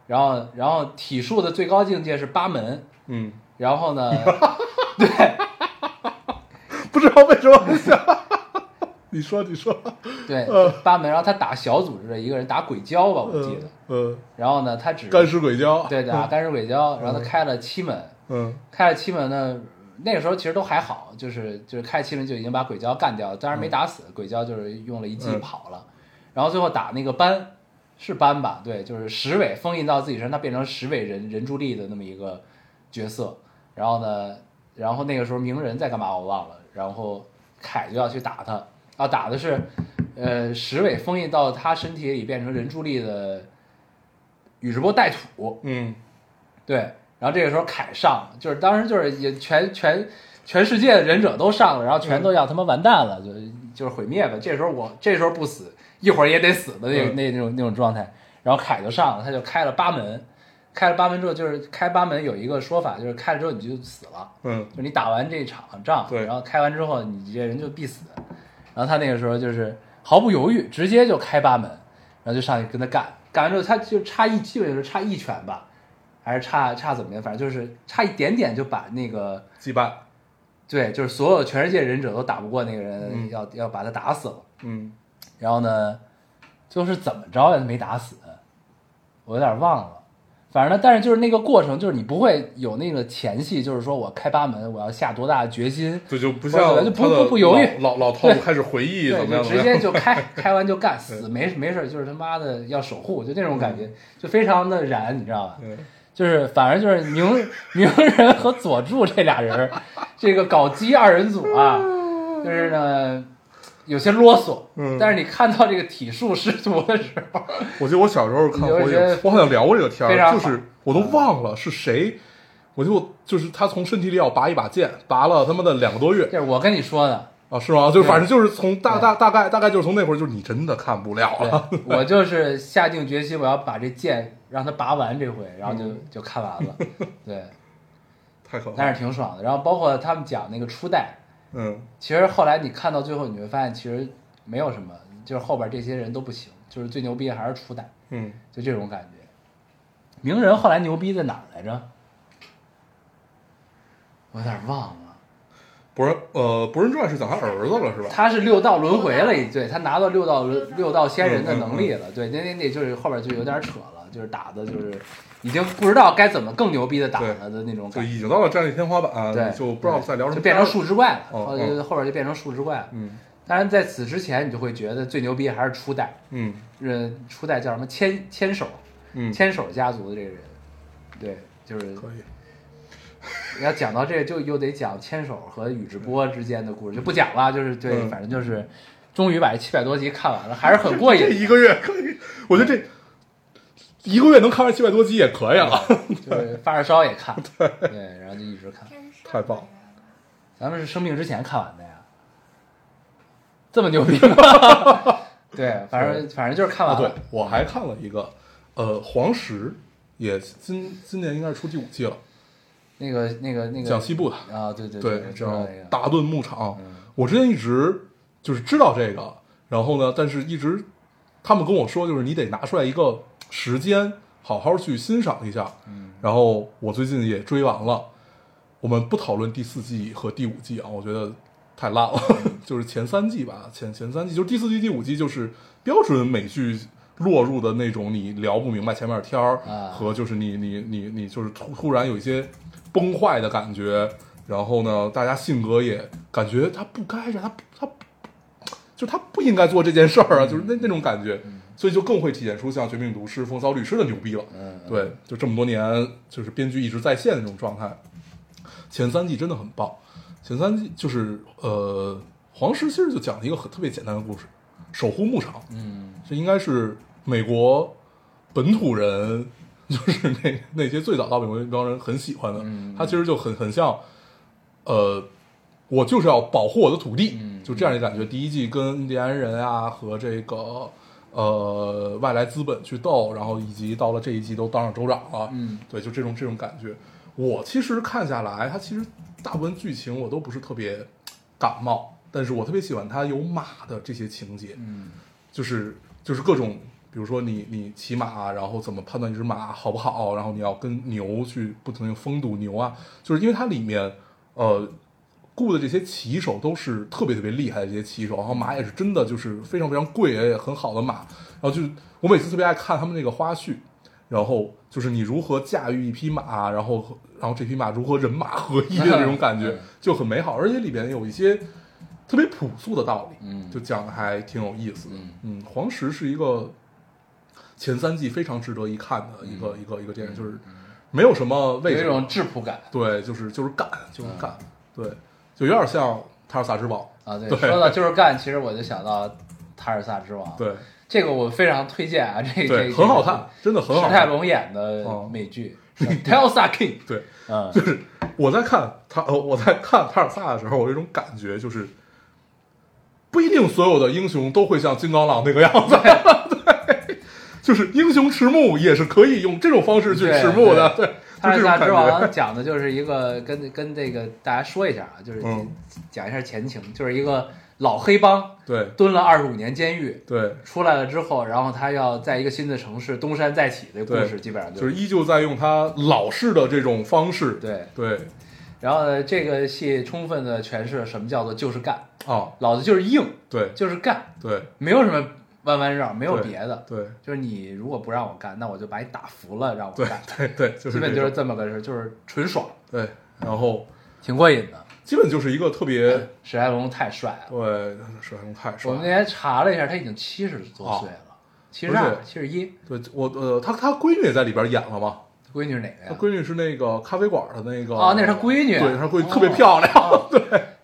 B: 然后然后体术的最高境界是八门，
C: 嗯，
B: 然后
C: (laughs)
B: 呢，
C: 不知道为什么
B: (laughs)
C: 想，你说你说，
B: 对
C: 嗯
B: 八门，然后他打小组织的一个人打鬼鲛吧，我记得
C: 嗯，嗯，
B: 然后呢，他只
C: 干尸嗯鬼鲛，
B: 对啊打干尸鬼鲛，然后他开了七门，
C: 嗯
B: 开了七门呢，那个时候其实都还好，就是就是开七门就已经把鬼鲛干掉了，当然没打死，鬼鲛就是用了一技
C: 嗯
B: 跑了，然后最后打那个斑，是斑吧？对，就是石尾封印到自己身上，他变成石尾人人柱力的那么一个角色，然后呢，然后那个时候鸣人在干嘛我忘了，然后凯就要去打他，啊，打的是，呃，石尾封印到他身体里变成人柱力的宇智波带土，
C: 嗯，
B: 对，然后这个时候凯上，就是当时就是也全全全世界的忍者都上了，然后全都要他妈完蛋了，就就是毁灭吧。这时候我这时候不死，一会儿也得死的那
C: 嗯
B: 那那种那种状态。然后凯就上了，他就开了八门，开了八门之后，就是开八门有一个说法，就是开了之后你就死了，
C: 嗯
B: 就你打完这场仗，
C: 对
B: 然后开完之后你这人就必死。然后他那个时候就是毫不犹豫，直接就开八门，然后就上去跟他干，干完之后他就差一，基本就是差一拳吧，还是差差怎么样，反正就是差一点点就把那个
C: 击败，
B: 对，就是所有全世界忍者都打不过那个人，
C: 嗯
B: 要要把他打死了。
C: 嗯，
B: 然后呢，最后是怎么着呀？没打死，我有点忘了。反正呢，但是就是那个过程，就是你不会有那个前戏，就是说我开八门，我要下多大的决心，
C: 这就不
B: 我
C: 像
B: 觉得就不
C: 他的
B: 不不犹豫
C: 老老老套路
B: 对
C: 开始回忆
B: 对，
C: 怎么样，
B: 就
C: 怎么
B: 直
C: 样
B: 接就开，
C: (laughs)
B: 开完就干，死没没事儿，就是他妈的要守护，就那种感觉，就非常的燃，你知道吧？
C: 嗯
B: 就是反而就是
C: (laughs)
B: 鸣鸣人和佐助这俩人儿，这个搞基二人组
C: (laughs)
B: 啊，就是呢有些啰嗦，
C: 嗯
B: 但是你看到这个体术师徒的时候，
C: 我记得我小时候看
B: 你
C: 火
B: 就觉得
C: 影，我好像聊过这个天
B: 非常
C: 儿，
B: 好
C: 就是我都忘了是谁，我就就是他从身体里要拔一把剑，拔了他妈的两个多月
B: 这是我跟你说
C: (laughs)
B: 的，
C: 啊，是吗？就
B: 对
C: 是反正就是从大
B: 对
C: 大大概大概就是从那会儿，就是你真的看不了了，
B: 对我就是下定决心，我要把这剑让他拔完这回，然后就
C: 嗯
B: 就看完
C: (laughs)
B: 了，对，
C: 太可怕
B: 但
C: 了。
B: 是挺爽的。然后包括他们讲那个初代，
C: 嗯，
B: 其实后来你看到最后，你会发现其实没有什么，就是后边这些人都不行，就是最牛逼的还是初代，
C: 嗯，
B: 就这种感觉。鸣人后来牛逼在哪儿来着？我有点忘了。
C: 不是呃，《博人传》是讲他儿子了是吧？
B: 他是六道轮回了，对他拿到六道轮六道仙人的能力了，对，那那那就是后边就有点扯了，就是打的就是已经不知道该怎么更牛逼的打了的那种
C: 就
B: 感觉，
C: 已经到了战力天花板，啊
B: 对，
C: 就不知道在聊什么，
B: 就变成树。枝怪了，
C: 嗯
B: 后
C: 嗯
B: 后边就变成树枝怪了。
C: 嗯
B: 当然在此之前，你就会觉得最牛逼还是初代，
C: 嗯
B: 呃，初代叫什么千千手，
C: 嗯，
B: 千手家族的这个人，对，就是
C: 可以。
B: 你要讲到这个，就又得讲牵手和宇智波之间的故事，就不讲了。就是对，
C: 嗯
B: 反正就是，终于把这七百多集看完了，还是很过
C: 这 (laughs)
B: 瘾。
C: 一个月可以，我觉得这一个月能看完七百多集也可以了，
B: 嗯就是发着烧也看，对，然后就一直看。
C: 太棒了。
B: 咱们是生病之前看完的呀，这么牛逼
C: (laughs)
B: 吗？对，反正反正就是看
C: 啊，
B: 完
C: 对
B: 了。，
C: 我还看了一个，呃，黄石，也今今年应该是出第五季了，
B: 那个那个那个
C: 讲西部的，
B: 啊，对对嗯我知道
C: 叫
B: 那个。
C: 大盾牧场。我之前一直就是知道这个，然后呢，但是一直他们跟我说，就是你得拿出来一个时间，好好去欣赏一下。
B: 嗯
C: 然后我最近也追完了。我们不讨论第四季和第五季啊，我觉得太烂了，
B: 嗯
C: (laughs) 就是前三季吧，前前三季就是第四季、第五季，就是标准美剧落入的那种，你聊不明白前面的天儿、
B: 啊
C: 和就是你你你你就是突突然有一些崩坏的感觉，然后呢，大家性格也感觉他不该是他不他不就是他不应该做这件事儿啊，就是
B: 嗯
C: 那那种感觉，所以就更会体现出像《绝命毒师》《风骚律师》的牛逼了。
B: 嗯嗯
C: 对，就这么多年，就是编剧一直在线的那种状态。前三季真的很棒，前三季就是呃，黄石其实就讲了一个很特别简单的故事，守护牧场。
B: 嗯，
C: 这应该是美国本土人，就是那那些最早到美国那帮人很喜欢的。他其实就很很像，呃，我就是要保护我的土地，就这样的感觉。第一季跟印第安人啊和这个呃外来资本去斗，然后以及到了这一季都当上州长了，
B: 嗯，
C: 对，就这种这种感觉。我其实看下来，它其实大部分剧情我都不是特别感冒，但是我特别喜欢它有马的这些情节，就是就是各种，比如说你你骑马，啊然后怎么判断一只马好不好，然后你要跟牛去不同的风度牛啊，就是因为它里面呃雇的这些骑手都是特别特别厉害的这些骑手，然后马也是真的就是非常非常贵也很好的马，然后就是我每次特别爱看他们那个花絮。然后就是你如何驾驭一匹马，啊然后然后这匹马如何人马合一的这种感觉
B: 嗯
C: 就很美好，而且里边有一些特别朴素的道理，
B: 嗯
C: 就讲的还挺有意思的。嗯，黄石是一个前三季非常值得一看的一个、
B: 嗯
C: 一个一个电影，就是没有什么
B: 有
C: 为
B: 一
C: 什么
B: 种质朴感
C: 对，就是就是干就是干，对，就有点像《塔尔萨之宝
B: 啊。对，
C: 对
B: 说到就是干，其实我就想到塔尔萨之王》，。
C: 对
B: 这个我非常推荐啊，这这
C: 对，很好看，，真的
B: 这
C: 很
B: 个
C: 好
B: 史泰
C: 看。
B: 龙演的
C: 哦
B: 美
C: (laughs)
B: 剧《Telsa King》，
C: 对，
B: 嗯
C: (laughs) 就是我在看他，呃，我在看塔尔萨的时候，我有一种感觉，就是不一定所有的英雄都会像金刚狼那个样子。 (laughs) 对，就是英雄迟暮也是可以用这种方式去迟暮的，对，
B: 《塔尔
C: 就这种
B: 萨
C: 感
B: 之王》
C: 觉。
B: 讲的就是一个跟跟这个大家说一下啊，就是
C: 嗯
B: 讲一下前情，就是一个老黑帮
C: 对
B: 蹲了二十五年监狱，
C: 对，
B: 出来了之后，然后他要在一个新的城市东山再起的故事，
C: 对
B: 基本上
C: 就是依旧在用他老式的这种方式，
B: 对。
C: 对
B: 然后呢，这个戏充分的诠释了什么叫做就是干，
C: 啊，
B: 老子就是硬，
C: 对
B: 就是干，
C: 对
B: 没有什么弯弯绕，没有别的，
C: 对
B: 就是你如果不让我干，那我就把你打服了，让我
C: 对
B: 干，
C: 对对， (laughs) 就是
B: 基本
C: 这
B: 就是
C: 种
B: 这么个事儿，就是纯爽，
C: 对，然后
B: 挺过瘾的。
C: 基本就是一个特别
B: 史泰龙太帅了，
C: 对，史泰龙太
B: 嗯我
C: 帅
B: 们那
C: 了。
B: 天查了一下，他已经七十
C: 哦
B: 多岁了，七十二、
C: 而
B: 七十一。
C: 对我呃，他他闺女也在里边演了嘛？
B: 闺女是哪个
C: 他
B: 呀？
C: 哦闺女是那个咖啡馆的那个
B: 嗯哦那是他闺女
C: 对，他闺女
B: (laughs) 哦
C: 特别漂亮，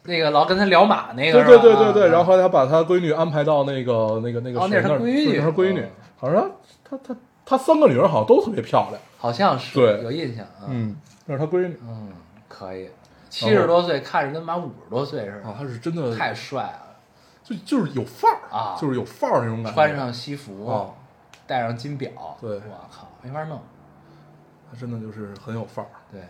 B: 那个老跟他聊马那个
C: 对
B: 是吧，
C: 对对对对。
B: 啊
C: 然后后来他把他闺女安排到那个那个那个
B: 哦
C: 谁
B: 那是他
C: 儿
B: 闺女
C: 对那是他闺女
B: 哦，
C: 好像他他他他三个女儿好像都特别漂亮，
B: 好像是
C: 对
B: 有印象啊，
C: 嗯，那是他闺女
B: 嗯，可以，七十多岁看着跟妈五十多岁似
C: 啊，
B: 的，
C: 他是真的
B: 太帅了，
C: 就就是有范儿
B: 啊
C: 就是有范儿那种感觉，
B: 穿上西服
C: 啊，
B: 戴上金表，
C: 对
B: 我靠，没法弄，
C: 他真的就是很有范儿
B: 对，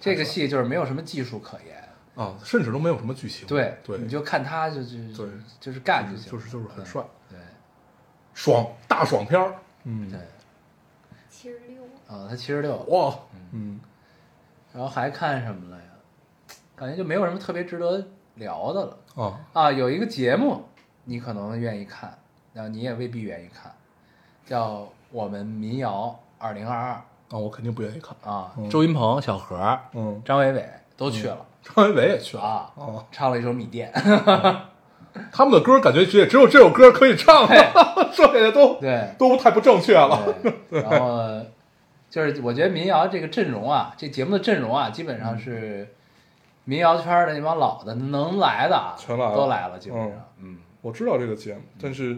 B: 这个戏就是没有什么技术可言，
C: 啊，甚至都没有什么剧情，
B: 对，
C: 对，
B: 你就看他就就
C: 对
B: 就是干就行，
C: 就是就是很帅，
B: 对
C: 爽大爽片儿，嗯
B: 对，
D: 七十六，
B: 啊，他七十六，
C: 哇，嗯，
B: 然后还看什么了呀？感觉就没有什么特别值得聊的了
C: 啊，
B: 啊。有一个节目你可能愿意看，然后你也未必愿意看，叫《我们民谣二零二二
C: 啊，我肯定不愿意看，》
B: 啊，
C: 嗯
B: 周云鹏、小何、
C: 嗯，
B: 张伟伟都去了、
C: 张维维也去了
B: 啊，
C: 啊，
B: 唱了一首《米店》
C: 他们的歌感觉只只有这首歌可以唱了，剩下的都
B: 对，
C: 都太不正确了， (laughs)
B: 对，然后就是我觉得民谣这个阵容啊，这节目的阵容啊，基本
C: 嗯
B: 上是民谣圈儿的那帮老的能来的啊，
C: 全来了
B: 都来了，基本上，嗯，
C: 我知道这个节目，但是，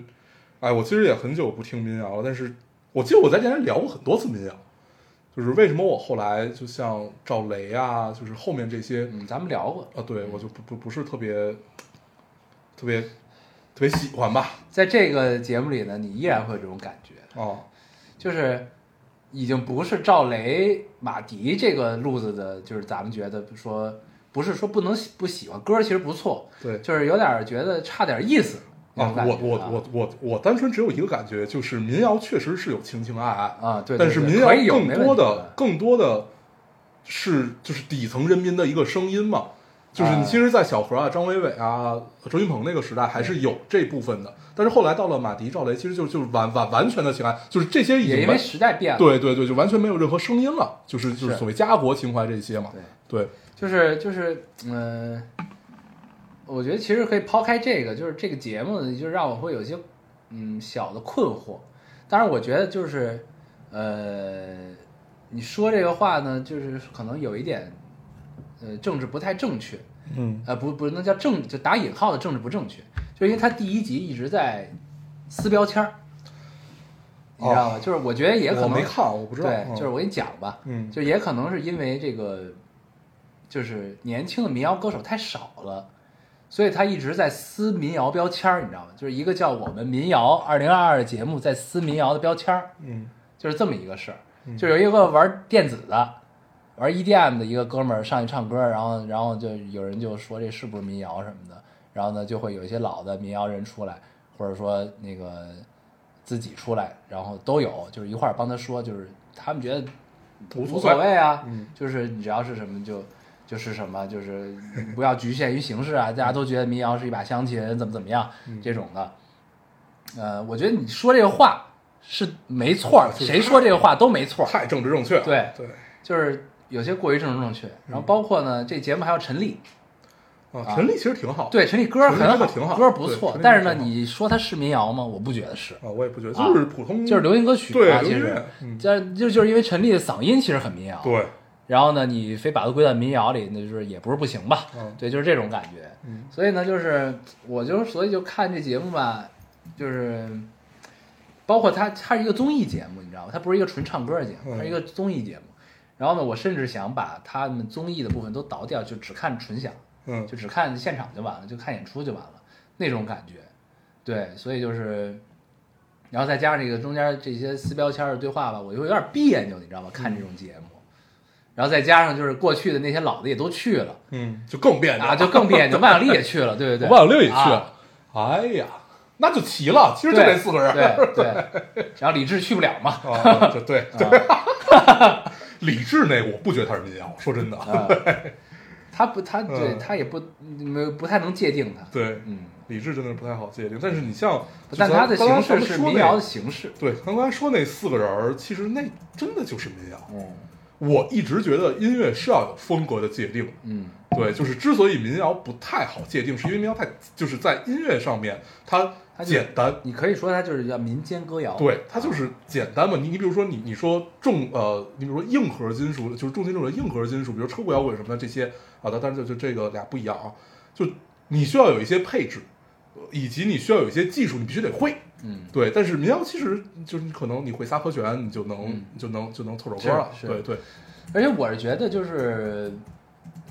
C: 哎，我其实也很久不听民谣了，但是我记得我在电台聊过很多次民谣，就是为什么我后来就像赵雷啊，就是后面这些
B: 嗯，咱们聊过，
C: 啊，对我就不不不是特别特别特别喜欢吧，
B: 在这个节目里呢，你依然会有这种感觉，
C: 啊，
B: 就是已经不是赵雷、马迪这个路子的，就是咱们觉得说不是说不能喜不喜欢歌，其实不错，
C: 对，
B: 就是有点觉得差点意思那
C: 啊
B: 种，感觉
C: 我
B: 啊。
C: 我我我我单纯只有一个感觉，就是民谣确实是有情情爱爱
B: 啊对对
C: 但是
B: 对
C: 民
B: 可以有
C: 谣更
B: 没问
C: 多
B: 题
C: 的
B: 的
C: 更多的是就是底层人民的一个声音嘛，就是
B: 啊
C: 你其实，在小何啊、张伟伟啊、周云鹏那个时代还是有这部分的，但是后来到了马迪、赵雷，其实就就是完完完全的情爱，就是这些已
B: 也
C: 经
B: 因为
C: 完
B: 时代变了，
C: 对对对，就完全没有任何声音了，就是就是
B: 是
C: 所谓家国情怀这些嘛，
B: 对
C: 对
B: 就是就是嗯、我觉得其实可以抛开这个，就是这个节目呢，就让我会有一些嗯小的困惑。当然，我觉得就是呃，你说这个话呢，就是可能有一点呃政治不太正确，
C: 嗯
B: 呃，不不能叫政，就打引号的政治不正确，就因为他第一集一直在撕标签儿。你知道吗？就是我觉得也可
C: 我
B: 能
C: 没看我不知道
B: 对，
C: 嗯
B: 就是我给你讲吧，
C: 嗯
B: 就也可能是因为这个，就是年轻的民谣歌手太少了，所以他一直在撕民谣标签儿，你知道吗？就是一个叫我们民谣二零二二的节目在撕民谣的标签儿，
C: 嗯
B: 就是这么一个事儿。就有一个玩电子的，玩 EDM 的一个哥们儿上去唱歌，然后然后就有人就说这是不是民谣什么的，然后呢就会有一些老的民谣人出来，或者说那个自己出来，然后都有，就是一块儿帮他说，就是他们觉得
C: 无所谓
B: 所谓啊，
C: 嗯
B: 就是你只要是什么就。就是什么，就是不要局限于形式啊！大家都觉得民谣是一把乡琴，怎么怎么样
C: 嗯
B: 这种的，呃，我觉得你说这个话是没错儿的，
C: 就是
B: 谁说这个话都没错儿，
C: 太政治正确了，
B: 对
C: 对
B: 就是有些过于政治正确。然后包括呢，这节目还有陈立，
C: 啊，陈立其实挺好，
B: 对陈立歌
C: 陈立
B: 很好，
C: 歌挺好
B: 歌不
C: 对
B: 错
C: 陈，立
B: 但是呢，
C: 歌挺好
B: 你说它是民谣吗？我不觉得是，
C: 啊，我也不觉得，
B: 啊
C: 就是普通
B: 就是流行歌曲
C: 嗯对
B: 啊，
C: 流
B: 其
C: 行
B: 实
C: 乐，嗯
B: 但就就是因为陈立的嗓音其实很民谣，
C: 对。
B: 然后呢，你非把它归到民谣里，那就是也不是不行吧？
C: 嗯
B: 对，就是这种感觉。
C: 嗯
B: 所以呢，就是我就所以就看这节目吧，就是包括它，它是一个综艺节目，你知道吗？它不是一个纯唱歌的节目，
C: 嗯
B: 它是一个综艺节目。然后呢，我甚至想把他们综艺的部分都倒掉，就只看纯享，
C: 嗯
B: 就只看现场就完了，就看演出就完了，那种感觉。对，所以就是，然后再加上这个中间这些撕标签儿的对话吧，我就有点别扭，你知道吗？看这种节目，然后再加上就是过去的那些老的也都去了。啊
C: 嗯，就更别扭 (laughs)
B: 啊，就更别扭。万晓利也去了，对对对，
C: 万晓利也去
B: 啊
C: 了，哎呀，那就齐了，其实就
B: 对
C: 这四个人， (laughs)
B: 对对，然后李志去不了嘛，
C: 啊，这对对，
B: 啊
C: (laughs) 李志那我不觉得他是民谣，说真的，
B: 他不，他对
C: 嗯
B: 他也不没不太能界定他，
C: 对，
B: 嗯，
C: 李志真的是不太好界定，但是你像，
B: 但
C: 就咱
B: 他的
C: 刚刚
B: 形式
C: 咱们
B: 是
C: 说
B: 民
C: 那
B: 谣的形式，
C: 对，刚刚说那四个人儿，其实那真的就是民谣。
B: 嗯
C: 我一直觉得音乐是要有风格的界定的，
B: 嗯
C: 对，就是之所以民谣不太好界定，是因为民谣太就是在音乐上面它
B: 它就
C: 简单，
B: 你可以说它就是叫民间歌谣，
C: 对，它就是简单嘛。你你比如说你你说重呃，你比如说硬核金属，就是重金属的硬核金属，比如车库摇滚什么的这些啊，当当然就就这个俩不一样啊，就你需要有一些配置，呃以及你需要有一些技术，你必须得会。
B: 嗯，
C: 对，但是民谣其实就是你可能你会仨和弦，你就能、
B: 嗯
C: 就能就能凑首歌了。
B: 是是
C: 对对，
B: 而且我是觉得就是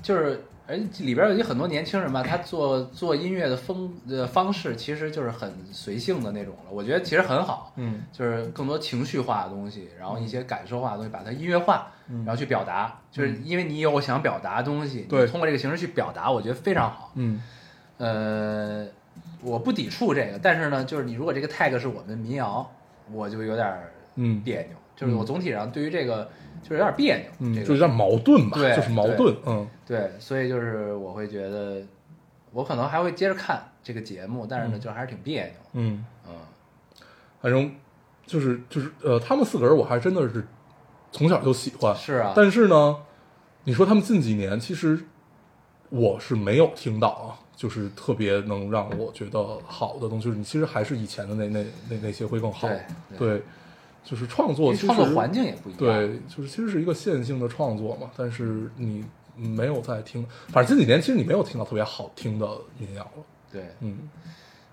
B: 就是，而且里边有一很多年轻人吧，他做做音乐的风呃方式其实就是很随性的那种了，我觉得其实很好，
C: 嗯
B: 就是更多情绪化的东西，然后一些感受化的东西，
C: 嗯
B: 把它音乐化，然后去表达，就是因为你有想表达的东西，
C: 嗯对
B: 你通过这个形式去表达，我觉得非常好。
C: 嗯
B: 呃，我不抵触这个，但是呢，就是你如果这个 tag 是我们民谣，我就有点儿
C: 嗯
B: 别扭，就是我总体上对于这个就是有点儿别扭，
C: 嗯，
B: 这个
C: 就是叫矛盾吧，
B: 对
C: 就是矛盾。嗯
B: 对，所以就是我会觉得，我可能还会接着看这个节目，但是呢，就还是挺别扭，
C: 嗯，
B: 嗯
C: 反正就是就是呃，他们四个人我还真的是从小就喜欢。
B: 是啊
C: 但是呢，你说他们近几年其实我是没有听到啊，就是特别能让我觉得好的东西，就是你其实还是以前的那那那那些会更好。
B: 对
C: 对，就是创
B: 因
C: 作
B: 为
C: 其
B: 创作
C: 实
B: 环境也不一样，
C: 对，就是其实是一个线性的创作嘛，但是你没有在听，反正近几年其实你没有听到特别好听的民谣了。
B: 对
C: 嗯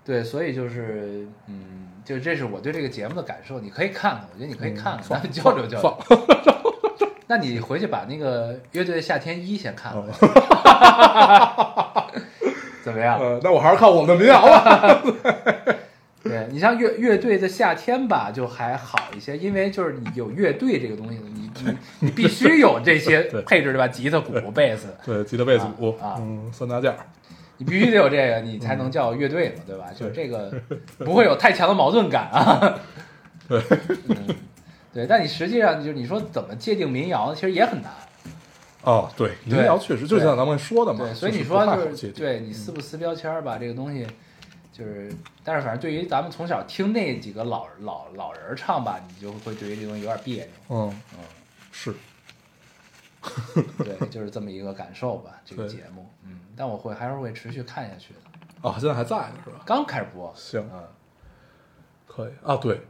B: 对，所以就是嗯，就这是我对这个节目的感受，你可以看看，我觉得你
C: 嗯
B: 可以看看，咱们交流交流。那你回去把那个《乐队的夏天一》先看
C: 哦
B: 了，
C: (laughs)
B: 怎么样？
C: 呃，那我还是看我们的民谣吧。
B: 对你像乐乐队的夏天吧，就还好一些，因为就是你有乐队这个东西，你
C: (laughs)
B: 你你必须有这些
C: 对
B: 配置对吧？吉他、鼓、贝斯，
C: (laughs) 对，吉他贝斯鼓，
B: 啊啊
C: 嗯，三大件儿。
B: 你必须得有这个，你才
C: 嗯
B: 能叫乐队嘛，对吧？就是这
C: (laughs)
B: 个不会有太强的矛盾感啊。
C: 对，
B: 嗯，对，但你实际上就是你说怎么界定民谣，其实也很难。
C: 啊哦，对，民
B: 对
C: 谣确实就
B: 对
C: 像咱们说的嘛，
B: 对，所以
C: 就
B: 你
C: 是
B: 说
C: 不太好
B: 就
C: 界
B: 是
C: 定嗯
B: 对你撕不撕标签儿吧，这个东西就是，但是反正对于咱们从小听那几个老老老人儿唱吧，你就会对于这东西有点别扭。
C: 嗯是，
B: (laughs) 对，就是这么一个感受吧。这个
C: 对
B: 节目，嗯，但我会还是会持续看下去的。
C: 啊，现在还在呢，是吧？
B: 刚开始播，
C: 行
B: 嗯，
C: 可以啊，对，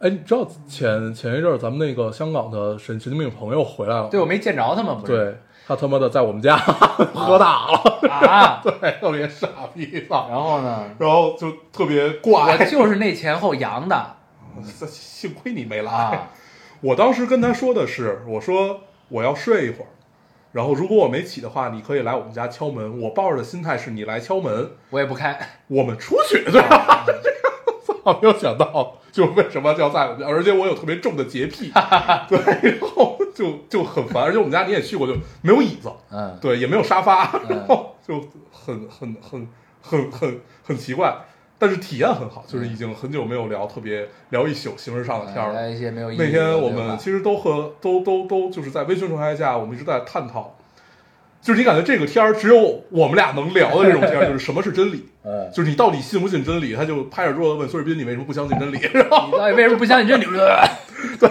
C: 哎，你知道前前一阵儿咱们那个香港的神神经病朋友回来了吗，
B: 对我没见着他们，不是
C: 对他他妈的在我们家 (laughs) 喝大了，
B: 啊，
C: 对，特别傻逼操，
B: 然后呢？
C: 然后就特别怪
B: 我，就是那前后扬的
C: 幸亏你没来，
B: 啊，
C: 我当时跟他说的是，我说我要睡一会儿，然后如果我没起的话，你可以来我们家敲门，我抱着的心态是你来敲门，
B: 我也不开。
C: 我们出去，对吧？操，没有想到，就是为什么要在我们家，而且我有特别重的洁 (laughs) 癖，对，然后就就很烦，而且我们家你也去过，就没有椅子，
B: 嗯，
C: 对，也没有沙发，
B: 嗯
C: 然后就很很很很很很奇怪，但是体验很好，就是已
B: 嗯
C: 经很久没有聊特别聊一宿形式上的天儿了
B: 哎来。一些没有意义的。
C: 那天我
B: 对吧
C: 们其实都和都都都就是在微醺状态下，我们一直在探讨，就是你感觉这个天儿只有我们俩能聊的这种天儿，就是什么是真理，
B: (laughs) 嗯，
C: 就是你到底信不信真理？他就拍着桌子问孙瑞斌：“你为什么不相信真理？” (laughs) 然后
B: 你到底哎为什么不相信这理论？
C: (laughs) 就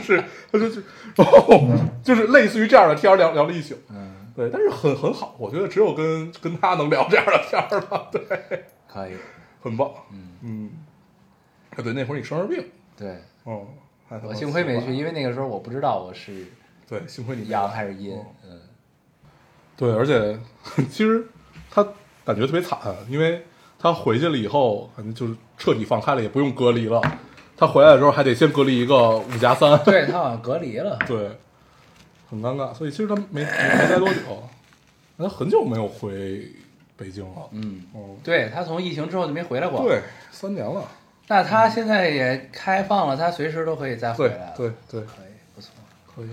C: 是 (laughs) 他就就哦，就是类似于这样的天儿聊聊了一宿。
B: 嗯，
C: 对，但是很很好，我觉得只有跟跟他能聊这样的天儿了，对，
B: (laughs) 可以，
C: 很棒。嗯嗯，啊对，那会儿你生日病，
B: 对
C: 哦，还他妈
B: 我幸亏没去，
C: 奇
B: 因为那个时候我不知道我是
C: 怪，对，幸亏你没
B: 阳
C: 来
B: 还是阴
C: 嗯。
B: 嗯，
C: 对，而且 (laughs) 其实他感觉特别惨，因为他回去了以后，感觉就是彻底放开了，也不用隔离了。他回来的时候还得先隔离一个五加三，
B: 对他好像隔离了。
C: 对，很尴尬。所以其实他没没待多久，他很久没有回北京了。
B: 嗯，
C: 哦，
B: 对他从疫情之后就没回来过。，
C: 对，三年了，
B: 那他现在也开放了，他随时都可以再回
C: 对
B: 来了。
C: 对，对，
B: 可以，不错。
C: 可以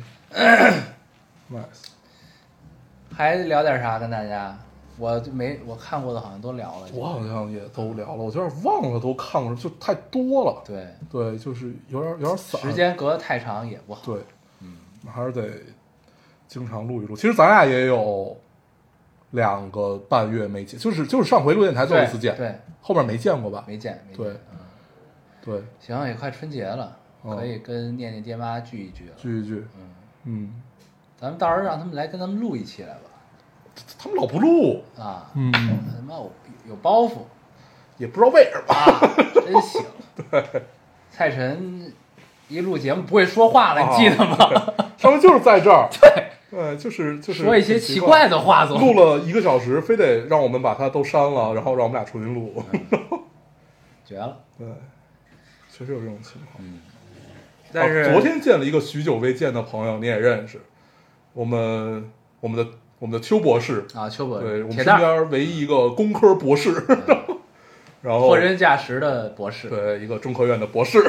C: ，nice。
B: 还聊点啥跟大家？我就没我看过的好像都聊了，
C: 我好像也都聊了，我有点忘了都看过，就太多了。
B: 对，
C: 对，就是有点有点散。
B: 时间隔得太长也不好。
C: 对，嗯，还是得经常录一录。其实咱俩也有两个半月没见，就是就是上回录电台最后一次见，
B: 对对
C: 后面没见过吧？
B: 没见，没见
C: 对
B: 嗯
C: 对，
B: 行，也快春节了，
C: 嗯
B: 可以跟念念爹妈聚一聚了。
C: 聚一聚，嗯，
B: 咱们到时候让他们来跟咱们录一期来吧。
C: 他们老不录，
B: 啊，
C: 嗯，
B: 他妈有有包袱
C: 也不知道为什么。
B: 啊，真行。
C: (laughs)
B: 对，蔡晨一录节目不会说话了，你记得
C: (laughs)
B: 吗？
C: 他们就是在这儿，
B: 对，
C: (laughs) 对，就是就是
B: 说一些
C: 很
B: 奇
C: 奇
B: 怪的话总
C: 录了一个小时，非得让我们把它都删了，然后让我们俩重新录。
B: 绝了。
C: 对，确实有这种情况。
B: 但是
C: 啊昨天见了一个许久未见的朋友，你也认识，我们我们的我们的邱博士，
B: 啊，邱博
C: 对我嗯们
B: 铁
C: 身
B: 蛋儿
C: 边唯一一个工科博士， (laughs) 然后
B: 货真价实的博士。
C: 哦对一个中科院的博士，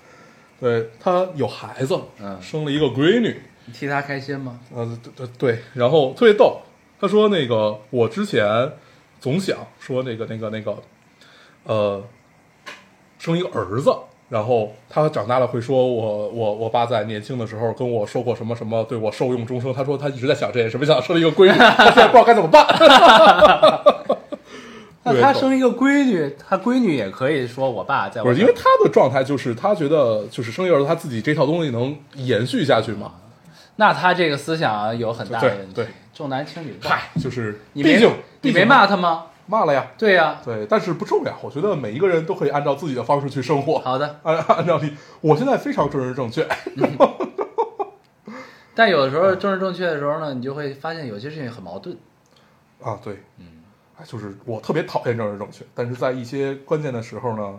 C: (laughs) 对他有孩子，
B: 嗯
C: 生了一个闺女，
B: 你替他开心吗？
C: 呃，对对对，然后特别逗，他说那个我之前总想说那个那个那个，呃，生一个儿子，然后他长大了会说我我我爸在年轻的时候跟我说过什么什么，对我受用终生。他说他一直在想这件事，没想到生了一个闺女，他现在不知道该怎么办。 (laughs)
B: 那
C: 对
B: 他
C: 头
B: 生一个闺女，他闺女也可以说我爸在我
C: 不是
B: 这
C: 因
B: 儿
C: 为他的状态就是他觉得就是生一个儿子，他自己这套东西能延续下去嘛？
B: 那他这个思想有很大的
C: 对
B: 问题，
C: 对
B: 重男轻女。
C: 嗨，，就是
B: 你
C: 毕
B: 没
C: 竟
B: 你
C: 毕
B: 没
C: 竟
B: 骂他吗？
C: 骂了呀。
B: 对呀、
C: 对，但是不重要。我觉得每一个人都可以按照自己的方式去生活。
B: 好的，
C: 按按照你，我现在非常正直正确。
B: 但有的时候政治正确的时候呢，你就会发现有些事情很矛盾。
C: 啊，对，嗯，哎，就是我特别讨厌正直正确，但是在一些关键的时候呢，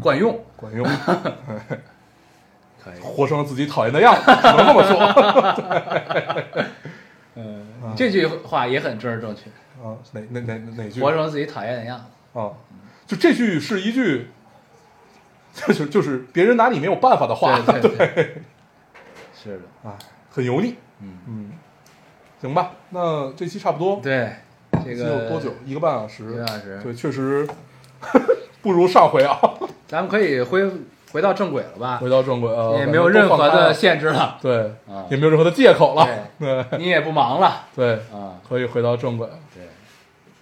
B: 管用，
C: 管用，
B: 可以。
C: 活成了自己讨厌的样子，只能这么说。
B: 嗯，这句话也很政治正确，
C: 啊，哪哪哪哪句？
B: 活成自己讨厌的样子。
C: 啊，就这句是一句， (laughs) 就是就是别人拿你没有办法的话，
B: 对对对， (laughs) 是的，
C: 哎， (laughs) 很油腻。
B: 嗯
C: 嗯，行吧，那这期差不多。
B: 对这
C: 只有
B: 个
C: 多久？？一个半小时。
B: 一个半小时
C: 对，确实不如上回啊。
B: 咱们可以恢回到正轨了吧
C: 回？到正轨啊，
B: 也没有任何
C: 感觉都放开
B: 的
C: 了
B: 限制
C: (laughs)
B: 了，
C: 对
B: 啊，
C: 也没有任何的借口了。对 (laughs)
B: 你也不忙了
C: 对，
B: 啊。
C: 可以回到正轨了，
B: 对，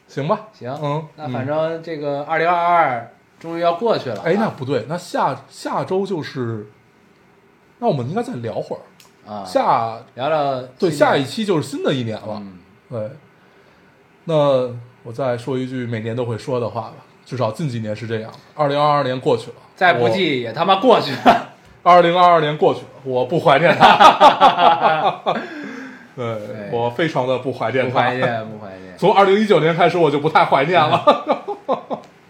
C: 行吧？
B: 行，
C: 嗯，
B: 那反
C: 嗯
B: 正这个二零二二终于要过去了啊。
C: 哎，那不对，那下下周就是，那我们应该再聊会儿。
B: 啊，
C: 下
B: 聊聊
C: 对
B: 新
C: 下
B: 年
C: 一期就是新的一年了。
B: 嗯，
C: 对，那我再说一句每年都会说的话吧，至少近几年是这样。二零二二年过去了，
B: 再不
C: 我
B: 济也他妈过去
C: (laughs)
B: 了。
C: 二零二二年过去了，我不怀念
B: (laughs)
C: 他。对
B: 对
C: 我非常的不怀念
B: 不
C: 他。
B: 怀念，不怀念。
C: 从二零一九年开始，我就不太怀
B: (laughs)
C: 念了。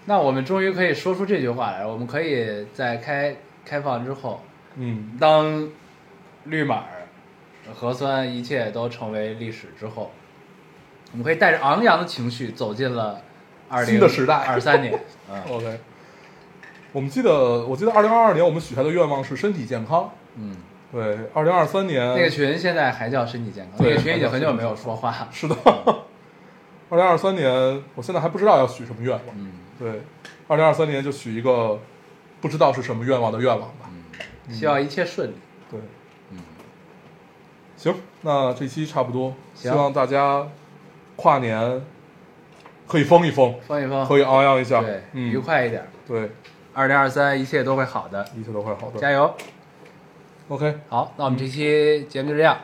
B: 那我们终于可以说出这句话来了。我们可以在开开放之后，
C: 嗯，
B: 当绿码儿、核酸一切都成为历史之后，我们可以带着昂扬的情绪走进了二零
C: 新的时代
B: 二三
C: (laughs)
B: 年。嗯
C: OK。我们记得，我记得二零二二年我们许下的愿望是身体健康。
B: 嗯，
C: 对，二零二三年
B: 那个群现在还叫身体健康，那
C: 对
B: 个群已经很久没有说话了。
C: (laughs) 是的，二零二三年，我现在还不知道要许什么愿望。
B: 嗯，
C: 对，二零二三年就许一个不知道是什么愿望的愿望吧。嗯
B: 希望一切顺利。
C: 对，嗯，行，那这期差不多，希
B: 行
C: 望大家跨年可以疯一疯，
B: 风一风，
C: 可以昂扬一下，
B: 啊对，
C: 嗯，
B: 愉，快一点。
C: 对，
B: 二零二三一切都会好的，
C: 一切都会好的。
B: 加油！
C: OK，
B: 好，那我们这期节目就这样。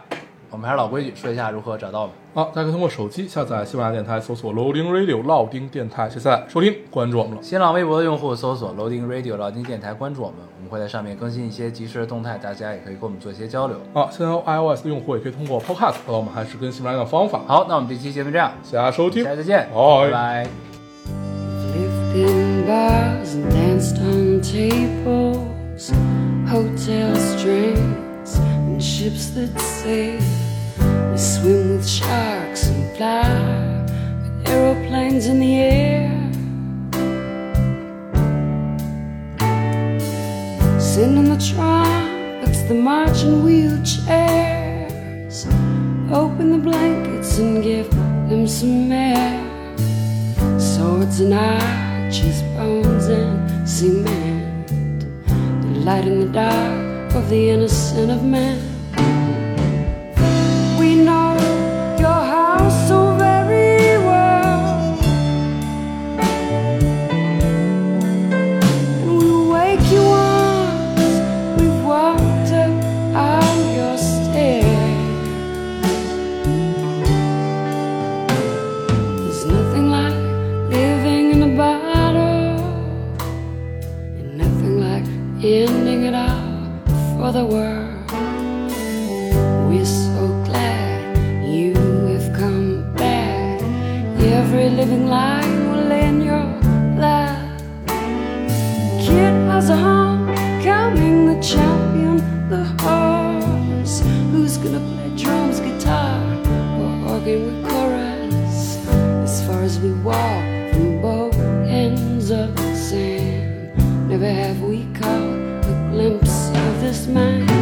B: 我们还是老规矩，说一下如何找到我们。
C: 好，大家可以通过手机下载喜马拉雅电台，搜索 Loading Radio 老丁电台，下载收听，关注我们了。
B: 新浪微博的用户搜索 Loading Radio 老丁电台，关注我们，我们会在上面更新一些即时的动态，大家也可以跟我们做一些交流。
C: 啊，现在 iOS 的用户也可以通过 Podcast 找到我们，还是跟喜马拉雅一样的方法。
B: 好，那我们这期节目这样，
C: 谢谢大家收听，
B: 下期再见，
C: 好哎
B: 拜拜。
E: Lived in bars and danced on tables, hotel strings, and ships that sail. We swim with sharks and fly with aeroplanes in the air. Sitting in the trumpets, the marching wheelchairs. Open the blankets and give them some air. Swords and arches, bones and cement. The light in the dark of the innocent of man. We know your house so very well. And we wake you once we've walked up on your stairs. There's nothing like living in a bottle, and nothing like ending it all for the world. We're so glad you have come back. Every living light will end your life. Kid has a home, coming the champion, the horse. Who's gonna play drums, guitar, or organ with chorus? As far as we walk from both ends of the sand, never have we caught a glimpse of this man.